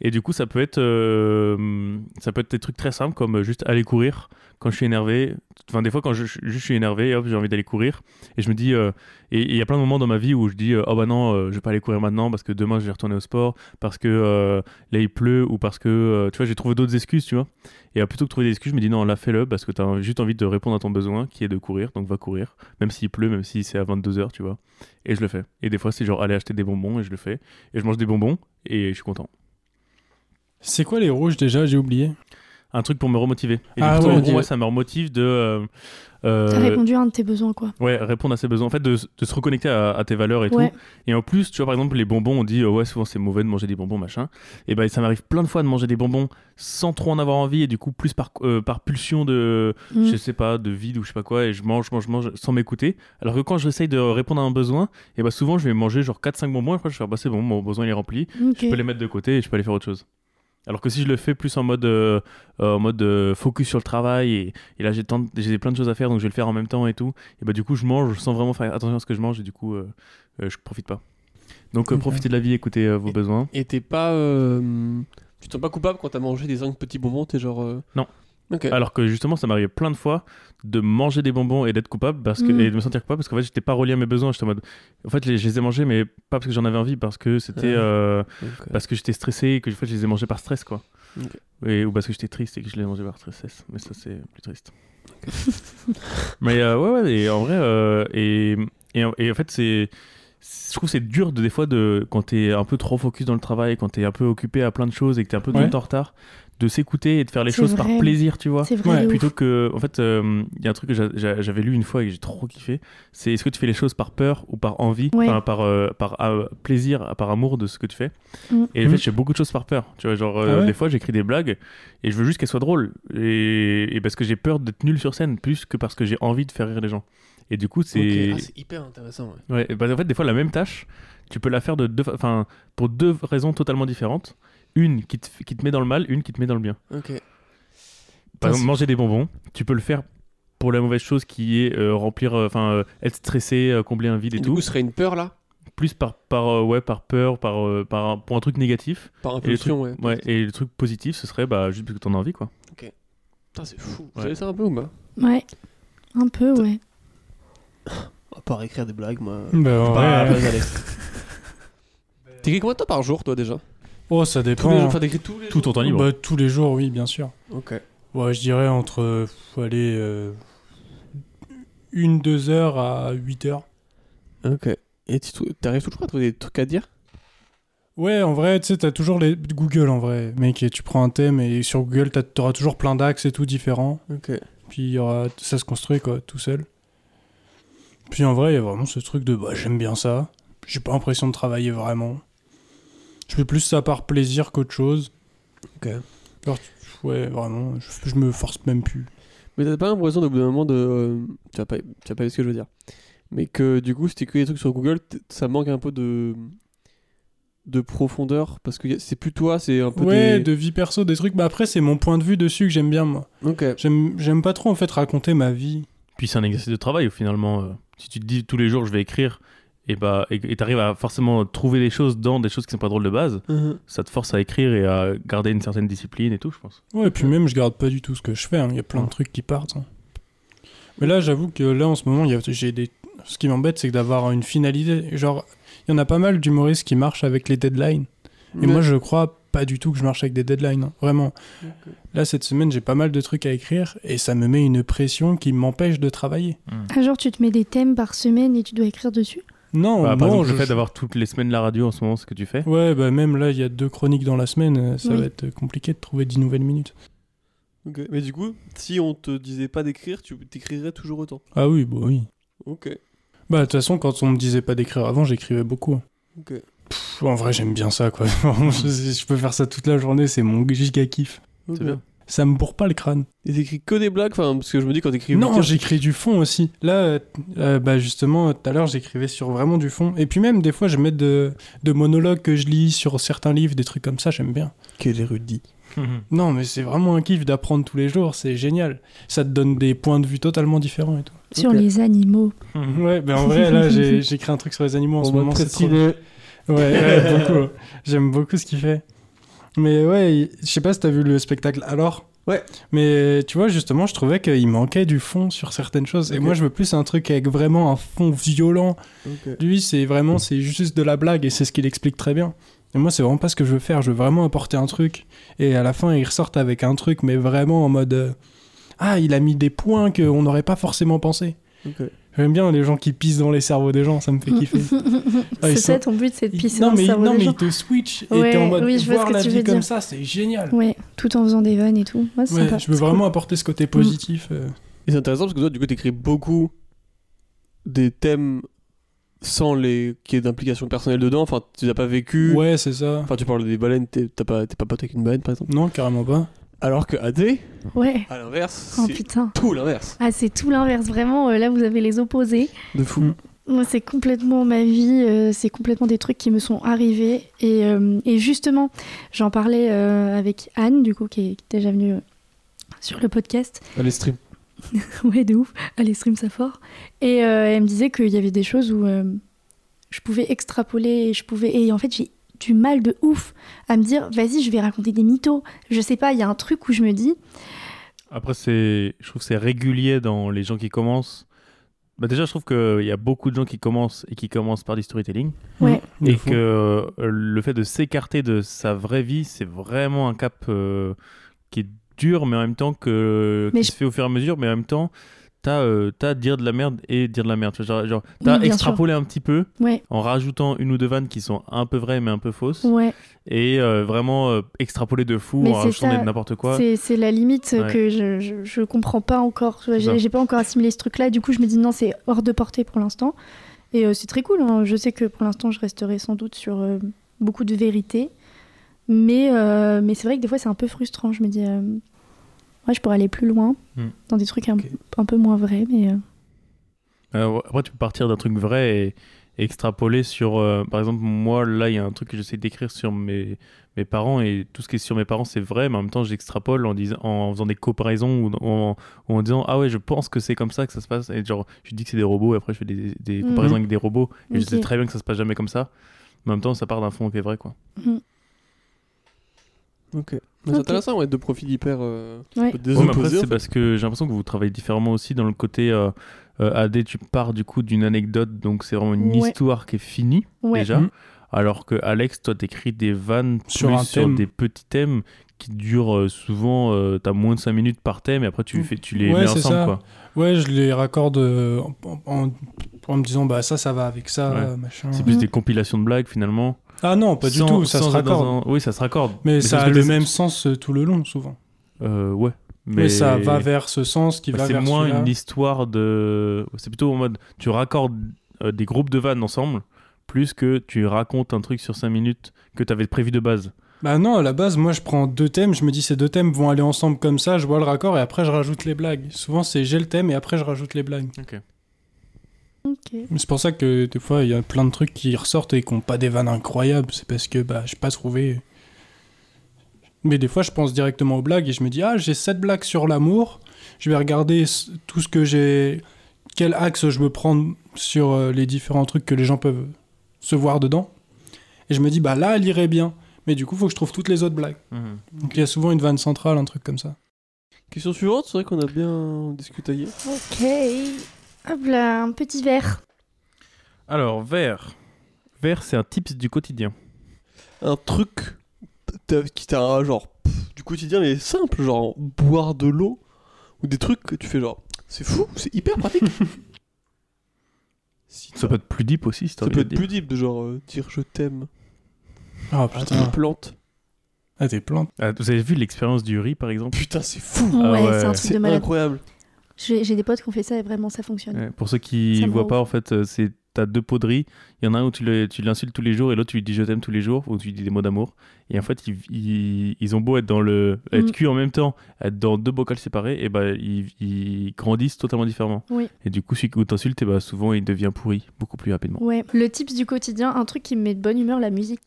B: Et du coup ça peut être euh, ça peut être des trucs très simples comme euh, juste aller courir quand je suis énervé. Enfin des fois quand je, je- je suis énervé, hop j'ai envie d'aller courir et je me dis euh, et et il y a plein de moments dans ma vie où je dis euh, oh bah non euh, je vais pas aller courir maintenant parce que demain je vais retourner au sport parce que euh, là il pleut ou parce que euh, tu vois j'ai trouvé d'autres excuses tu vois et euh, plutôt que de trouver des excuses je me dis non là fais-le parce que t'as juste envie de répondre à ton besoin qui est de courir donc va courir même s'il pleut même si c'est à 22h tu vois et je le fais et des fois c'est genre aller acheter des bonbons et je le fais et je mange des bonbons et je suis content
C: C'est quoi les rouges déjà J'ai oublié.
B: un truc pour me remotiver et
C: Ah
B: du coup,
C: ouais,
B: en gros,
A: ok.
B: moi ça me remotive de euh, euh,
D: T'as répondu à un de tes besoins, quoi.
B: ouais répondre à ses besoins en fait de, de se reconnecter à, à tes valeurs et tout
D: Ouais,
B: Et en plus, tu vois, par exemple, les bonbons, on dit euh, ouais, souvent c'est mauvais de manger des bonbons, machin. Et ben, ça m'arrive plein de fois de manger des bonbons sans trop en avoir envie, et du coup, plus par, euh, par pulsion de,
D: mm.
B: je sais pas, de vide ou je sais pas quoi, et je mange, mange, mange sans m'écouter. Alors que quand j'essaye de répondre à un besoin, et ben, souvent je vais manger genre 4-5 bonbons, et après je vais faire, bah c'est bon, mon besoin il est rempli,
D: Ok.
B: je peux les mettre de côté et je peux aller faire autre chose. Alors que si je le fais plus en mode, euh, euh, en mode euh, focus sur le travail et, et là j'ai tant de- j'ai plein de choses à faire donc je vais le faire en même temps et tout, et bah du coup je mange sans vraiment faire attention à ce que je mange et du coup euh, euh, je profite pas. Donc euh,
C: Ok.
B: profitez de la vie, écoutez euh, vos besoins.
A: Et t'es pas. euh, tu te sens pas coupable quand t'as mangé des 5 petits bonbons, t'es genre. euh,
B: Non. Ah,
A: Ok.
B: Alors que justement ça m'arrivait plein de fois de manger des bonbons et d'être coupable parce que,
D: Mm.
B: et de me sentir coupable parce qu'en fait j'étais pas relié à mes besoins. J'étais en mode, en fait les- je les ai mangés mais pas parce que j'en avais envie, parce que c'était
A: Ouais.
B: euh,
A: Donc, euh,
B: parce que j'étais stressé et que en fait, je les ai mangés par stress quoi.
A: Ok.
B: Et- ou parce que j'étais triste et que je les mangeais par stress. Mais ça c'est plus triste. [LAUGHS] mais euh, ouais ouais et en vrai euh, et, et, en- et en fait c'est je trouve que c'est dur de, des fois de quand t'es un peu trop focus dans le travail, quand t'es un peu occupé à plein de choses et que t'es un peu tout le
C: Ouais.
B: temps en retard, de s'écouter et de faire les
D: C'est
B: choses
D: vrai.
B: par plaisir, tu vois.
D: C'est vrai.
C: Ouais,
D: de ouf.
B: Plutôt que, en fait, euh, il y a un truc que j'a- j'a- j'avais lu une fois et que j'ai trop kiffé, c'est est-ce que tu fais les choses par peur ou par envie,
D: Ouais.
B: enfin, par, euh, par euh, plaisir, par amour de ce que tu fais.
D: Mm.
B: Et en fait,
C: Mm.
B: je fais beaucoup de choses par peur. Tu vois, genre, euh,
C: Ah ouais
B: des fois, j'écris des blagues et je veux juste qu'elles soient drôles. Et, et parce que j'ai peur d'être nul sur scène, plus que parce que j'ai envie de faire rire les gens. Et du coup, c'est...
A: Ok. Ah, c'est hyper intéressant. ouais.
B: Ouais, et bah, en fait, des fois, la même tâche, tu peux la faire de deux, enfin, pour deux raisons totalement différentes. Une qui te, f- qui te met dans le mal, une qui te met dans le bien.
A: Ok.
B: Par
C: Putain,
B: exemple, manger des bonbons, tu peux le faire pour la mauvaise chose qui est euh, remplir, euh, enfin, euh, être stressé, euh, combler un vide et,
A: du
B: tout.
A: coup, ce serait une peur là
B: Plus par, par, euh, ouais, par peur, par, euh, par un- pour un truc négatif.
A: Par
B: Et le, truc,
A: impulsion, ouais.
B: ouais, et le truc positif, ce serait bah, juste parce que t'en as envie, quoi.
A: Putain, c'est fou. Vous
B: Ouais.
A: savez ça un peu ou pas
D: Ouais. Un peu, ouais.
A: À part écrire des blagues, moi.
C: Bah, ouais.
A: T'écris combien de temps par jour, toi déjà
C: Oh, ça
A: Tous les jours,
C: dépend.
A: enfin, t'écris tous les
B: hein. Tout
A: jours.
B: ton temps libre.
C: Bah, tous les jours, oui, bien sûr.
A: Ok.
C: Ouais, je dirais entre, euh, allez, euh, une, deux heures à huit heures.
A: Ok. Et tu trou- t'arrives toujours à trouver des trucs à dire
C: Ouais, en vrai, tu sais, t'as toujours les Google en vrai, mec. et Tu prends un thème et sur Google, t'as- t'auras toujours plein d'axes et tout différents.
A: Ok.
C: Puis il y aura, ça se construit quoi, tout seul. Puis en vrai, il y a vraiment ce truc de bah j'aime bien ça. J'ai pas l'impression de travailler vraiment. Je fais plus ça par plaisir qu'autre chose.
A: Ok.
C: Alors, ouais, vraiment, je, je me force même plus.
A: Mais t'as pas l'impression d'au bout d'un moment de. euh, tu, vas pas, tu vas pas aimer ce que je veux dire. Mais que du coup, si t'écris des trucs sur Google, t- ça manque un peu de. de profondeur. Parce que y a- c'est plus toi, c'est un peu.
C: Ouais,
A: des-
C: de vie perso, des trucs. Bah après, c'est mon point de vue dessus que j'aime bien moi.
A: Ok.
C: J'aime j'aime pas trop en fait raconter ma vie.
B: Puis c'est un exercice de travail, où, finalement. euh, si tu te dis tous les jours, je vais écrire, et bah, et et t'arrives à forcément trouver des choses dans des choses qui sont pas drôles de base,
A: Mhm.
B: ça te force à écrire et à garder une certaine discipline et tout, je pense.
C: Ouais, et puis même, je garde pas du tout ce que je fais. hein. Il y a plein de trucs qui partent. hein. Mais là, j'avoue que là, en ce moment, y a- j'ai des... ce qui m'embête, c'est que d'avoir une finalité. Genre, il y en a pas mal d'humoristes qui marchent avec les deadlines.
A: Mais-
C: Et moi, je crois pas du tout que je marche avec des deadlines. hein. Vraiment. Là, cette semaine, j'ai pas mal de trucs à écrire et ça me met une pression qui m'empêche de travailler.
D: Ah, genre, tu te mets des thèmes par semaine et tu dois écrire dessus
C: Non,
B: Bah,
C: Oh non,
B: par exemple,
C: je...
B: le fait d'avoir toutes les semaines la radio en ce moment, ce que tu fais.
C: Ouais, bah même là, il y a deux chroniques dans la semaine. euh, Ça
D: Oui.
C: va être compliqué de trouver 10 nouvelles minutes.
A: Ok. Mais du coup, si on te disait pas d'écrire, tu t'écrirais toujours autant.
C: Ah oui, bah oui.
A: Ok.
C: Bah, de toute façon, quand on me disait pas d'écrire avant, j'écrivais beaucoup.
A: Ok.
C: Pff, En vrai, j'aime bien ça, quoi. [LAUGHS] Vraiment, je, je peux faire ça toute la journée, c'est mon giga kiff.
A: Ok.
B: bien.
C: Ça me bourre pas le crâne.
A: Et t'écris que des blagues enfin, Parce que je me dis quand t'écris.
C: Non,
A: huit
C: j'écris du fond aussi. Là, euh, euh, bah justement, tout à l'heure, j'écrivais sur vraiment du fond. Et puis même, des fois, je mets de, de monologues que je lis sur certains livres, des trucs comme ça, j'aime bien.
A: heures- Quel érudit.
C: Non, mais c'est vraiment un kiff d'apprendre tous les jours, c'est génial. Ça te donne des points de vue totalement différents et tout.
D: Sur
A: Ok.
D: les animaux.
C: Ouais, bah en vrai, [LAUGHS] là, j'ai- j'écris un truc sur les animaux en ce moment, c'est trop Ouais, ouais, beaucoup. J'aime beaucoup ce qu'il fait. Mais ouais, il- je sais pas si t'as vu le spectacle alors.
A: Ouais.
C: Mais tu vois, justement, je trouvais qu'il manquait du fond sur certaines choses. Et
A: Ok.
C: moi, je veux plus un truc avec vraiment un fond violent.
A: Ok.
C: Lui, c'est
A: Mm.
C: vraiment, c'est juste de la blague et c'est ce qu'il explique très bien. Et moi, c'est vraiment pas ce que je veux faire. Je veux vraiment apporter un truc. Et à la fin, ils ressortent avec un truc, mais vraiment en mode. euh, ah, il a mis des points qu'on n'aurait pas forcément pensé.
A: Ok.
C: J'aime bien les gens qui pissent dans les cerveaux des gens, ça me fait
A: [LAUGHS]
C: kiffer. [LAUGHS] Ah,
D: c'est
C: ils
D: ça
C: sont-
D: ton but, c'est de
C: Il-
D: pisser
C: non,
D: dans le
C: mais,
D: cerveau
C: non,
D: des
C: mais
D: gens.
C: il te switch et
D: Ouais,
C: t'es en mode
D: oui, je vois
C: voir
D: ce que
C: la
D: tu
C: vie
D: veux
C: comme
D: dire.
C: ça, c'est génial.
D: Ouais, tout en faisant des vannes et tout. Moi, c'est
C: Ouais,
D: sympa.
C: je veux
D: c'est cool.
C: vraiment apporter ce côté positif. euh.
A: Et c'est intéressant parce que toi, du coup, t'écris beaucoup des thèmes sans les qu'il y ait d'implication personnelle dedans. Enfin, tu n'as pas
B: Mm.
A: vécu.
C: Ouais, c'est ça.
A: Enfin, tu parles des baleines, t'es t'as pas, t'es pas pote avec une baleine, par exemple.
C: Non, carrément pas.
A: Alors que AD,
D: Ouais.
A: à l'inverse,
D: Oh
A: c'est
D: putain.
A: tout l'inverse.
D: Ah, c'est tout l'inverse, vraiment. euh, là, vous avez les opposés.
A: De fou.
C: Mm.
D: Moi, c'est complètement ma vie, euh, c'est complètement des trucs qui me sont arrivés. Et, euh, et justement, j'en parlais euh, avec Anne, du coup, qui est, qui est déjà venue euh, sur le podcast.
A: Allez, stream.
D: [LAUGHS] ouais, de ouf, elle stream ça fort. Et euh, elle me disait qu'il y avait des choses où euh, je pouvais extrapoler, et je pouvais. Et en fait, j'ai du mal de ouf à me dire, vas-y, je vais raconter des mythos. Je sais pas, il y a un truc où je me dis,
B: Après, c'est, je trouve que c'est régulier dans les gens qui commencent. Bah déjà, je trouve qu'il y a beaucoup de gens qui commencent et qui commencent par du storytelling.
D: Ouais.
B: Et que euh, le fait de s'écarter de sa vraie vie, c'est vraiment un cap euh, qui est dur, mais en même temps que.
D: Mais
B: qui
D: je-
B: se fait au fur et à mesure, mais en même temps, t'as euh, t'as dire de la merde et dire de la merde. Tu vois, Genre, genre, t'as
D: bien sûr.
B: extrapolé un petit peu
D: Ouais,
B: en rajoutant une ou deux vannes qui sont un peu vraies mais un peu fausses
D: ouais.
B: et euh, vraiment euh, extrapolé de fou
D: Mais
B: en
D: c'est
B: rajoutant
D: ça,
B: des- n'importe quoi.
D: C'est c'est la limite
B: Ouais. Bah.
D: que je, je, je comprends pas encore. Tu vois,
B: C'est ça.
D: J'ai j'ai pas encore assimilé ce truc-là. Et Du coup, je me dis non, c'est hors de portée pour l'instant. Et euh, c'est très cool. hein. Je sais que pour l'instant, je resterai sans doute sur euh, beaucoup de vérité. Mais, euh, mais c'est vrai que des fois, c'est un peu frustrant. Je me dis, euh, ouais, je pourrais aller plus loin
B: Hmm.
D: dans des trucs un,
C: Ok.
D: un peu moins vrais. Mais euh,
B: Euh, ouais, après, tu peux partir d'un truc vrai et, et extrapoler sur. euh, par exemple, moi, là, il y a un truc que j'essaie d'écrire sur mes, mes parents et tout ce qui est sur mes parents, c'est vrai, mais en même temps, j'extrapole en, disant- en faisant des comparaisons ou en, ou en disant Ah ouais, je pense que c'est comme ça que ça se passe. Et genre, je dis que c'est des robots et après, je fais des, des
D: Mhm.
B: comparaisons avec des robots et je
D: Ok.
B: sais très bien que ça se passe jamais comme ça. Mais en même temps, ça part d'un fond qui est vrai, quoi.
A: Ok. Mais C'est
D: Ok.
A: intéressant, ouais, de profils hyper euh,
D: ouais.
B: Ouais, mais après,
A: désopposés. en
B: c'est parce que j'ai l'impression que vous travaillez différemment aussi dans le côté euh, euh, AD, tu pars du coup d'une anecdote, donc c'est vraiment une
D: Ouais.
B: histoire qui est finie
D: Ouais. Mm.
B: déjà.
C: Mhm.
B: Alors que Alex, toi, t'écris des vannes
C: Sur
B: plus
C: un thème.
B: sur des petits thèmes qui durent euh, souvent, euh, t'as moins de 5 minutes par thème et après
D: Mm.
B: tu, fais, tu les
C: Ouais,
B: mets
C: c'est
B: ensemble.
C: ça.
B: Quoi.
C: Ouais, je les raccorde euh, en, en- en me disant bah ça, ça va avec ça,
B: Ouais.
C: machin.
B: C'est plus
D: Mm.
B: des compilations de blagues finalement.
C: Ah non, pas
B: Sans-
C: du tout, ça se
B: sans être dans
C: raccorde.
B: un- Oui, ça se raccorde.
C: Mais, ça
B: parce
C: a
B: que
C: le
B: c'est-
C: même sens euh, tout le long, souvent.
B: Euh, ouais.
C: Mais... ça va vers ce sens qui
B: Bah,
C: va
B: c'est
C: vers
B: moins
C: celui-là.
B: une histoire de. C'est plutôt en mode tu raccordes euh, des groupes de vannes ensemble, plus que tu racontes un truc sur 5 minutes que tu avais prévu de base.
C: Bah non, à la base, moi je prends deux thèmes, je me dis ces deux thèmes vont aller ensemble comme ça, je vois le raccord et après je rajoute les blagues. Souvent c'est j'ai le thème et après je rajoute les blagues.
D: Ok.
C: Mais C'est pour ça que des fois il y a plein de trucs qui ressortent et qui n'ont pas des vannes incroyables, c'est parce que bah j'ai pas trouvé. Mais des fois je pense directement aux blagues et je me dis ah j'ai cette blague sur l'amour, je vais regarder s- tout ce que j'ai, quel axe je veux prendre sur euh, les différents trucs que les gens peuvent se voir dedans. Et je me dis bah là elle irait bien, mais du coup faut que je trouve toutes les autres blagues.
B: Mhm.
C: Donc il y a souvent une vanne centrale, un truc comme ça.
A: Question suivante, c'est vrai qu'on a bien discuté hier.
D: Ok. Hop là, un petit verre.
B: Alors, vert. Vert, c'est un tips du quotidien.
A: Un truc t'as- qui t'a genre pff, du quotidien mais simple, genre boire de l'eau ou des trucs que tu fais genre c'est fou, c'est hyper
D: [LAUGHS]
A: pratique. Si
B: Ça
A: t'as-
B: peut être plus deep aussi, si t'as
A: ça
B: envie
A: peut
B: de
A: être
B: dire.
A: plus deep de genre euh, dire je t'aime
C: Ah
A: à une
C: putain,
A: plante.
C: ah t'es plante.
B: Ah, vous avez vu l'expérience du riz, par exemple
A: Putain, c'est fou.
D: Ah, Ouais,
B: Ah ouais,
D: c'est un truc
A: C'est
D: de malade.
A: incroyable.
D: J'ai j'ai des potes qui ont fait ça et vraiment ça fonctionne.
B: Ouais, Pour ceux qui
D: Ah Ça me
B: voient
D: rend
B: pas, en fait, euh, c'est t'as deux pots de riz. Il y en a un où tu le- tu l'insultes tous les jours et l'autre tu lui dis je t'aime tous les jours ou tu lui dis des mots d'amour. Et en fait, ils, ils- ils ont beau être dans le être
D: Mm.
B: cuits en même temps, être dans deux bocaux séparés, et ben ils, ils grandissent totalement différemment.
D: Oui.
B: Et du coup, celui où t'insultes, et ben, souvent il devient pourri beaucoup plus rapidement.
D: Ouais, le tips du quotidien, un truc qui me met de bonne humeur, la musique.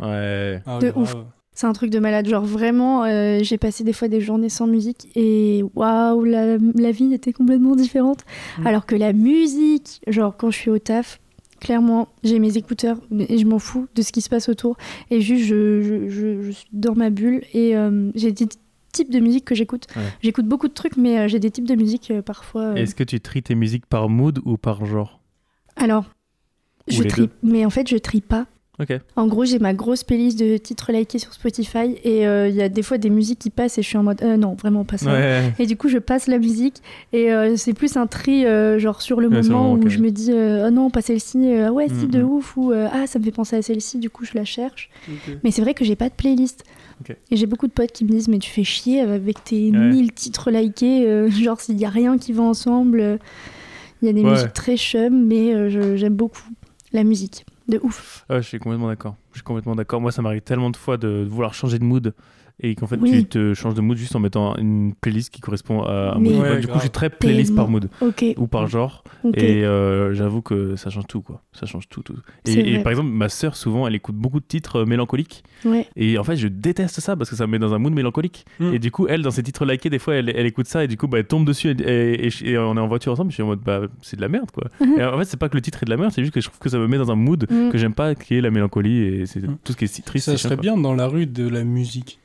B: Ouais.
C: Ah,
D: De
C: grave.
D: ouf. C'est un truc de malade, genre vraiment, euh, j'ai passé des fois des journées sans musique et waouh, la, la vie était complètement différente.
B: Mm.
D: Alors que la musique, genre quand je suis au taf, clairement, j'ai mes écouteurs et je m'en fous de ce qui se passe autour et juste je, je, je- je suis dans ma bulle et euh, j'ai des types de musique que j'écoute.
B: Ouais.
D: J'écoute beaucoup de trucs, mais euh, j'ai des types de musique euh, parfois. euh,
B: Est-ce que tu tries tes musiques par mood ou par genre
D: Alors,
B: Ou
D: je
B: les
D: trie,
B: deux.
D: mais en fait, je trie pas.
B: Ok.
D: En gros, j'ai ma grosse playlist de titres likés sur Spotify et euh, il y a des fois des musiques qui passent et je suis en mode euh, non, vraiment pas ça.
B: Ouais.
D: Et du coup, je passe la musique et euh, c'est plus un tri euh, genre sur le
B: Ouais,
D: moment,
B: sur le moment,
D: où
B: ok.
D: je me dis euh, oh non, pas celle-ci, euh, ah ouais, si
B: Mm,
D: de
B: mm.
D: ouf ou euh, ah ça me fait penser à celle-ci, du coup je la cherche.
A: Ok.
D: Mais c'est vrai que j'ai pas de playlist.
B: Ok.
D: Et j'ai beaucoup de potes qui me disent mais tu fais chier avec tes
B: Ouais.
D: 1000 titres likés, euh, [LAUGHS] genre s'il y a rien qui va ensemble. euh, Il y a des
B: Ouais.
D: musiques très chum, mais euh, je- j'aime beaucoup la musique. De ouf.
B: Ah, je suis complètement d'accord. Je suis complètement d'accord. Moi, ça m'arrive tellement de fois de vouloir changer de mood et qu'en fait,
D: Oui.
B: tu te changes de mood juste en mettant une playlist qui correspond à un
D: Mais-
B: mood.
C: Ouais,
B: du coup,
C: grave.
B: je suis très playlist par mood
D: Ok.
B: ou par genre.
D: ok.
B: Et euh, j'avoue que ça change tout, quoi. Ça change tout, tout. Et,
D: C'est
B: et
D: vrai.
B: par exemple, ma sœur, souvent, elle écoute beaucoup de titres euh, mélancoliques.
D: Ouais.
B: Et en fait, je déteste ça parce que ça me met dans un mood mélancolique.
C: Mm.
B: Et du coup, elle, dans ses titres likés, des fois, elle, elle écoute ça et du coup, bah, elle tombe dessus et, et- et je- et on est en voiture ensemble. Je suis en mode, bah, c'est de la merde,
D: [LAUGHS]
B: quoi. et en fait, c'est pas que le titre est de la merde, c'est juste que je trouve que ça me met dans un mood
D: Mm.
B: que j'aime pas, qui est la mélancolie et c'est
C: Mm.
B: tout ce qui est si triste.
C: Ça
B: c'est
C: serait
B: chiant, quoi.
C: bien dans la rue de la musique.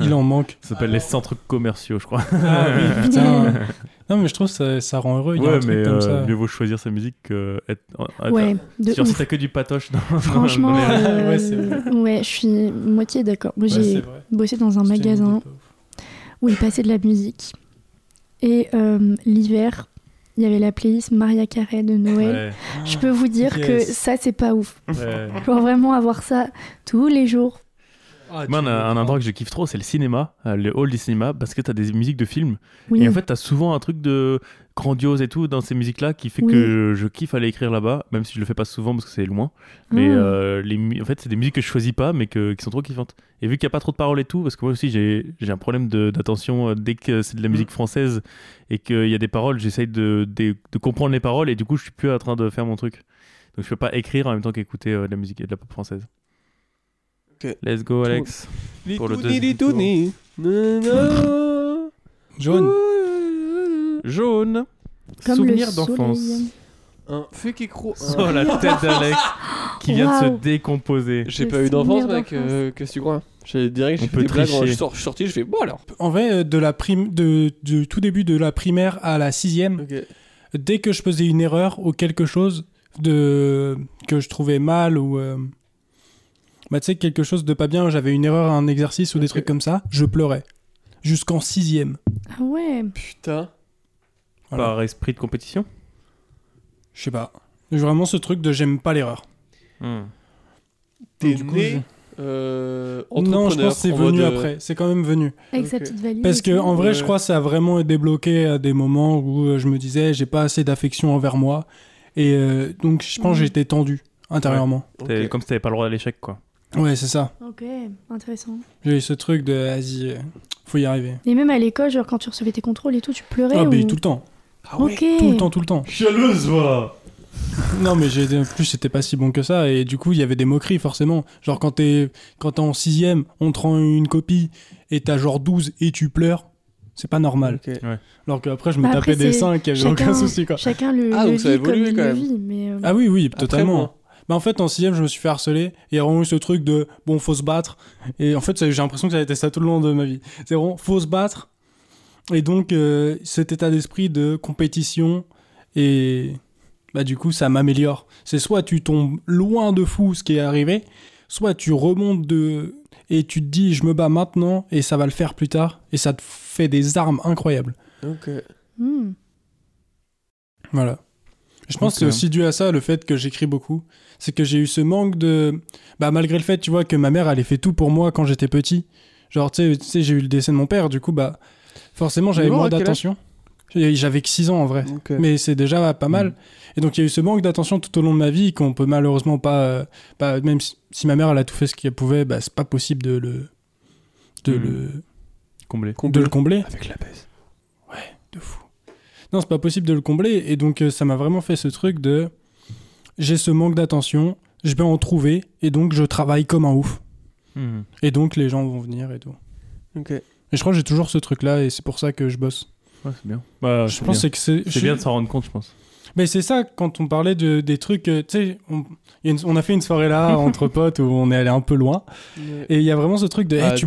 C: Il en manque.
B: Ça s'appelle les centres commerciaux, je crois.
C: Ah oui, [LAUGHS] putain. Non, mais je trouve ça, ça rend heureux. il y a un
B: ouais,
C: truc
B: mais
C: comme
B: euh,
C: ça.
B: mieux vaut choisir sa musique que être.
C: euh,
B: en-
D: Ouais, de
B: Genre, si
D: ouf.
B: t'as que du patoche dans- dans-
D: Franchement,
B: dans les-
D: euh,
C: Ouais, c'est vrai.
D: ouais, je suis moitié d'accord. Moi,
C: Ouais,
D: j'ai
C: c'est vrai.
D: bossé dans
C: C'était
D: un
C: une
D: magasin
C: idée de ouf.
D: où il passait de la musique. Et euh, l'hiver, il y avait la playlist Maria Carey de Noël. Je peux vous dire que
C: yes.
D: ça, c'est pas ouf.
C: Ah,
B: Ouais.
D: Genre vraiment avoir ça tous les jours.
B: Moi, un, un endroit que je kiffe trop, c'est le cinéma, euh, le hall du cinéma, parce que t'as des musiques de films.
D: Oui.
B: Et en fait, t'as souvent un truc de grandiose et tout dans ces musiques-là qui fait que je kiffe aller écrire là-bas, même si je le fais pas souvent parce que c'est loin. Mais
D: Mm.
B: euh, les mu- en fait, c'est des musiques que je choisis pas, mais que- qui sont trop kiffantes. Et vu qu'il n'y a pas trop de paroles et tout, parce que moi aussi, j'ai j'ai un problème de- d'attention euh, dès que c'est de
D: Mm.
B: la musique française et qu'il y a des paroles, j'essaye de, de, de comprendre les paroles et du coup, je suis plus en train de faire mon truc. Donc, je peux pas écrire en même temps qu'écouter euh, de la musique et de la pop française.
A: Ok.
B: Let's go, Alex. Pour le deuxième
A: Litouni, litouni. Nanana.
C: Jaune.
B: Jaune.
D: Comme
B: Souvenir
D: le
B: d'enfance.
D: soleil.
A: Un feu qui [LAUGHS] croûte.
B: Oh la tête d'Alex qui vient de se
D: Waouh.
B: décomposer.
A: J'ai
D: Le
A: pas eu d'enfance,
D: souvenir
A: mec.
D: d'enfance.
A: euh, Qu'est-ce que tu crois J'allais direct,
B: On
A: j'ai fait
B: peut
A: des blagues.
B: tricher.
A: Je sors- je suis sorti, je fais bon alors.
C: En vrai, euh, de la prime, de, du tout début de la primaire à la sixième,
A: Ok.
C: dès que je faisais une erreur ou quelque chose de que je trouvais mal ou euh, bah, tu sais quelque chose de pas bien, j'avais une erreur à un exercice ou des trucs comme ça, je pleurais jusqu'en sixième.
D: Ah ouais.
A: Putain.
C: Voilà.
B: Par esprit de compétition
C: Je sais pas. Vraiment ce truc de j'aime pas l'erreur. Hmm.
A: T'es
C: Du coup,
A: né. euh,
C: Non, je
A: entrepreneur,
C: pense que c'est
A: en
C: venu
A: mode, euh,
C: après. C'est quand même venu.
D: Avec sa
A: Ok.
D: petite valise.
C: Parce que
D: et tout.
C: en vrai, je
A: Ouais.
C: crois que ça a vraiment débloqué à des moments où euh, je me disais j'ai pas assez d'affection envers moi et euh, donc je pense que
D: Ouais.
C: j'étais tendu intérieurement.
B: T'avais-
A: ok.
B: Comme si t'avais pas le droit à l'échec, quoi.
C: Ouais, c'est ça.
D: Ok, intéressant.
C: J'ai eu ce truc de vas-y, euh, faut y arriver.
D: Et même à l'école, genre quand tu recevais tes contrôles et tout, tu pleurais.
C: Ah
D: ou...
C: mais tout le temps,
A: Ah ouais.
D: Ok.
C: tout le temps, tout le temps. [LAUGHS]
B: Chaleuse, voilà
C: Non mais j'ai en plus c'était pas si bon que ça et du coup il y avait des moqueries forcément. Genre quand t'es quand t'es en sixième, on te rend une copie et t'as genre 12 et tu pleures, c'est pas normal.
A: Ok.
C: Alors qu'après je me
D: Bah,
C: tapais
D: après,
C: des
D: c'est
C: 5, il y avait
D: chacun-
C: aucun souci quoi.
D: Chacun le,
A: Ah,
D: le
A: donc ça a
D: vit comme
A: évolué,
D: il
A: quand
D: le
A: même.
D: vit, mais euh,
C: Ah oui oui
A: Après,
C: totalement.
A: moi.
C: Bah en fait en sixième je me suis fait harceler et il y a vraiment eu ce truc de bon faut se battre et en fait ça- j'ai l'impression que ça a été ça tout le long de ma vie. C'est vraiment faut se battre et donc euh, cet état d'esprit de compétition et bah du coup ça m'améliore. C'est soit tu tombes loin de fou ce qui est arrivé, soit tu remontes de et tu te dis je me bats maintenant et ça va le faire plus tard et ça te fait des armes incroyables.
A: Ok.
D: hmm.
C: Voilà. Je pense que c'est
B: Ok.
C: aussi dû à ça, le fait que j'écris beaucoup. C'est que j'ai eu ce manque de. Bah, malgré le fait, tu vois, que ma mère, elle ait fait tout pour moi quand j'étais petit. Genre, tu sais- tu sais, j'ai eu le décès de mon père, du coup, bah, forcément, j'avais
A: Il est mort
C: moins
A: à quel âge
C: d'attention. J'ai- J'avais que 6 ans en vrai.
A: Ok.
C: Mais c'est déjà pas mal.
A: Mm.
B: Mhm.
C: Et donc, il y a eu ce manque d'attention tout au long de ma vie qu'on peut malheureusement pas. euh, pas- même si, si ma mère, elle a tout fait ce qu'elle pouvait, bah, c'est pas possible de le. de,
A: Mm.
B: Mhm.
C: le,
B: Comblé.
A: euh,
C: de le combler.
A: Avec la baisse.
C: De fou. Non, c'est pas possible de le combler. Et donc, euh, ça m'a vraiment fait ce truc de. J'ai ce manque d'attention, je vais en trouver, et donc je travaille comme un ouf.
B: Mhm.
C: Et donc, les gens vont venir et tout.
A: Ok.
C: Et je crois que j'ai toujours ce truc-là, et c'est pour ça que je bosse.
B: Ouais, c'est bien. Bah,
C: je
B: c'est
C: pense
B: bien.
C: que c'est.
B: C'est
C: je-
B: bien de s'en rendre compte, je pense.
C: Mais c'est ça, quand on parlait de, des trucs. euh, Tu sais, on, il y a une- on a fait une soirée
B: [LAUGHS]
C: là, entre potes, où on est allé un peu loin. Et il y a vraiment ce truc de.
A: Ah,
C: Eh, tu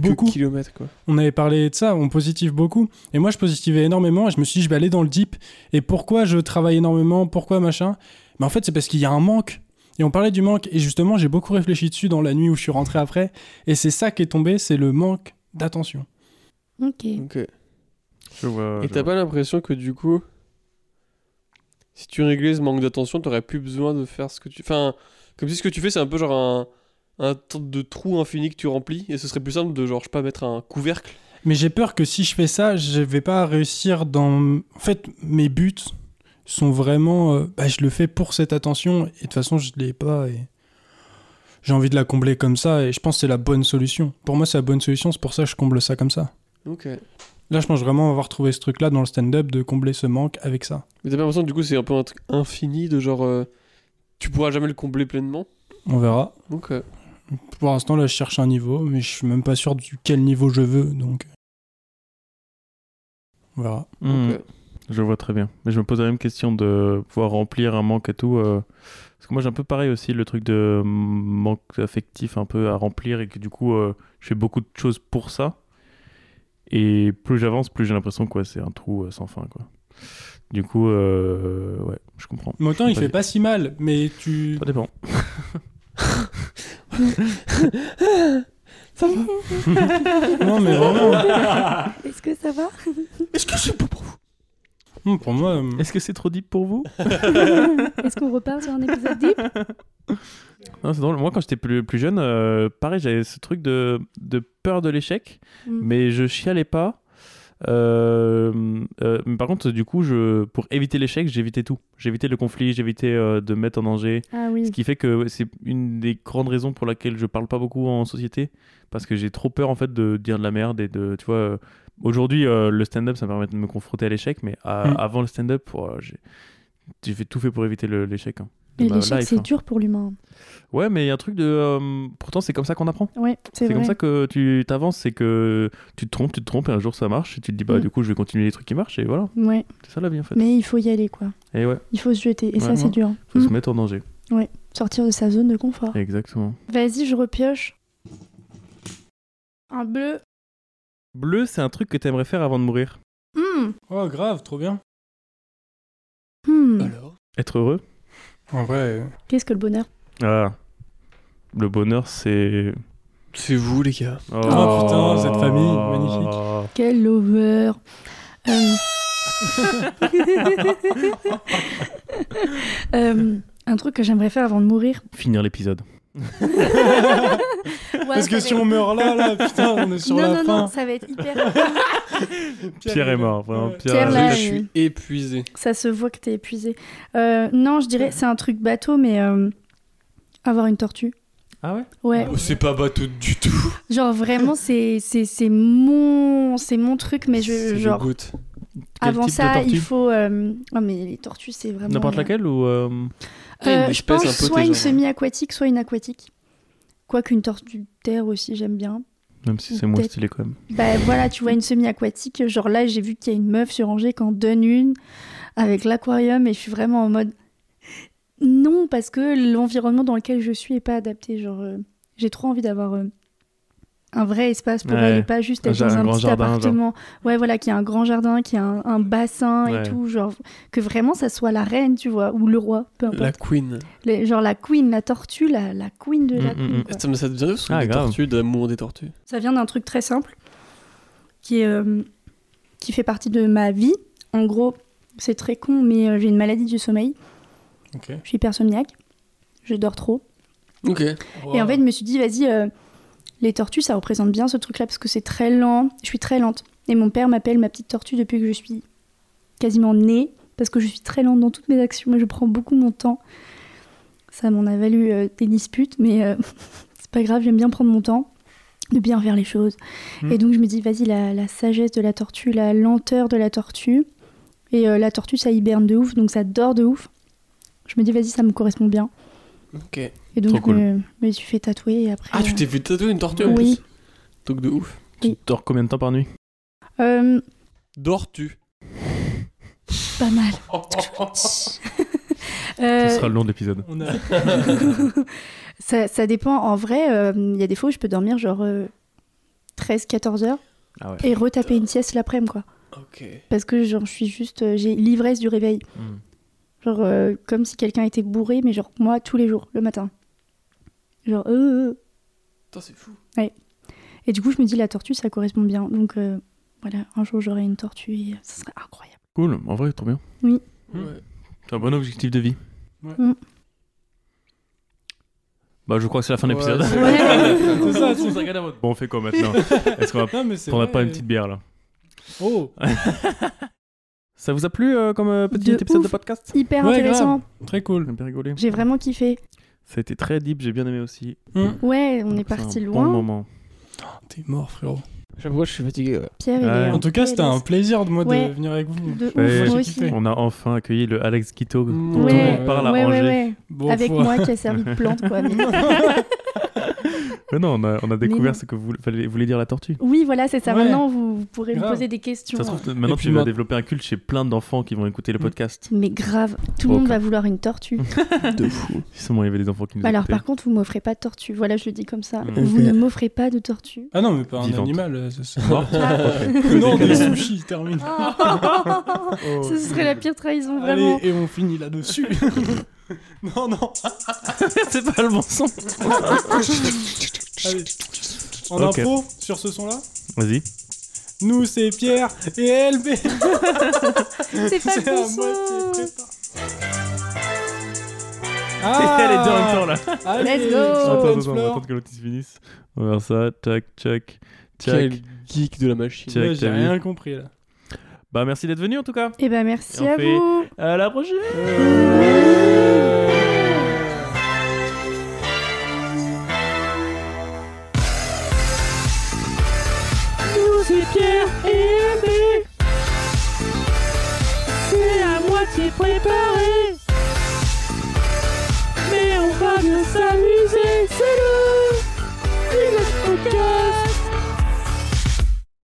A: Quelques
C: beaucoup.
A: kilomètres quoi.
C: on avait parlé de ça, on positive beaucoup. Et moi, je positivais énormément et je me suis dit, je vais aller dans le deep. Et pourquoi je travaille énormément Pourquoi machin Mais en fait, c'est parce qu'il y a un manque. Et on parlait du manque. Et justement, j'ai beaucoup réfléchi dessus dans la nuit où je suis rentré après. Et c'est ça qui est tombé, c'est le manque d'attention.
D: Ok.
A: Ok.
B: Je vois.
A: Et
B: je
A: t'as
B: vois.
A: pas l'impression que du coup, si tu réglais ce manque d'attention, t'aurais plus besoin de faire ce que tu. Enfin, comme si ce que tu fais, c'est un peu genre un. Un sorte de trou infini que tu remplis, et ce serait plus simple de, genre, je sais pas, mettre un couvercle.
C: Mais j'ai peur que si je fais ça, je vais pas réussir dans. En fait, mes buts sont vraiment. euh, bah, je le fais pour cette attention. Et de toute façon, je l'ai pas. Et... J'ai envie de la combler comme ça. Et je pense que c'est la bonne solution. Pour moi, c'est la bonne solution. C'est pour ça que je comble ça comme ça.
A: Ok.
C: Là, je pense vraiment avoir trouvé ce truc-là dans le stand-up de combler ce manque avec ça.
A: Mais t'as pas l'impression que du coup, c'est un peu un truc infini de genre. euh, tu pourras jamais le combler pleinement.
C: On verra.
A: Donc,
C: Pour l'instant, là, je cherche un niveau, mais je suis même pas sûr du quel niveau je veux, donc. On verra.
A: Hmm.
B: Mhm.
A: euh,
B: Je vois très bien. Mais je me pose la même question de pouvoir remplir un manque et tout. euh, Parce que moi, j'ai un peu pareil aussi, le truc de manque affectif un peu à remplir et que du coup, euh, je fais beaucoup de choses pour ça. Et plus j'avance, plus j'ai l'impression que ouais, c'est un trou euh, sans fin. quoi. Du coup, euh, ouais, je comprends.
C: Mais autant, il
B: Vas-y.
C: fait pas si mal, mais tu.
B: Ça dépend.
D: Ça va
C: Non, mais vraiment.
D: [LAUGHS] Est-ce que ça va [LAUGHS]
A: Est-ce que c'est pour
C: Hum, Pour moi, hum,
B: Est-ce que c'est trop deep pour vous
D: Est-ce qu'on repart sur un épisode deep
B: Non, c'est drôle. Moi, quand j'étais plus, plus jeune, euh, pareil, j'avais ce truc de, de peur de l'échec,
D: Mm.
B: mais je chialais pas. Euh, euh, mais par contre, du coup, je, pour éviter l'échec, j'évitais tout. J'évitais le conflit, j'évitais euh, de me mettre en danger.
D: Ah oui.
B: Ce qui fait que c'est une des grandes raisons pour laquelle je parle pas beaucoup en société, parce que j'ai trop peur en fait de dire de la merde et de, tu vois. euh, Aujourd'hui, euh, le stand-up, ça me permet de me confronter à l'échec, mais à-
C: Mm.
B: avant le stand-up, oh, j'ai j'ai fait tout fait pour éviter le- l'échec. hein, de
D: Mais
B: ma
D: l'échec,
B: life,
D: c'est
B: hein.
D: dur pour l'humain.
B: Ouais, mais il y a un truc de. euh, pourtant, c'est comme ça qu'on apprend.
D: Ouais, c'est
B: C'est
D: vrai.
B: comme ça que tu t'avances, c'est que tu te trompes, tu te trompes, et un jour ça marche, et tu te dis, bah
D: Mm.
B: du coup, je vais continuer les trucs qui marchent, et voilà,
D: Ouais,
B: c'est ça la vie en fait.
D: mais il faut y aller, quoi.
B: Et ouais,
D: Il faut se jeter, et ça,
B: Ouais,
D: c'est
B: ouais.
D: dur.
B: faut
D: Mm.
B: se mettre en danger.
D: Sortir de sa zone de confort.
B: Exactement.
D: Vas-y, je repioche. Un bleu.
B: Bleu, c'est un truc que t'aimerais faire avant de mourir.
D: Hmm.
C: Oh, grave, trop bien.
D: Hmm.
A: Alors
B: Être heureux
C: En vrai, euh,
D: Qu'est-ce que le bonheur
B: Ah. Le bonheur, c'est.
A: C'est vous, les gars.
B: Oh,
C: putain, cette famille, magnifique.
D: Quel lover Euh, [LAUGHS] euh, Un truc que j'aimerais faire avant de [LAUGHS] mourir.
B: Finir l'épisode.
C: Parce que si on meurt là, là, putain, on est sur
D: non,
C: la
D: non,
C: fin.
D: non, ça va être hyper.
B: Pierre est mort, vraiment.
C: Ouais.
B: Pierre,
D: Pierre, là,
A: Ah, je
D: et-
A: suis épuisé.
D: Ça se voit que t'es épuisé. Euh, non, je dirais, c'est un truc bateau, mais euh, avoir une tortue.
B: Ah ouais
D: Ouais,
A: Oh, c'est pas bateau du tout.
D: genre vraiment, c'est c'est- c'est mon, c'est mon truc, mais je,
A: C'est
D: genre,
A: le goutte.
B: Quel
D: avant
B: type de
D: ça, il
B: tortue
D: faut. euh, Non, mais les tortues, c'est vraiment.
B: N'importe laquelle ou. euh,
A: T'as une
D: Euh, je
A: espèce
D: pense
A: un peu,
D: soit
A: t'es
D: une
A: genre-
D: semi-aquatique, soit une aquatique. Quoique une tortue de terre aussi, j'aime bien.
B: Même si
D: Ou
B: c'est moins
D: peut-être-
B: stylé quand même.
D: Bah voilà, tu vois, une semi-aquatique. Genre là, j'ai vu qu'il y a une meuf sur Angers qui en donne une avec l'aquarium et je suis vraiment en mode. [LAUGHS] Non, parce que l'environnement dans lequel je suis est pas adapté. Genre, euh, j'ai trop envie d'avoir euh, un vrai espace pour
B: Ouais.
D: elle et pas juste
B: Un
D: être
B: ja-
D: dans
B: un
D: un,
B: grand
D: petit
B: jardin, genre.
D: appartement. Ouais, voilà, qu'il y a un grand jardin, qu'il y a un, un bassin
B: Ouais.
D: et tout. Genre, que vraiment ça soit la reine, tu vois, ou le roi, peu importe.
A: La queen.
D: Les- genre la queen, la tortue, la, la queen de la
B: Mm,
D: queen.
B: mm, mm.
D: quoi.
A: Ça me ça devient ce
B: Ah,
A: truc des
B: grave.
A: tortues, d'amour des tortues.
D: Ça vient d'un truc très simple qui, est, euh, qui fait partie de ma vie. En gros, c'est très con, mais euh, j'ai une maladie du sommeil.
C: Ok.
D: Je suis hypersomniaque. Je dors trop.
A: Ok.
D: Ah, Et en fait, je me suis dit, vas-y, euh, les tortues, ça représente bien ce truc-là parce que c'est très lent. Je suis très lente. Et mon père m'appelle ma petite tortue depuis que je suis quasiment née parce que je suis très lente dans toutes mes actions. Moi, je prends beaucoup mon temps. Ça m'en a valu euh, des disputes, mais euh, [LAUGHS] c'est pas grave, j'aime bien prendre mon temps, de bien faire les choses.
B: Mm.
D: Et donc, je me dis, vas-y, la, la sagesse de la tortue, la lenteur de la tortue. Et euh, la tortue, ça hiberne de ouf, donc ça dort de ouf. Je me dis, vas-y, ça me correspond bien.
A: Ok.
D: Et donc, euh,
B: Trop
D: je
B: cool.
D: me, me suis fait tatouer. Et après,
A: Ah, tu
D: euh,
A: t'es fait tatouer une tortue en
D: Oui.
A: plus. Truc de ouf.
D: Oui.
B: Tu dors combien de temps par nuit
D: euh,
A: Dors-tu [LAUGHS]
D: Pas mal.
A: Oh,
B: Ce
D: [LAUGHS] Euh,
B: sera le long de l'épisode.
C: On a-
D: ça, ça dépend. En vrai, euh, il y a des fois où je peux dormir genre 13-14 heures
B: Ah ouais.
D: et retaper une sieste l'après-midi, quoi.
A: Ok.
D: Parce que genre, je suis juste. euh, J'ai l'ivresse du réveil.
B: Mm.
D: Genre, euh, comme si quelqu'un était bourré, mais genre, moi, tous les jours, le matin. Genre, euh, euh, euh.
A: Putain, c'est fou.
D: Et du coup, je me dis, la tortue, ça correspond bien. Donc, euh, voilà, un jour, j'aurai une tortue et euh, ça serait incroyable.
B: Cool, en vrai, trop bien.
C: Mm.
A: Ouais.
B: C'est un bon objectif de vie.
C: Ouais.
D: Mm.
B: Bah, je crois que c'est la fin de l'épisode.
D: [LAUGHS]
A: Ouais, c'est- [LAUGHS]
C: C'est ça,
B: On
C: c'est
B: se regarde en mode, [LAUGHS] Bon, on fait quoi maintenant Est-ce [LAUGHS] qu'on va
C: Non, mais [LAUGHS] c'est
B: prendre
C: vrai.
B: pas une petite bière là
C: Oh,
B: [LAUGHS] Ça vous a plu euh, comme euh, petit
D: De
B: épisode
D: ouf.
B: de podcast
D: Hyper
C: Ouais,
D: intéressant.
C: très
B: J'ai
C: cool.
B: bien rigolé.
D: J'ai vraiment kiffé.
B: Ça a été très deep, j'ai bien aimé aussi.
D: Ouais, on
B: a
D: est
B: passé
D: parti
B: un
D: loin.
B: Bon moment.
C: Hum. T'es mort, frérot.
A: Chaque fois, je suis fatigué. ouais.
D: Pierre,
B: Ouais.
D: il est
B: En
C: En tout cas, c'était un plaisir de moi
D: Ouais.
C: de venir avec vous.
D: De ouf,
B: Ouais,
D: moi
B: j'ai
D: aussi.
C: kiffé.
B: On a enfin accueilli le Alex Guito dont
D: Ouais.
B: tout le monde parle à
D: Ouais, ouais,
B: Angers.
D: ouais.
C: Bon,
D: Avec
C: faut-
D: moi qui a servi de plante, quoi. mais-
C: [LAUGHS]
B: Mais non, on a, on a découvert
D: non.
B: ce que vous voulez, voulez dire la tortue.
D: Oui, voilà, c'est ça.
C: Ouais.
D: Maintenant, vous, vous pourrez me
C: Grave.
D: poser des questions. hein.
B: Ça se trouve, maintenant
C: Et puis
B: tu vas
C: moi-
B: développer un culte chez plein d'enfants qui vont écouter le
C: Mm.
B: podcast.
D: Mais grave, tout le
B: Ok.
D: monde va vouloir une
B: [LAUGHS]
D: tortue.
A: De fou.
B: Si seulement il y avait des enfants qui nous
D: Bah, Alors,
B: écoutaient.
D: par contre, vous m'offrez pas de tortue. Voilà, je le dis comme ça.
B: Mm.
D: Vous
A: Ok.
D: ne m'offrez pas de
B: [LAUGHS]
D: tortue. Ah.
C: Ah non, mais pas un
B: Vivante.
C: animal, euh, ça c'est
B: Mort
C: [LAUGHS]
B: [LAUGHS]
C: non, des sushis, termine.
D: Ce serait la pire trahison, vraiment.
C: Allez, et on finit
B: [LAUGHS]
C: là-dessus.
D: [LAUGHS]
C: non, non.
B: C'est pas le bon son.
C: Allez. En
B: Ok.
C: impro sur ce son-là
B: Vas-y.
C: Nous, c'est Pierre et LB.
D: C'est
C: [LAUGHS]
D: pas le
C: à
D: bon
C: moitié
D: son.
C: prépa. Ah,
B: [LAUGHS] Elle est deux en même temps là.
C: allez,
D: Let's go.
B: Attends,
C: on
B: attends, attends, on va
C: explore.
B: attendre que l'autre il se finisse. On va faire ça. Tac, tac, tac.
A: Quel geek de la machine.
B: Check,
C: Ouais, J'ai
B: t'as vu.
C: rien compris là.
B: Bah merci d'être venu en tout cas.
D: Eh ben
B: Et
D: merci
B: on
D: à
B: fait-
D: vous.
B: À la prochaine.
E: Nous c'est Pierre et Aimé. C'est à moitié préparé. Mais on va bien s'amuser.